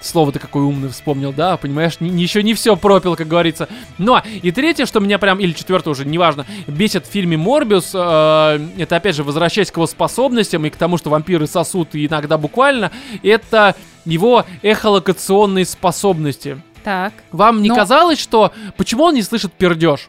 Слово-то какой умный вспомнил, да, понимаешь, Н- еще не все пропил, как говорится. Но, и третье, что меня прям, или четвертое уже, неважно, бесит в фильме Морбиус, э, это опять же, возвращаясь к его способностям и к тому, что вампиры сосут и иногда буквально, это его эхолокационные способности. Так. Вам не Но- казалось, что почему он не слышит пердеж?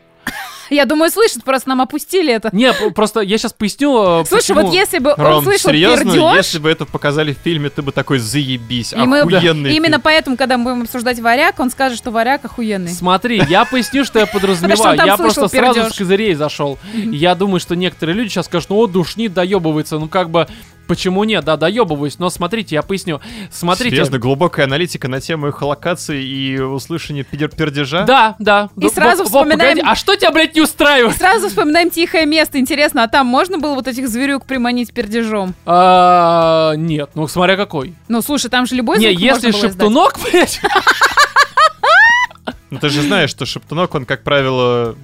Я думаю, слышит, просто нам опустили это. Не, п- просто я сейчас поясню. э, Слушай, почему. вот если бы он Ром, слышал серьезно, пердеж, если бы это показали в фильме, ты бы такой заебись, и мы- охуенный Именно фильм». поэтому, когда мы будем обсуждать варяг, он скажет, что варяг охуенный. Смотри, я поясню, что я Потому что он подразумеваю. там Я слышал просто сразу пердёж. с козырей зашел. Я думаю, что некоторые люди сейчас скажут, ну вот душнит, доебывается. Ну как бы, почему нет? Да, доебываюсь. Но смотрите, я поясню. Смотрите. Серьезно, глубокая аналитика на тему эхолокации и услышания пидер- пердежа. Да, да. И Да, сразу Во- Вов, вспоминаем- погоди, а что тебя, блядь, не устраивает? Сразу вспоминаем тихое место. Интересно, а там можно было вот этих зверюк приманить пердежом? А, Нет, ну смотря какой. Ну, слушай, там же любой Не, звук можно если было издать. шептунок, блядь. Ну ты же знаешь, что шептунок, он, как правило,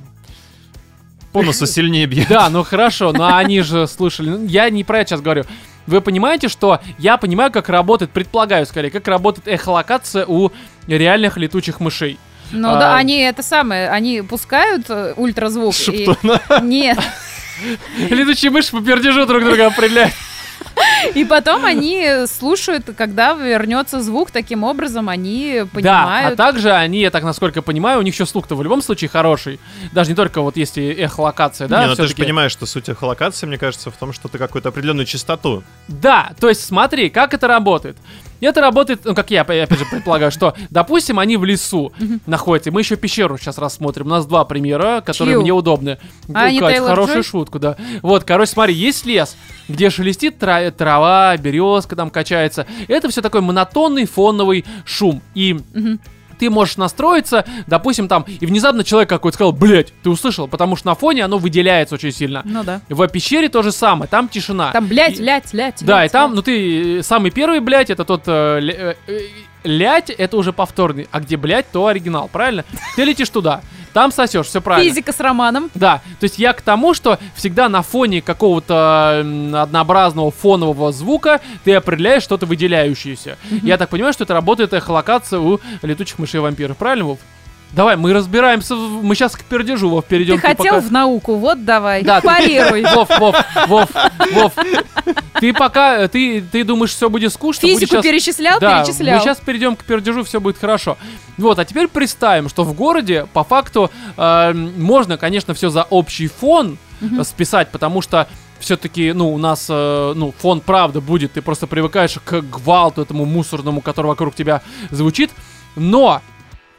по носу сильнее бьет. Да, ну хорошо, но они же слушали. Ну, Я не про это сейчас говорю. Вы понимаете, что я понимаю, как работает, предполагаю скорее, как работает эхолокация у реальных летучих мышей. Ну А. да, они это самое, они пускают э, ультразвук. и- Шептуна. Нет. Летучие мыши по пердежу друг друга определяют. И потом они слушают, когда вернется звук, таким образом они Да, а понимают. также они, я так насколько понимаю, у них еще слух-то в любом случае хороший. Даже не только вот если эхолокация, да? Не, ну ты же всё-таки. понимаешь, что суть эхолокации, мне кажется, в том, что ты какую-то определенную частоту. Да, то есть смотри, как это работает. Это работает, ну как я опять же предполагаю, что, допустим, они в лесу находятся. Мы еще пещеру сейчас рассмотрим. У нас два примера, которые Чью? мне удобны. А, не Кать, Тейлор хорошую Джой? шутку, да. Вот, короче, смотри, есть лес, где шелестит тра- трава, березка там качается. Это все такой монотонный фоновый шум. И Мгм. ты можешь настроиться, допустим, там, и внезапно человек какой-то сказал, блять, ты услышал, потому что на фоне оно выделяется очень сильно. Ну да. В пещере то же самое, там тишина. Там блять, лять, лять. Да, и лять, там, лять. ну ты э, самый первый, блядь, это тот э, ле- э, э, лять, это уже повторный. А где блядь, то оригинал, правильно? Ты летишь туда, там сосешь, все правильно. Физика с романом. Да, то есть я к тому, что всегда на фоне какого-то м, однообразного фонового звука ты определяешь что-то выделяющееся. Я так понимаю, что это работает эхолокация у летучих мышей и вампиров, правильно, Вов? Давай, мы разбираемся, в- мы сейчас к пердежу, Вов, перейдем. Ты хотел пока- в науку, вот давай, Да, ты- парируй. Вов, Вов, Вов, Вов. Ты пока, э, ты, ты думаешь, все будет скучно. будет Физику щас- перечислял, да, перечислял. мы сейчас перейдем к пердежу, все будет хорошо. Вот, а теперь представим, что в городе по факту э, можно, конечно, все за общий фон э, списать, потому что все-таки, ну, у нас, э, ну, фон правда будет, ты просто привыкаешь к гвалту этому мусорному, который вокруг тебя звучит, но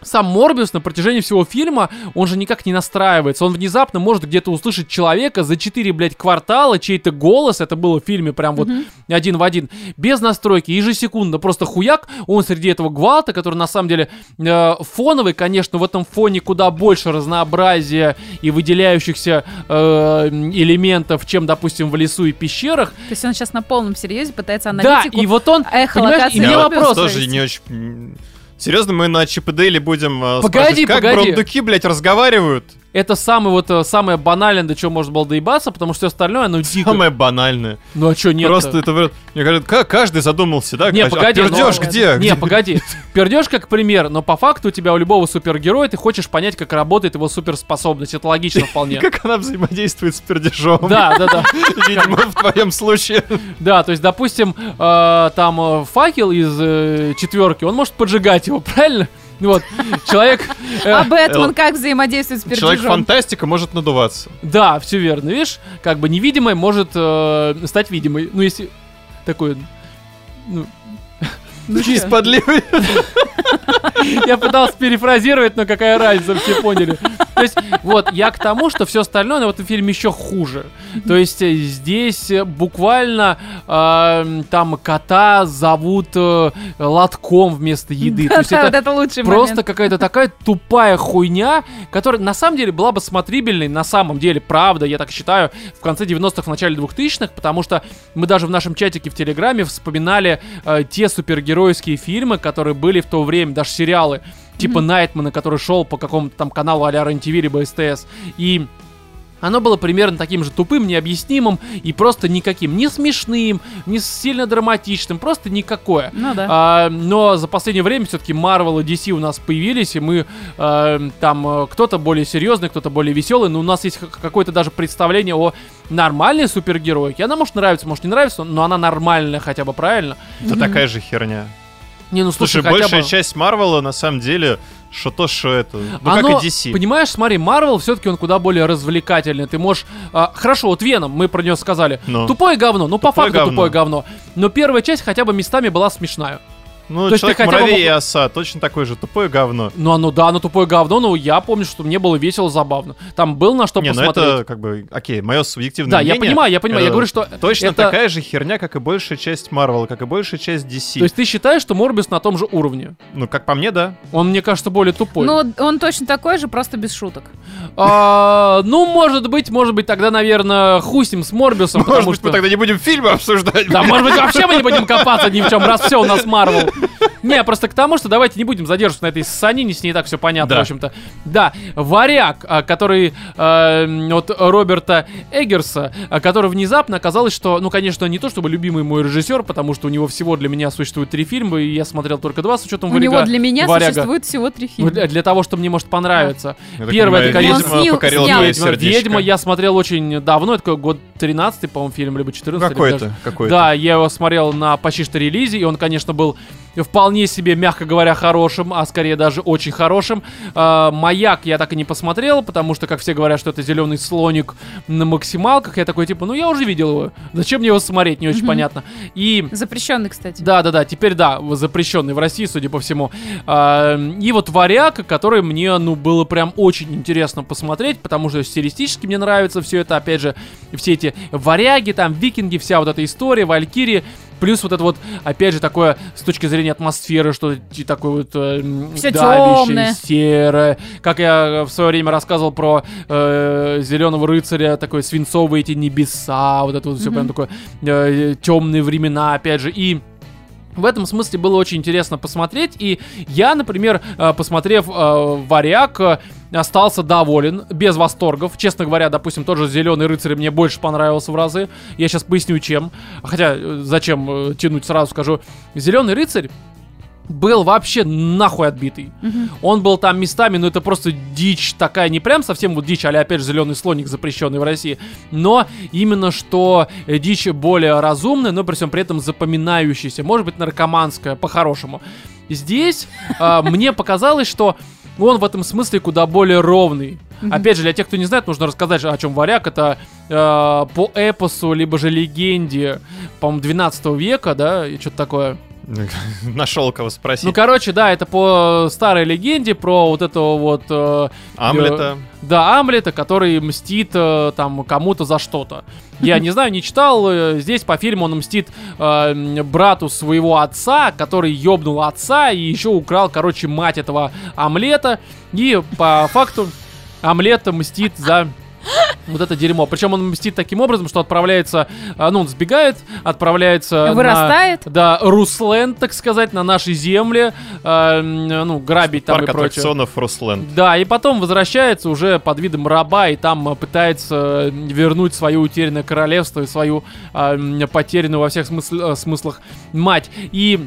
сам Морбиус на протяжении всего фильма, он же никак не настраивается. Он внезапно может где-то услышать человека за 4, блядь, квартала, чей-то голос, это было в фильме прям вот один в один, без настройки, ежесекундно, просто хуяк, он среди этого гвалта, который на самом деле э, фоновый, конечно, в этом фоне куда больше разнообразия и выделяющихся э, элементов, чем, допустим, в лесу и пещерах. То есть он сейчас на полном серьезе пытается Да, аналитику. Э, и вот он, понимаешь, эхолокации и у меня Я вот вопрос. тоже не очень... м, Серьезно, мы на Чипедейле будем э, Погоди, спрашивать, как погоди. брондуки, блядь, разговаривают? это самое вот, э, самое банальное, до чего можно было доебаться, потому что все остальное, оно дико. Самое банальное. Ну а что нет? Просто это... врет. Мне кажется, как каждый задумался, да? Не, А погоди, ну, пердёж где? Не, Где? погоди. Пердешь как пример, но по факту у тебя у любого супергероя ты хочешь понять, как работает его суперспособность. Это логично вполне. Как она взаимодействует с пердежом? Да, да, да. Видимо, в твоем случае. Да, то есть, допустим, э, там э, факел из четверки, он может поджигать его, правильно? Ну Вот, человек... э, А Бэтмен как взаимодействует с Человек пердежом? фантастика может надуваться. да, все верно, видишь? Как бы невидимое может э, стать видимой. Ну, если такой... Ну, Ну Чиз чё? подливы. Я пытался перефразировать, но какая разница, все поняли. То есть, вот, я к тому, что все остальное ну, в этом фильме еще хуже. То есть, э, здесь э, буквально э, там кота зовут э, лотком вместо еды. То есть, Да, это вот это лучший Просто момент. какая-то такая тупая хуйня, которая на самом деле была бы смотрибельной, на самом деле, правда, я так считаю, в конце 90-х, в начале 2000-х, потому что мы даже в нашем чатике в Телеграме вспоминали э, те супергеройские фильмы, которые были в то время, даже сериалы, типа Найтмана, который шел по какому-то там каналу а-ля РЕН-ТВ либо СТС, и... Оно было примерно таким же тупым, необъяснимым и просто никаким. Не смешным, не сильно драматичным, просто никакое. Ну да. А, но за последнее время все-таки Marvel и DC у нас появились, и мы э, там э, кто-то более серьезный, кто-то более веселый, но у нас есть х- какое-то даже представление о нормальной супергероике. Она может нравится, может не нравится, но она нормальная хотя бы, правильно? Это такая же херня. Не, ну слушай, Слушай, хотя большая бы- часть Марвела на самом деле что то, что это. Ну Оно, как и DC. Понимаешь, смотри, Marvel все-таки он куда более развлекательный. Ты можешь... а, хорошо, вот Веном, мы про нее сказали. Ну. Тупое говно, ну по Тупое факту говно. тупое говно. Но первая часть хотя бы местами была смешная. Ну, то есть ты человек хотя бы муравей мог- и оса точно такое же тупое говно. Ну, оно, да, оно тупое говно, но я помню, что мне было весело, забавно. Там был на что Не, ну посмотреть. это как бы, окей, мое субъективное Да, я мнение. понимаю, я понимаю. Я это говорю, что Точно это- такая же херня, как и большая часть Марвела, как и большая часть DC. То есть ты считаешь, что Морбис на том же уровне? Ну, как по мне, да. Он, мне кажется, более тупой. Ну, он точно такой же, просто без шуток. А, ну, может быть, может быть, тогда, наверное, хусим с Морбисом, Может потому быть, что... мы тогда не будем фильмы обсуждать. Да, блин. может быть, вообще мы не будем копаться ни в чем, раз все у нас Марвел. Не, просто к тому, что давайте не будем задерживаться на этой ссанине, с ней и так все понятно, Да. в общем-то. Да, варяг, а, который э, от Роберта Эггерса, а, который внезапно оказалось, что, ну, конечно, не то чтобы любимый мой режиссер, потому что у него всего для меня существует три фильма, и я смотрел только два с учетом У него Ну, «Варяга». для меня «Варяга». существует всего три Ну, фильма. Для, для того, что мне может понравиться. Я так Первое, это, понимаю, конечно, «Ведьма» Он снял- покорила снял. твое «Ведьма». сердечко. «Ведьма» я смотрел очень давно, это такой год 13, по-моему, фильм, либо 14. либо даже- Какой-то, какой-то. Да, я его смотрел на почти что релизе, и он, конечно, был вполне себе, мягко говоря, хорошим, а скорее даже очень хорошим. А, Маяк я так и не посмотрел, потому что, как все говорят, что это зеленый слоник на максималках, я такой типа, ну я уже видел его, зачем мне его смотреть, не очень Мгм. понятно. И Запрещенный, кстати. да, да, да, теперь да, запрещенный в России, судя по всему. А, И вот варяг, который мне, ну, было прям очень интересно посмотреть, потому что стилистически мне нравится все это, опять же, все эти варяги, там, викинги, вся вот эта история, валькирии. Плюс вот это вот, опять же, такое с точки зрения атмосферы, что ти- такое вот э, м, Всё давящее, тёмное. серое. Как я э, в свое время рассказывал про зеленого рыцаря, такое свинцовые эти небеса, вот это вот все Мгм. прям такое темные времена, опять же, и в этом смысле было очень интересно посмотреть, и я, например, э, посмотрев э, «Варяг», э, остался доволен, без восторгов. Честно говоря, допустим, тот же «Зеленый рыцарь» мне больше понравился в разы. Я сейчас поясню, чем. Хотя, э, зачем э, тянуть, сразу скажу. «Зеленый рыцарь» был вообще нахуй отбитый. Мгм. Он был там местами, но это просто дичь такая, не прям совсем вот дичь, а опять же зеленый слоник, запрещенный в России, но именно что э, дичь более разумная, но при всем при этом запоминающаяся, может быть наркоманская, по-хорошему. Здесь э, мне показалось, что он в этом смысле куда более ровный. Мгм. Опять же, для тех, кто не знает, нужно рассказать, о чем варяг. Это э, по эпосу, либо же легенде, по-моему, 12 века, да, и что-то такое. Нашел кого Ну, спросить. короче, да, это по старой легенде про вот этого вот э, Амлета. да, Амлета, который мстит э, там кому-то за что-то. Я не знаю, не читал. э, Здесь по фильму он мстит э, м, брату своего отца, который ёбнул отца и еще украл, короче, мать этого Омлета. И по факту Омлет мстит за вот это дерьмо. Причем он мстит таким образом, что отправляется, э, ну, он сбегает, отправляется э, на- Вырастает. да, Руслен, так сказать, на нашей земле, э, м, ну, грабить там и Парк прочее. аттракционов Русленд. Да, и потом возвращается уже под видом раба и там э, пытается э, вернуть свое утерянное королевство и свою э, м, потерянную во всех смысл- э, смыслах мать. И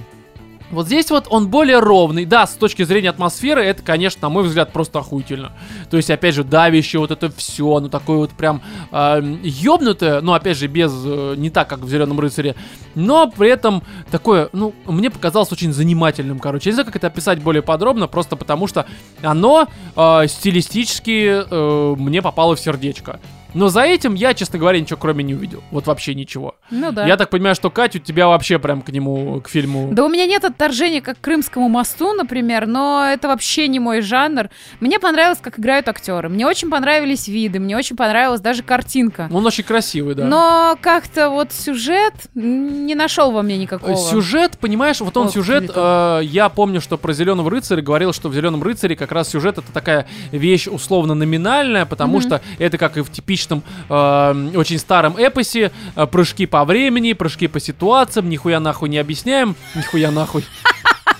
вот здесь вот он более ровный. Да, с точки зрения атмосферы, это, конечно, на мой взгляд, просто охуительно. То есть, опять же, давящее вот это все, ну такое вот прям э, ёбнутое, но опять же, без э, не так, как в Зеленом рыцаре. Но при этом такое, ну, мне показалось очень занимательным, короче. Я не знаю, как это описать более подробно, просто потому что оно э, стилистически э, мне попало в сердечко. Но за этим я, честно говоря, ничего кроме не увидел. Вот вообще ничего. Ну да. Я так понимаю, что Катя, у тебя вообще прям к нему, к фильму... Да у меня нет отторжения как к Крымскому мосту, например, но это вообще не мой жанр. Мне понравилось, как играют актеры. Мне очень понравились виды, мне очень понравилась даже картинка. Он очень красивый, Ну, да. Но как-то вот сюжет м, не нашел во мне Э, никакого. Сюжет, понимаешь, вот он Ох, сюжет. блин. э, я помню, что про Зеленого рыцаря говорил, что в Зеленом рыцаре как раз сюжет это такая вещь условно номинальная, потому Мгм. что это как и в типичном э, очень старом эпосе э, прыжки по времени, прыжки по ситуациям, нихуя нахуй не объясняем, нихуя нахуй.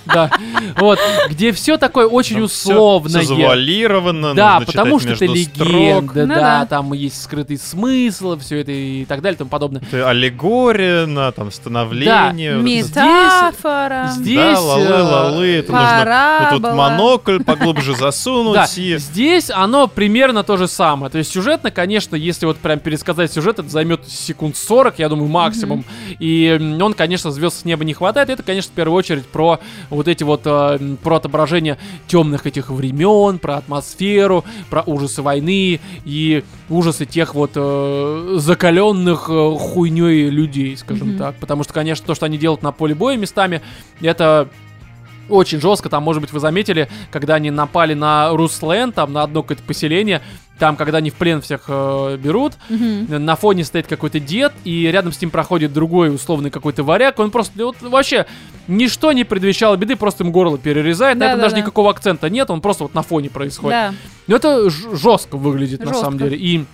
Да, вот, где все такое очень условное. Все завуалировано. Да, нужно потому что читать это между строк. легенда, Ну да, да. там есть скрытый смысл, все это и так далее и тому подобное. Это э, аллегория на там становление. Да, вот мид. это- Метафора. здесь, Да, лалы, э, лалы, это нужно. парабола. Вот тут монокль поглубже засунуть Да, и здесь оно примерно то же самое. То есть сюжетно, конечно, если вот прям пересказать сюжет, это займет секунд 40, я думаю, максимум. И м, он, конечно, звезд с неба не хватает. Это, конечно, в первую очередь про вот эти вот, э, м, про отображение темных этих времен, про атмосферу, про ужасы войны и ужасы тех вот э, закаленных хуйней людей, скажем Мгм. так. Потому что, конечно, то, что они делают на поле боя местами, это очень жестко, там, может быть, вы заметили, когда они напали на Руслен, там, на одно какое-то поселение, там, когда они в плен всех э, берут, Мгм. на фоне стоит какой-то дед, и рядом с ним проходит другой условный какой-то варяг, он просто, ну, вот, вообще, ничто не предвещало беды, просто им горло перерезает, на этом даже Да-да-да. никакого акцента нет, он просто вот на фоне происходит. Да. Но Ну, это ж- жестко выглядит на Жестко. самом деле. И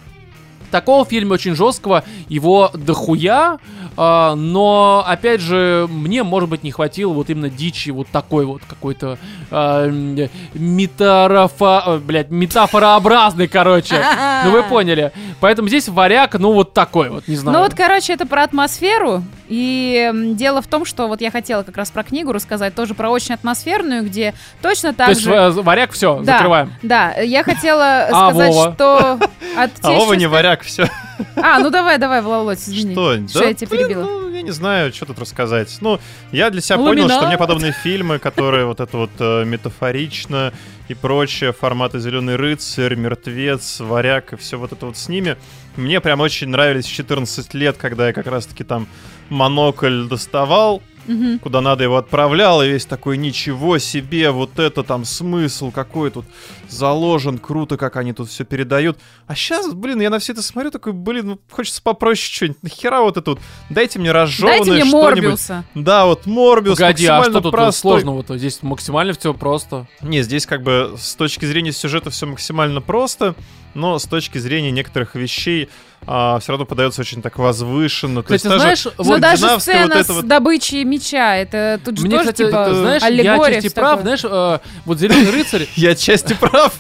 такого в фильме очень жесткого его дохуя, А, но, опять же, мне, может быть, не хватило вот именно дичи вот такой вот какой-то а, м, метарафа... ой, блядь, метафорообразный, короче. Ну вы поняли. Поэтому здесь варяг, ну вот такой вот, не знаю. А. Ну вот, короче, это про атмосферу. И м, дело в том, что вот я хотела как раз про книгу рассказать, тоже про очень атмосферную, где точно так То есть же... э, варяг, все, Да, закрываем. Да, я хотела А, Вова? сказать, что от А Вова не отечественных- варяг, все. А, ну давай, давай, Володь, извини. Что? Что Да, я тебя блин, перебила? ну, я не знаю, что тут рассказать. Ну, я для себя понял, Ламинат. что мне подобные фильмы, которые вот это вот э, метафорично и прочее, форматы «Зеленый рыцарь», «Мертвец», «Варяг» и все вот это вот с ними, мне прям очень нравились в 14 лет, когда я как раз-таки там монокль доставал, ну, Мгм. куда надо его отправлял, и весь такой ничего себе, вот это там смысл какой тут заложен, круто, как они тут все передают. А сейчас, блин, я на все это смотрю, такой, блин, ну, хочется попроще что-нибудь, нахера вот это вот, дайте мне разжеванное Дайте мне что-нибудь. Морбиуса. Да, вот Морбиус, Погоди, а что максимально тут простой. сложного-то? Здесь максимально все просто. Не, здесь как бы с точки зрения сюжета все максимально просто, но с точки зрения некоторых вещей все равно подается очень так возвышенно. То Кстати, есть та же- знаешь, Но вот да, Ну, даже скандинавская сцена вот с эта вот- добычей меча, это тут же мне, тоже кстати, типа это, знаешь, я аллегория. отчасти всё такое. прав, знаешь, э, вот «Зеленый рыцарь», Я отчасти прав.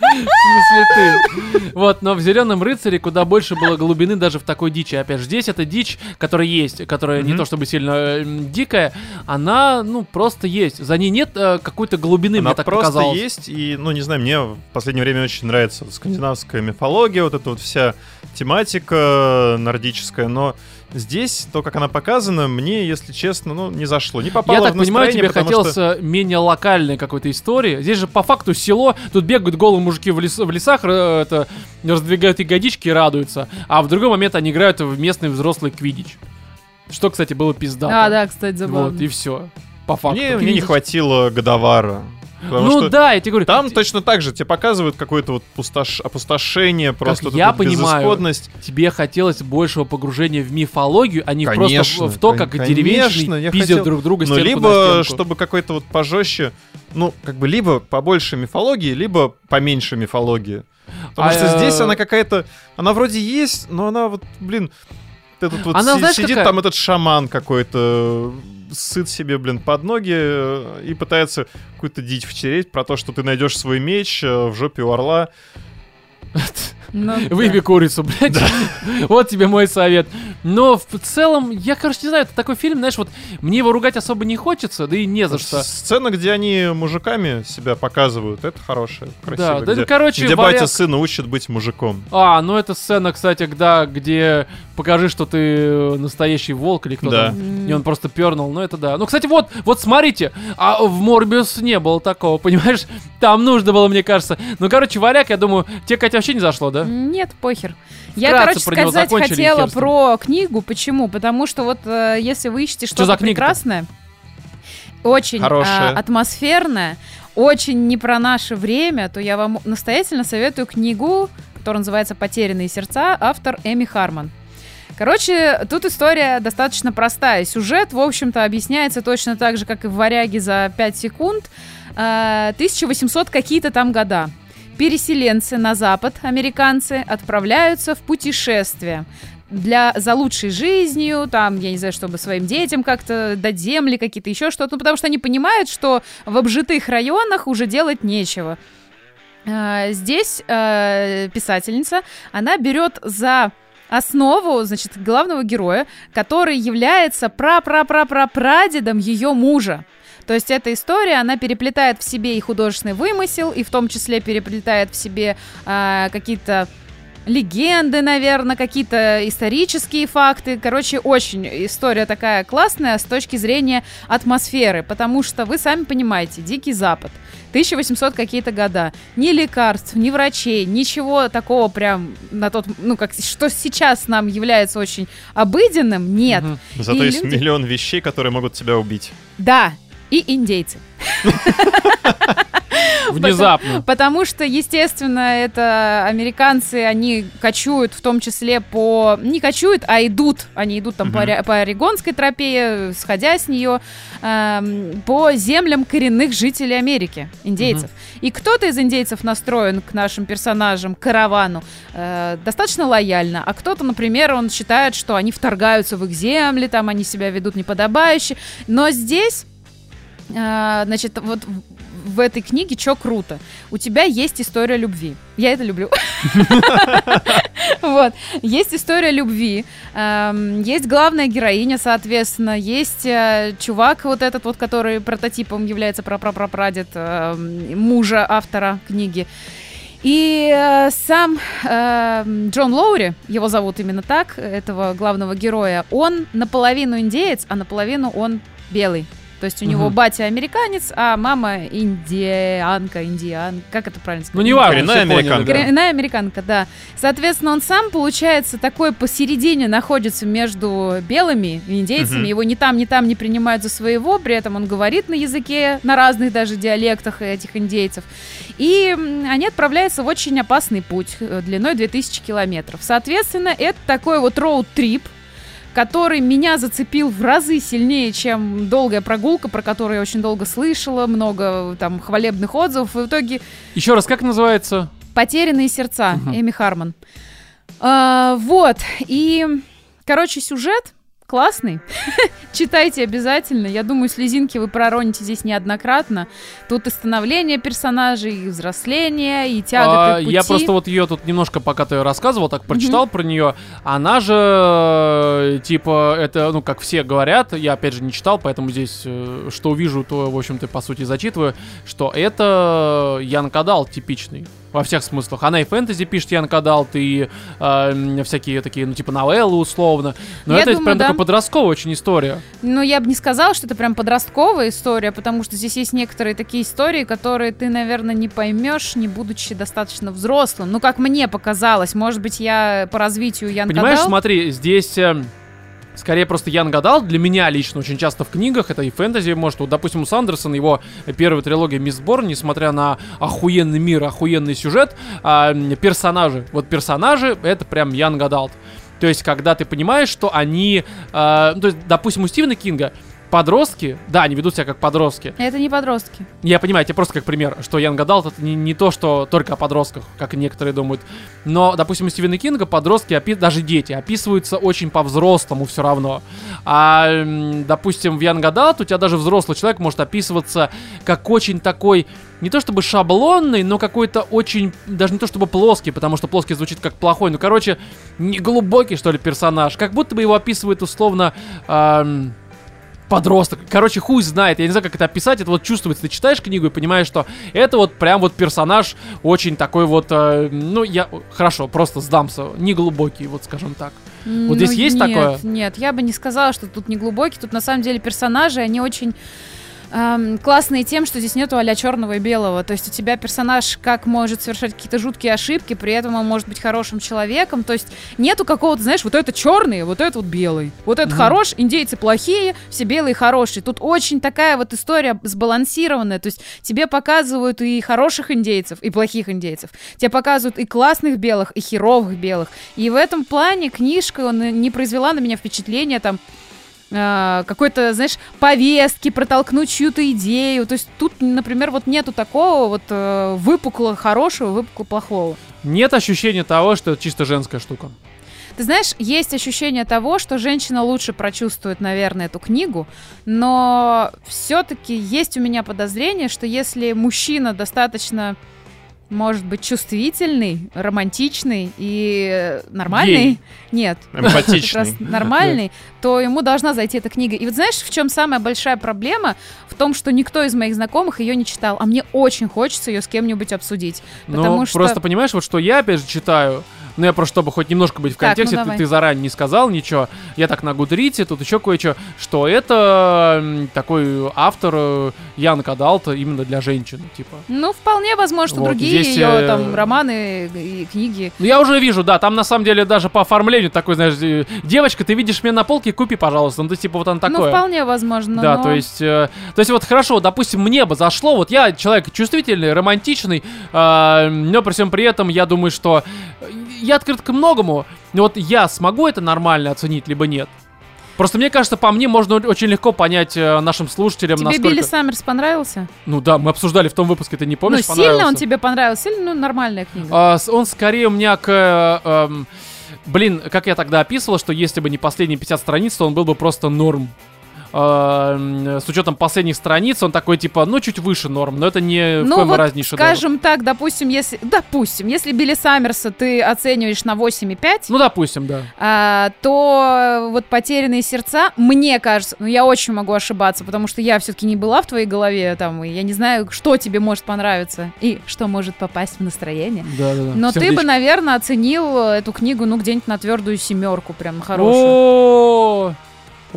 в смысле ты. Вот, но в «Зеленом рыцаре» куда больше было глубины даже в такой дичи. Опять же, здесь эта дичь, которая есть, которая не Мгм. то чтобы сильно э, м, дикая, она, ну, просто есть. За ней нет э, какой-то глубины, Она мне так просто показалось. есть, и, ну, не знаю, мне в последнее время очень нравится вот скандинавская мифология, вот эта вот вся тематика нордическая, но здесь, то, как она показана, мне, если честно, ну, не зашло. Не попало Я так в понимаю, настроение, тебе потому хотелось что... э, менее локальной какой-то истории. Здесь же по факту село, тут бегают голые мужики в, лес- в лесах, э, это, раздвигают ягодички и радуются. А в другой момент они играют в местный взрослый квидич. Что, кстати, было пизда. А, да, кстати, забавно. Вот, и все. По факту. Мне, мне не хватило Годовара. потому ну что да, я тебе говорю. Там т- точно так же тебе показывают какое-то вот пустош... опустошение, просто вот я эту вот понимаю, безысходность. тебе хотелось большего погружения в мифологию, а не Конечно, просто в- в то, как кон- конечно, деревенщины я пиздят хотел- друг друга Ну, стенку либо на стенку. чтобы какой-то вот пожестче, ну, как бы либо побольше мифологии, либо поменьше мифологии. Потому А, что э, здесь она какая-то... Она вроде есть, но она вот, блин... Этот вот Она, си- знаешь, сидит какая? там этот шаман какой-то, сыт себе, блин, под ноги э, и пытается какую-то дичь втереть про то, что ты найдешь свой меч э, в жопе у орла. Ну, Выеби курицу, блядь. Вот тебе мой совет. Но в целом, я, короче, не знаю, это такой фильм, знаешь, вот мне его ругать особо не хочется, да и не за что. Ну, С- Сцена, где они мужиками себя показывают, это хорошая, красивая. да, где, ну, короче, где варяг- батя сына учит быть мужиком. А, ну это сцена, кстати, да, где покажи, что ты э, настоящий волк или кто Да. там. И он просто пернул, ну это да. Ну, кстати, вот, вот смотрите, а в Морбиус не было такого, понимаешь? Там нужно было, мне кажется. Ну, короче, варяг, я думаю, тебе, Катя, вообще не зашло, да? Нет, похер. Я, Вкратце короче, про него сказать закончили, хотела хер с ним. про книгу. Почему? Потому что вот э, если вы ищете что-то за книга-то? прекрасное, очень э, Хорошая. атмосферное, очень не про наше время, то я вам настоятельно советую книгу, которая называется «Потерянные сердца», автор Эми Харман. Короче, тут история достаточно простая. Сюжет, в общем-то, объясняется точно так же, как и в «Варяге» за 5 секунд. Э, 1800 какие-то там года. Переселенцы на запад, американцы, отправляются в путешествие для, за лучшей жизнью, там, я не знаю, чтобы своим детям как-то дать земли какие-то, еще что-то, ну, потому что они понимают, что в обжитых районах уже делать нечего. Э, Здесь э, писательница, она берет за основу, значит, главного героя, который является пра-пра-пра-пра-прадедом ее мужа. То есть эта история, она переплетает в себе и художественный вымысел, и в том числе переплетает в себе а, какие-то легенды, наверное, какие-то исторические факты. Короче, очень история такая классная с точки зрения атмосферы, потому что вы сами понимаете, Дикий Запад, 1800 какие-то года, ни лекарств, ни врачей, ничего такого прям на тот, ну как, что сейчас нам является очень обыденным, нет. Мгм. Зато И есть люди- миллион вещей, которые могут тебя убить. Да, и индейцы. Внезапно. Потому что, естественно, это американцы, они кочуют в том числе по... Не кочуют, а идут. Они идут там по, Мгм. Ори- по Орегонской тропе, э, сходя с нее, эм, по землям коренных жителей Америки, индейцев. И кто-то из индейцев настроен к нашим персонажам, к каравану, э, достаточно лояльно, а кто-то, например, он считает, что они вторгаются в их земли, там они себя ведут неподобающе. Но здесь, э, значит, вот в- в этой книге что круто. У тебя есть история любви. Я это люблю. Вот. Есть история любви. эм, Есть главная героиня, соответственно. Есть э, чувак вот этот вот, который прототипом является прапрапрапрадед эм, мужа автора книги. И э, сам эм, Джон Лоури, его зовут именно так, этого главного героя, он наполовину индеец, а наполовину он белый. То есть у него Мгм. батя американец, а мама индианка, индиан, как это правильно сказать? Ну, не важно, Коренная американка. американка. Коренная американка, да. Соответственно, он сам, получается, такой посередине находится между белыми и индейцами. Мгм. Его ни там, ни там не принимают за своего. При этом он говорит на языке, на разных даже диалектах этих индейцев. И м, они отправляются в очень опасный путь э, длиной 2000 километров. Соответственно, это такой вот роуд-трип, который меня зацепил в разы сильнее, чем долгая прогулка, про которую я очень долго слышала, много э, там хвалебных отзывов. И в итоге Еще раз, как называется? Потерянные сердца Мгм. Эми Харман. А, вот. И, короче, сюжет классный. Читайте обязательно. Я думаю, слезинки вы пророните здесь неоднократно. Тут и становление персонажей, и взросление, и тяга А, я просто вот ее тут немножко, пока ты рассказывал, так прочитал про нее. Она же, э, типа, это, ну, как все говорят, я опять же не читал, поэтому здесь, э, что увижу, то, в общем-то, по сути, зачитываю, что это Ян Кадал типичный. Во всех смыслах. Она и фэнтези пишет Ян Кадал, и э, м, всякие такие, ну, типа, новеллы условно. Но Я это думаю, прям да. такая подростковая очень история. Но я бы не сказала, что это прям подростковая история, потому что здесь есть некоторые такие истории, которые ты, наверное, не поймешь, не будучи достаточно взрослым. Ну, как мне показалось. Может быть, я по развитию Ян Понимаешь, Кадал- смотри, здесь... эм, Скорее просто Ян гадал, для меня лично очень часто в книгах, это и фэнтези, может, вот, допустим, у Сандерсона его первая трилогия Мисс Борн, несмотря на охуенный мир, охуенный сюжет, а, м, персонажи, вот персонажи, это прям Ян гадал. То есть, когда ты понимаешь, что они, а, ну, то есть, допустим, у Стивена Кинга подростки, да, они ведут себя как подростки. Это не подростки. Я понимаю, я тебе просто как пример, что Ян гадал, это не, не то, что только о подростках, как некоторые думают. Но, допустим, у Стивена Кинга подростки, опи- даже дети, описываются очень по-взрослому все равно. А, м, допустим, в Янг Adult у тебя даже взрослый человек может описываться как очень такой, не то чтобы шаблонный, но какой-то очень, даже не то чтобы плоский, потому что плоский звучит как плохой, ну, короче, не глубокий, что ли, персонаж. Как будто бы его описывают условно... ам, подросток. Короче, хуй знает. Я не знаю, как это описать. Это вот чувствуется. Ты читаешь книгу и понимаешь, что это вот прям вот персонаж очень такой вот... э, ну, я... Хорошо, просто сдамся. Неглубокий, вот скажем так. Вот здесь есть ну, нет, такое? Нет, я бы не сказала, что тут не глубокий. Тут на самом деле персонажи, они очень эм, классные тем, что здесь нету а-ля черного и белого. То есть у тебя персонаж как может совершать какие-то жуткие ошибки, при этом он может быть хорошим человеком. То есть нету какого-то, знаешь, вот это черный, вот это вот белый. Вот это Мгм. хорош, индейцы плохие, все белые хорошие. Тут очень такая вот история сбалансированная. То есть тебе показывают и хороших индейцев, и плохих индейцев. Тебе показывают и классных белых, и херовых белых. И в этом плане книжка он, не произвела на меня впечатления там э, какой-то, знаешь, повестки, протолкнуть чью-то идею. То есть тут, например, вот нету такого вот э, выпукло хорошего, выпукло плохого. Нет ощущения того, что это чисто женская штука. Ты знаешь, есть ощущение того, что женщина лучше прочувствует, наверное, эту книгу, но все-таки есть у меня подозрение, что если мужчина достаточно, может быть, чувствительный, романтичный и э, нормальный, Гей. нет, как раз Эмпатичный. нормальный, то ему должна зайти эта книга. И вот знаешь, в чем самая большая проблема? В том, что никто из моих знакомых ее не читал, а мне очень хочется ее с кем-нибудь обсудить. Ну, Потому что- просто понимаешь, вот что я опять же читаю, но я просто, чтобы хоть немножко быть в Так, ну контексте, ты- давай. ты, заранее не сказал ничего. Я так на Гудрите, тут еще кое-что, что это м, такой автор э, Ян Кадалта именно для женщин, типа. Ну, вполне возможно, Вот, другие здесь, ее э, там романы и книги. Ну, я уже вижу, да, там на самом деле даже по оформлению такой, знаешь, э, девочка, ты видишь меня на полке, купи, пожалуйста. Ну, ты типа вот он Ну, такое. вполне ну. возможно. да, но- то есть, э, то есть вот хорошо, допустим, мне бы зашло, вот я человек чувствительный, романтичный, э, но при всем при этом я думаю, что э, я открыт к многому, но вот я смогу это нормально оценить, либо нет. Просто мне кажется, по мне можно очень легко понять э, нашим слушателям, Тебе насколько... Билли Саммерс понравился? Ну да, мы обсуждали в том выпуске, ты не помнишь, ну, сильно он понравился? тебе понравился? Или, ну, нормальная книга? А, с- он скорее у меня к... э, эм, блин, как я тогда описывал, что если бы не последние 50 страниц, то он был бы просто норм. А, м, С учетом последних страниц, он такой типа, ну, чуть выше норм, но это не в ну, коем вот, разе не шедевр. скажем так, допустим, если... Допустим, если Билли Саммерса ты оцениваешь на 8,5, Ну, допустим, да. а, то вот «Потерянные сердца», мне кажется, ну я очень могу ошибаться, потому что я все-таки не была в твоей голове там, и я не знаю, что тебе может понравиться и что может попасть в настроение. да, да, Но ты бы, наверное, оценил эту книгу, ну, где-нибудь на твердую семерку, прям на хорошую. О,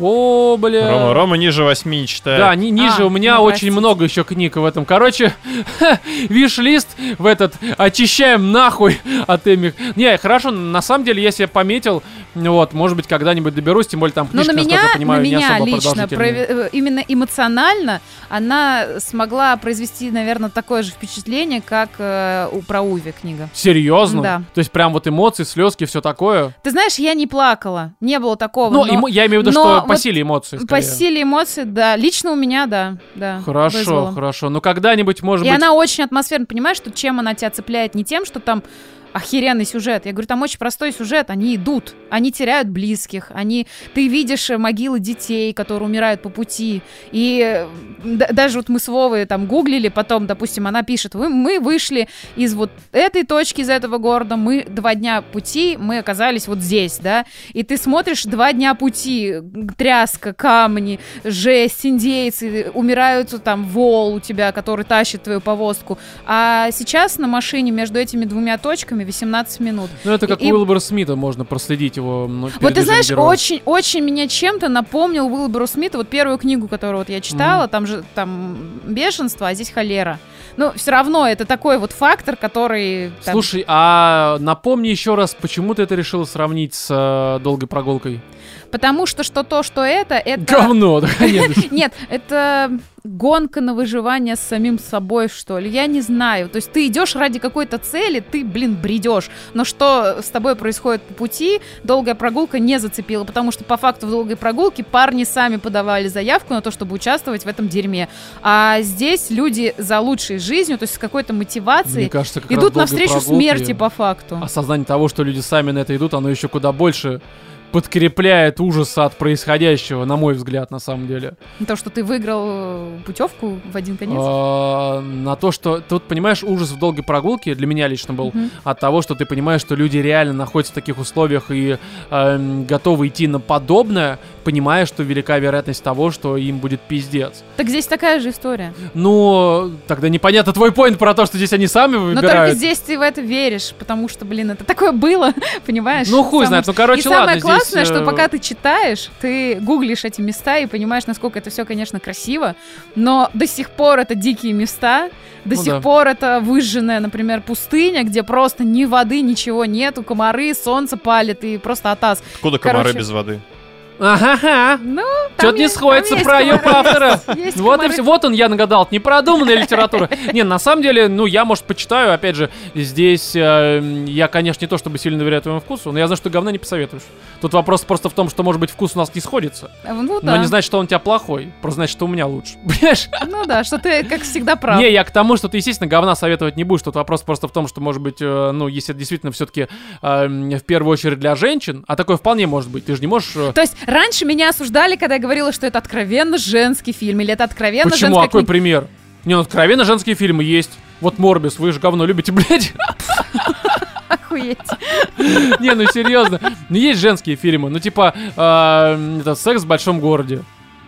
о, бля. Рома, Рома ниже восьми не читает. Да, ни- ниже А, у меня ну, очень простите. много еще книг в этом. Короче, виш-лист в этот очищаем нахуй от эмих. Не, хорошо, на самом деле, я себе пометил, ну вот, может быть, когда-нибудь доберусь, тем более там Но книжка, Ну, на меня, насколько я понимаю, на не меня особо лично, продолжительная. прове- э, именно эмоционально, она смогла произвести, наверное, такое же впечатление, как э, у про Уви книга. Серьезно? Да. То есть прям вот эмоции, слезки, все такое? Ты знаешь, я не плакала, не было такого. Ну, но- эмо- я имею в виду, но что по вот силе эмоций По скорее. силе эмоций, да. Лично у меня, да. да Хорошо, вызвало. хорошо. Ну, когда-нибудь, может И быть... она очень атмосферно, понимаешь, что чем она тебя цепляет? Не тем, что там охеренный сюжет. Я говорю, там очень простой сюжет. Они идут, они теряют близких, они... Ты видишь э, могилы детей, которые умирают по пути. И э, да- даже вот мы с Вовой там гуглили, потом, допустим, она пишет, «Вы- мы вышли из вот этой точки, из этого города, мы два дня пути, мы оказались вот здесь, да, и ты смотришь два дня пути, г- тряска, камни, жесть, индейцы, умирают э, там вол у тебя, который тащит твою повозку, а сейчас на машине между этими двумя точками 18 минут. Ну, это как и- Уилбер Смита, можно проследить его ну, Вот ты передвижение знаешь, героя. очень-очень меня чем-то напомнил Уилберу Смита, вот первую книгу, которую вот я читала, там же там бешенство, а здесь холера. Но все равно это такой вот фактор, который... там- Слушай, а напомни еще раз, почему ты это решила сравнить с э, долгой прогулкой? Потому что что то, что это, это... Говно, да, нет. Нет, это гонка на выживание с самим собой, что ли. Я не знаю. То есть ты идешь ради какой-то цели, ты, блин, бредешь. Но что с тобой происходит по пути, долгая прогулка не зацепила. Потому что по факту в долгой прогулке парни сами подавали заявку на то, чтобы участвовать в этом дерьме. А здесь люди за лучшей жизнью, то есть с какой-то Мне мотивацией, кажется, как раз идут долгой А навстречу прогулки смерти по факту. Осознание того, что люди сами на это идут, оно еще куда больше подкрепляет ужаса от происходящего, на мой взгляд, на самом деле. То, что ты выиграл путевку в один конец. А, На то, что тут, понимаешь, ужас в долгой прогулке для меня лично был Мгм. от того, что ты понимаешь, что люди реально находятся в таких условиях и эм, готовы идти на подобное, понимая, что велика вероятность того, что им будет пиздец. Так здесь такая же история. Ну, тогда непонятно твой поинт про то, что здесь они сами Но Ну, только выбирают. здесь ты в это веришь, потому что, блин, это такое было, понимаешь? Ну, хуй Самое- знает. Ну, короче, и самое ладно, здесь, классное, что э, пока ты читаешь, ты гуглишь эти места и понимаешь, насколько это все, конечно, красиво, но до сих пор это дикие места, до Ну сих да. пор это выжженная, например, пустыня, где просто ни воды, ничего нету, комары, солнце палит и просто атас. Откуда комары короче. без воды? Ага. Ну, Что-то не есть- сходится там есть про ее комары. автора. Есть Вот, и комары. все, вот он, я нагадал, это непродуманная литература. Не, на самом деле, ну, я, может, почитаю, опять же, здесь э, м, я, конечно, не то чтобы сильно доверяю твоему вкусу, но я знаю, что ты говна не посоветуешь. Тут вопрос просто в том, что, может быть, вкус у нас не сходится. Ну Но да, не значит, что он у тебя плохой, просто значит, что у меня лучше. Понимаешь? ну да, что ты, как всегда, прав. Не, я к тому, что ты, естественно, говна советовать не будешь. Тут вопрос просто в том, что, может быть, э, ну, если это действительно все-таки в первую очередь для женщин, а такое вполне может быть, ты же не можешь... э, То есть раньше меня осуждали, когда я говорила, что это откровенно женский фильм, или это откровенно Почему? А женская какой книга. пример? Не, ну откровенно женские фильмы есть. Вот Морбис, вы же говно любите, блядь. Охуеть. Не, ну серьезно. Ну есть женские фильмы. эм, Ну типа, э, это «Секс в большом городе».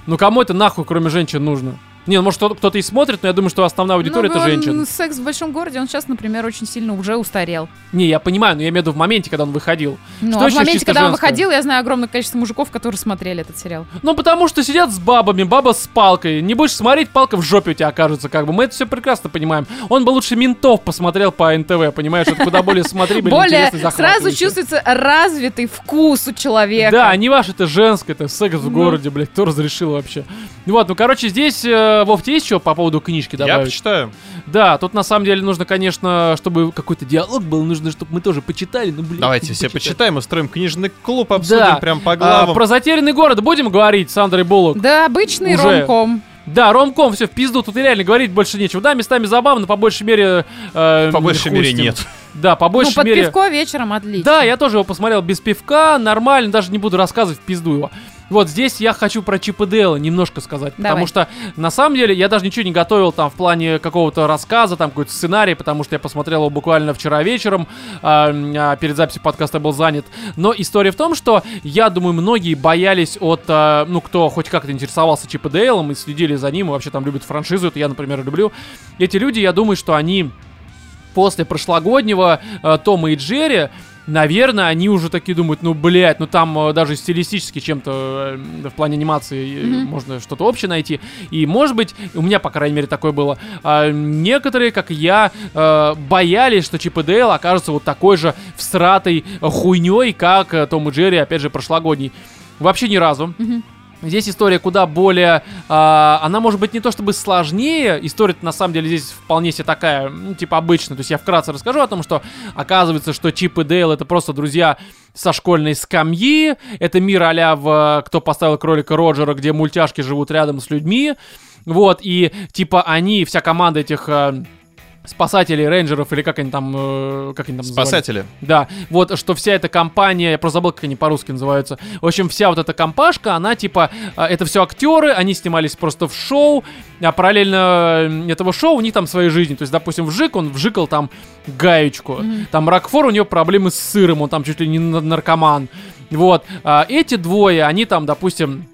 Ну кому это нахуй, кроме женщин, нужно? Не, ну, может, кто- кто-то и смотрит, но я думаю, что основная аудитория Ну, это он женщины. Секс в большом городе, он сейчас, например, очень сильно уже устарел. Не, я понимаю, но я имею в виду в моменте, когда он выходил. Ну, Что а в еще моменте, чисто когда он женское? выходил, я знаю огромное количество мужиков, которые смотрели этот сериал. Ну, потому что сидят с бабами, баба с палкой. Не будешь смотреть, палка в жопе у тебя окажется, как бы. Мы это все прекрасно понимаем. Он бы лучше ментов посмотрел по НТВ, понимаешь? Это куда более смотрибельно, Более интересно и сразу захватывающе. чувствуется развитый вкус у человека. Да, не ваш это женское, это секс в Ну. городе, блядь, кто разрешил вообще. Ну Вот, ну короче, здесь, э, Вов, тебе есть что по поводу книжки Я добавить? почитаю. Да, тут на самом деле нужно, конечно, чтобы какой-то диалог был, нужно, чтобы мы тоже почитали, ну, блядь. Давайте ну, все почитать. почитаем, устроим книжный клуб, обсудим Да. прям по А, главам. про затерянный город будем говорить, Сандрой Буллок? Да, обычный Уже. ромком. Да, ромком, все в пизду, тут и реально говорить больше нечего. Да, местами забавно, по большей мере... э, По большей мере хустим. нет. Да, по Ну, большей под мере... пивко вечером отлично. Да, я тоже его посмотрел без пивка, нормально, даже не буду рассказывать, в пизду его. Вот здесь я хочу про Чип и Дейла немножко сказать, Давай. потому что на самом деле я даже ничего не готовил там в плане какого-то рассказа, там какой-то сценарий, потому что я посмотрел его буквально вчера вечером, а, м, а, перед записью подкаста был занят. Но история в том, что я думаю, многие боялись от, а, ну кто хоть как-то интересовался Чип и Дейлом и следили за ним, и вообще там любят франшизу, это я, например, люблю. Эти люди, я думаю, что они после прошлогоднего э, Тома и Джерри, наверное, они уже такие думают, ну, блядь, ну там э, даже стилистически чем-то э, в плане анимации э, Мгм. можно что-то общее найти. И, может быть, у меня, по крайней мере, такое было, э, некоторые, как и я, э, боялись, что Чип и Дейл окажется вот такой же всратой хуйней, как э, Том и Джерри, опять же, прошлогодний. Вообще ни разу. Мгм. Здесь история куда более... а, она может быть не то чтобы сложнее, история на самом деле здесь вполне себе такая, ну, типа обычная. То есть я вкратце расскажу о том, что оказывается, что Чип и Дейл это просто друзья со школьной скамьи. Это мир а в э, «Кто поставил кролика Роджера», где мультяшки живут рядом с людьми. Вот, и типа они, вся команда этих... э, спасателей, рейнджеров или как они там, э, как они там назывались? Спасатели. Да, вот что вся эта компания, я просто забыл, как они по-русски называются. В общем, вся вот эта компашка, она типа, а, это все актеры, они снимались просто в шоу, а параллельно м, этого шоу у них там свои жизни. То есть, допустим, Вжик, он вжикал там гаечку. Мгм. Там Рокфор, у него проблемы с сыром, он там чуть ли не на- наркоман. Вот, а эти двое, они там, допустим,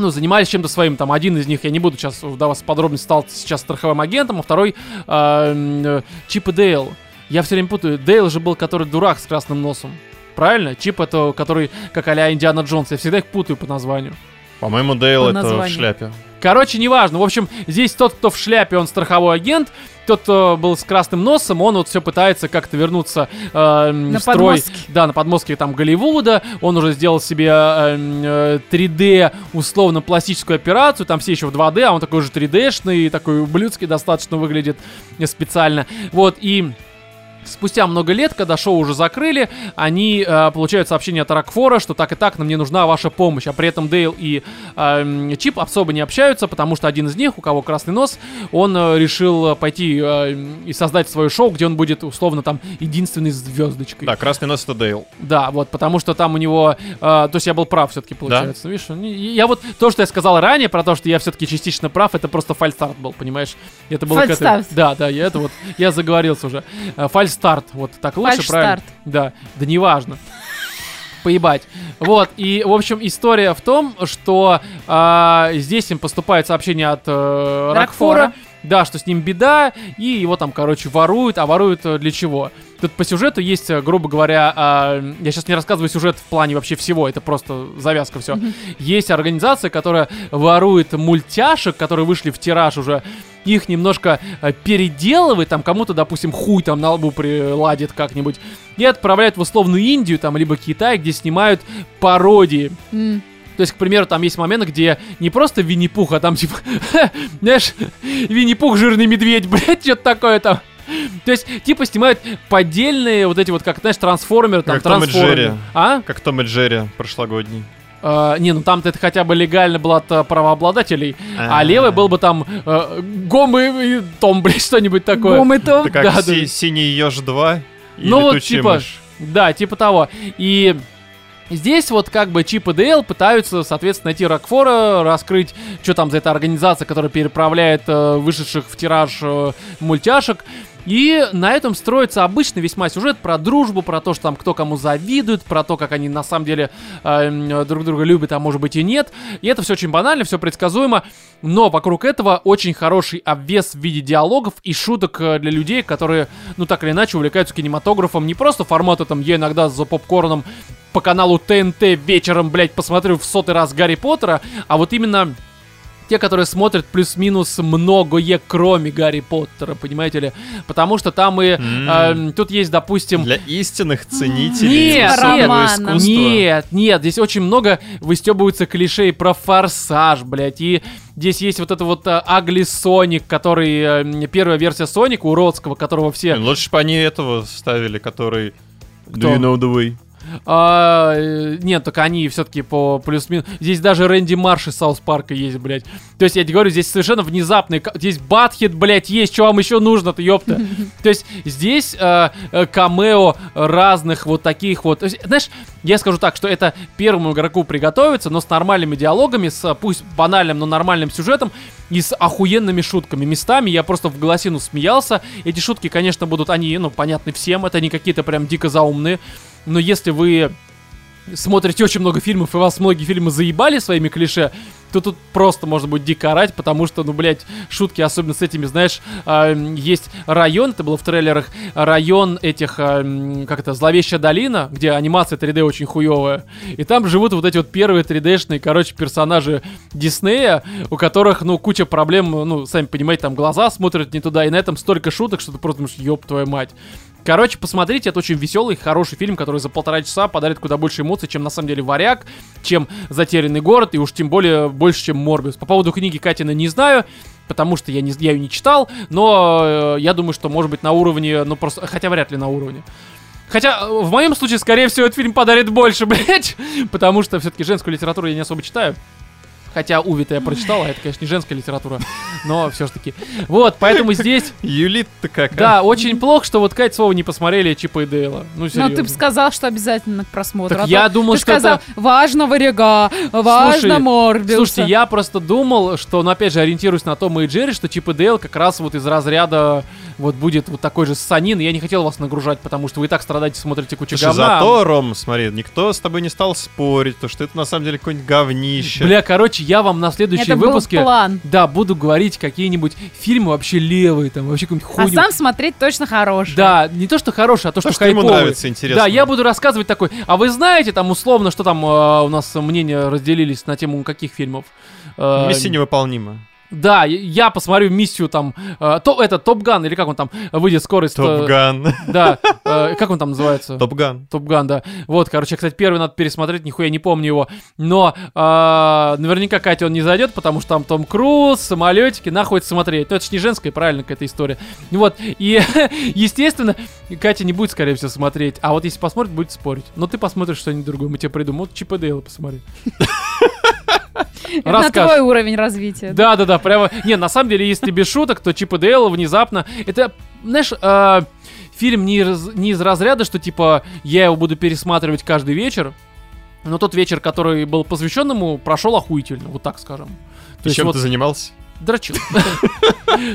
ну, занимались чем-то своим. Там один из них, я не буду сейчас вдаваться в подробности, стал сейчас страховым агентом, а второй а, м, э, Чип и Дейл. Я все время путаю. Дейл же был, который дурак с красным носом. Правильно? Чип это, который, как а Индиана Джонс. Я всегда их путаю по названию. По-моему, Дейл По это в названию. шляпе. Короче, неважно. В общем, здесь тот, кто в шляпе, он страховой агент. Тот, кто был с красным носом, он вот все пытается как-то вернуться э, м, На в строй. подмостке. Да, на подмостке там Голливуда. Он уже сделал себе э, м, э, 3D условно-пластическую операцию. Там все еще в 2D, а он такой же 3D-шный, такой ублюдский достаточно выглядит э, специально. Вот, и... Спустя много лет, когда шоу уже закрыли, они э, получают сообщение от Рокфора, что так и так, но мне нужна ваша помощь. А при этом Дейл и эм, Чип особо не общаются, потому что один из них, у кого красный нос, он э, решил э, пойти э, и создать свое шоу, где он будет условно там единственной звездочкой. Да, красный нос это Дейл. Да, вот, потому что там у него... э, то есть я был прав все-таки, получается. Ну, Видишь, не- я вот... То, что я сказал ранее про то, что я все-таки частично прав, это просто фальстарт был, понимаешь? Это было к этой- Фальстарт. Да, да, я это вот... Я заговорился уже. Э, Фальстарт, вот так лучше, Фальшстарт. правильно? Да, да неважно. Поебать. Вот, и, в общем, история в том, что а, здесь им поступает сообщение от э, Рокфора, Рокфора. да, что с ним беда, и его там, короче, воруют, а воруют э, для чего? Тут по сюжету есть, э, грубо говоря, а, я сейчас не рассказываю сюжет в плане вообще всего, это просто завязка все. Есть организация, которая ворует мультяшек, которые вышли в тираж уже, их немножко э, переделывает, там кому-то, допустим, хуй там на лбу приладит как-нибудь, и отправляют в условную Индию, там, либо Китай, где снимают пародии. М. То есть, к примеру, там есть момент, где не просто Винни-Пух, а там типа, знаешь, Винни-Пух, жирный медведь, блядь, что-то такое там. То есть, типа, снимают поддельные вот эти вот, как, знаешь, трансформеры, там, Как Том и трансформеры. Джерри. А? Как Том и Джерри прошлогодний. Э, не, ну там-то это хотя бы легально было от э, правообладателей, а, А. левый был бы там э, Гомы и Том, блядь, что-нибудь такое. Бум и том. Это Да, как да. си- Синий Ёж 2 и Ну вот, Летучая типа, мышь. Да, типа того. И здесь вот как бы Чип и Дейл пытаются, соответственно, найти Рокфора, раскрыть, что там за эта организация, которая переправляет э, вышедших в тираж э, мультяшек. И на этом строится обычный весьма сюжет про дружбу, про то, что там кто кому завидует, про то, как они на самом деле э, м, друг друга любят, а может быть и нет. И это все очень банально, все предсказуемо, но вокруг этого очень хороший обвес в виде диалогов и шуток э, для людей, которые, ну так или иначе, увлекаются кинематографом. Не просто формата там «я иногда за попкорном по каналу ТНТ вечером, блядь, посмотрю в сотый раз Гарри Поттера», а вот именно те, которые смотрят плюс-минус многое, кроме Гарри Поттера, понимаете ли? Потому что там и... М. э, тут есть, допустим... Для истинных ценителей Нет, мирового нет, искусства. Нет, нет, здесь очень много выстебываются клишей про форсаж, блядь, и здесь есть вот это вот э, Агли Соник, который э, первая версия Соника уродского, которого Блин, все... Лучше бы они этого ставили, который... Кто? Do you know the way? а, э, нет, так они все-таки по плюс-минус... Здесь даже Рэнди Марш из Саус Парка есть, блядь. То есть, я тебе говорю, здесь совершенно внезапный... ка- Здесь Батхит, блядь, есть, что вам еще нужно-то, ёпта. То есть здесь э, э, камео разных вот таких вот. То есть, знаешь, я скажу так, что это первому игроку приготовиться, но с нормальными диалогами, с э, пусть банальным, но нормальным сюжетом и с охуенными шутками. Местами я просто в голосину смеялся. Эти шутки, конечно, будут, они, ну, понятны всем, это не какие-то прям дико заумные. Но если вы смотрите очень много фильмов, и вас многие фильмы заебали своими клише, то тут просто можно будет дико орать, потому что, ну, блядь, шутки, особенно с этими, знаешь, а, м, есть район, это было в трейлерах, район этих, а, м, как это, Зловещая долина, где анимация 3D очень хуевая, и там живут вот эти вот первые 3D-шные, короче, персонажи Диснея, у которых, ну, куча проблем, ну, сами понимаете, там глаза смотрят не туда, и на этом столько шуток, что ты просто думаешь, ёб твою мать. Короче, посмотрите, это очень веселый, хороший фильм, который за полтора часа подарит куда больше эмоций, чем на самом деле «Варяг», чем «Затерянный город» и уж тем более больше, чем «Морбиус». По поводу книги Катина не знаю, потому что я, не, я ее не читал, но э, я думаю, что может быть на уровне, ну просто, хотя вряд ли на уровне. Хотя, э, в моем случае, скорее всего, этот фильм подарит больше, блядь, потому что все-таки женскую литературу я не особо читаю. Хотя Уви-то я прочитал, а это, конечно, не женская литература, но все-таки. Вот, поэтому здесь Юлит-то как? а? да, очень плохо, что вот Кать Слово не посмотрели Чипа и Дейла. Ну, Но серьезно. ты бы сказал, что обязательно к просмотру. Так а то я думал, ты что сказал, это- важно варяга, важно Морбиуса. Слушайте, я просто думал, что, ну, опять же, ориентируюсь на Тома и Джерри, что Чип и Дейл как раз вот из разряда вот будет вот такой же санин. Я не хотел вас нагружать, потому что вы и так страдаете, смотрите кучу Слушай, говна. зато, Ром, смотри, никто с тобой не стал спорить, то что это на самом деле какое-нибудь говнище. Бля, короче, я вам на следующие Это был выпуске... план. Да, буду говорить какие-нибудь фильмы вообще левые, там, вообще какую-нибудь А хуйню. сам смотреть точно хороший. Да, не то, что хороший, а то, То, что, что ему хайповый. нравится, интересно. Да, я буду рассказывать такой. А вы знаете, там условно, что там э, у нас мнения разделились на тему каких фильмов? Э, Миссия невыполнима. Да, я- я посмотрю миссию там, э, то, это Топган или как он там э, выйдет скорость. э, Топган. Да, э, как он там называется? Топган. Топган, да. Вот, короче, кстати, первый надо пересмотреть, нихуя не помню его. Но э, наверняка Катя он не зайдет, потому что там Том Круз, самолетики, нахуй это смотреть. Ну, это ж не женская, правильно, какая-то история. Вот, и, естественно, Катя не будет, скорее всего, смотреть. А вот если посмотрит, будет спорить. Но ты посмотришь что-нибудь другое, мы тебе придумаем. Вот Чип и Дейла посмотри. Это на твой уровень развития. Да, да, да, прямо. Не, на самом деле, если без шуток, то Чип и Дейл внезапно. Это, знаешь, э, фильм не, из- не из разряда, что типа я его буду пересматривать каждый вечер. Но тот вечер, который был посвящен ему, прошел охуительно, вот так скажем. Ты есть чем вот- ты занимался? Дрочил.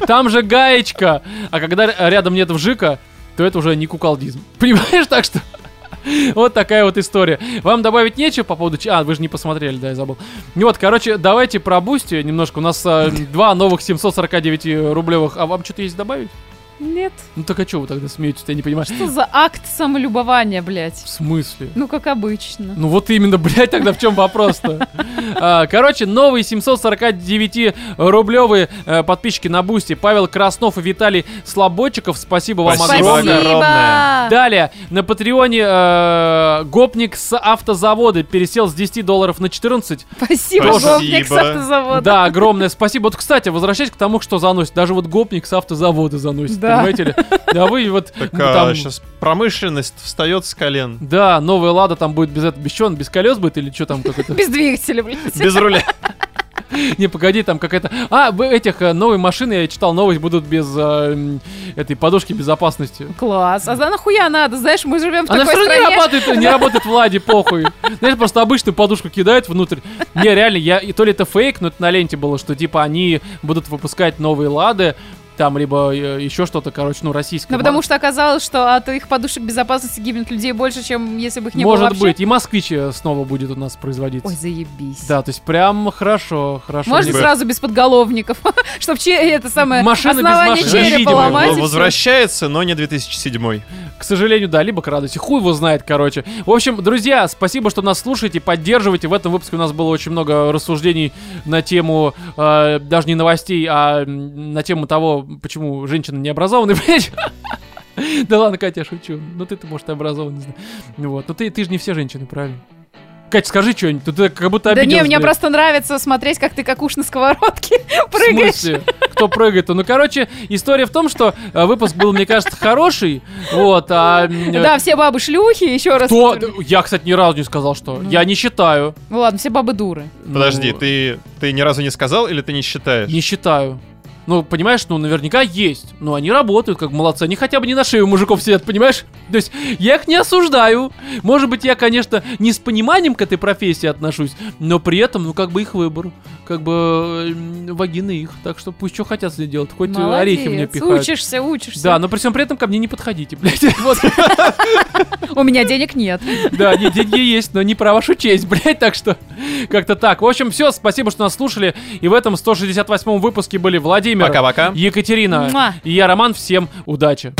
Там же гаечка. А когда р- рядом нет вжика, то это уже не куколдизм. Понимаешь, так что... Вот такая вот история. Вам добавить нечего по поводу... чи- А, вы же не посмотрели, да, я забыл. Ну вот, короче, давайте про Бусти немножко. У нас э, два новых 749 рублевых. А вам что-то есть добавить? Нет. Ну так а что вы тогда смеетесь? Я не понимаю. Что за акт самолюбования, блядь? В смысле? Ну, как обычно. Ну вот именно, блядь, тогда в чем вопрос-то? А, Короче, новые 749-рублевые э, подписчики на Бусти. Павел Краснов и Виталий Слободчиков. Спасибо вам Спасибо. огромное. огромное. Далее, на Патреоне э, гопник с автозавода пересел с 10 долларов на 14. Спасибо, Спасибо. гопник с автозавода. Да, огромное спасибо. Вот, кстати, возвращаясь к тому, что заносит. Даже вот гопник с автозавода заносит, Да. понимаете ли? Да вы вот... Так а, ну, там- сейчас промышленность встает с колен. Да, новая Лада там будет без этого, без чего, она без колес будет или что там какой-то? Без двигателя, блядь. Без руля. Не, погоди, там какая-то... А, б- этих э, новые машины, я читал новость, будут без э, м, этой подушки безопасности. Класс. А за нахуя надо? Знаешь, мы живем в Она все такой равно не стране. работает, не работает в Ладе, похуй. Знаешь, просто обычную подушку кидают внутрь. Не, реально, я... И то ли это фейк, но это на ленте было, что типа они будут выпускать новые Лады, там, либо еще что-то, короче, ну, российское. Ну, потому что оказалось, что от их подушек безопасности гибнет людей больше, чем если бы их не было Может вообще. быть, и москвич э, снова будет у нас производиться. Ой, заебись. Да, то есть прям хорошо, хорошо. Можно бы- сразу без подголовников, чтобы это самое Машина без основание машины. черепа Невидимая. ломать. и Он всё. возвращается, но не 2007. К сожалению, да, либо к радости. Хуй его знает, короче. В общем, друзья, спасибо, что нас слушаете, поддерживаете. В этом выпуске у нас было очень много рассуждений на тему э, даже не новостей, а м, на тему того, почему женщины не образованы, блядь. Да ладно, Катя, я шучу. Ну ты-то, может, и образован, не знаю. Ну Вот. Но ты, ты же не все женщины, правильно? Катя, скажи что-нибудь, ты как будто Да не, обиделась, мне блядь. просто нравится смотреть, как ты как уж на сковородке В прыгаешь. смысле? Кто прыгает-то? Ну, короче, история в том, что э, выпуск был, мне кажется, хороший. Вот, а... м, э, Да, все бабы шлюхи, еще раз. Кто? повторю. Я, кстати, ни разу не сказал, что. Я не считаю. Ну ладно, все бабы дуры. Подожди, Ну, ты, ты ни разу не сказал или ты не считаешь? Не считаю. Ну, понимаешь, ну, наверняка есть. Но они работают, как молодцы. Они хотя бы не на шее у мужиков сидят, понимаешь? То есть, я их не осуждаю. Может быть, я, конечно, не с пониманием к этой профессии отношусь, но при этом, ну, как бы их выбор. Как бы м, вагины их. Так что пусть что хотят с ней делать. Хоть Молодец. орехи мне пихают. Учишься, учишься. Да, ну но при всем при этом ко мне не подходите, блядь. Вот, У меня денег нет. да, не, деньги есть, но не про вашу честь, блядь, так что как-то так. В общем, все, спасибо, что нас слушали. И в этом 168-м выпуске были Владимир, Пока-пока. Екатерина Муа. и я, Роман. Всем удачи.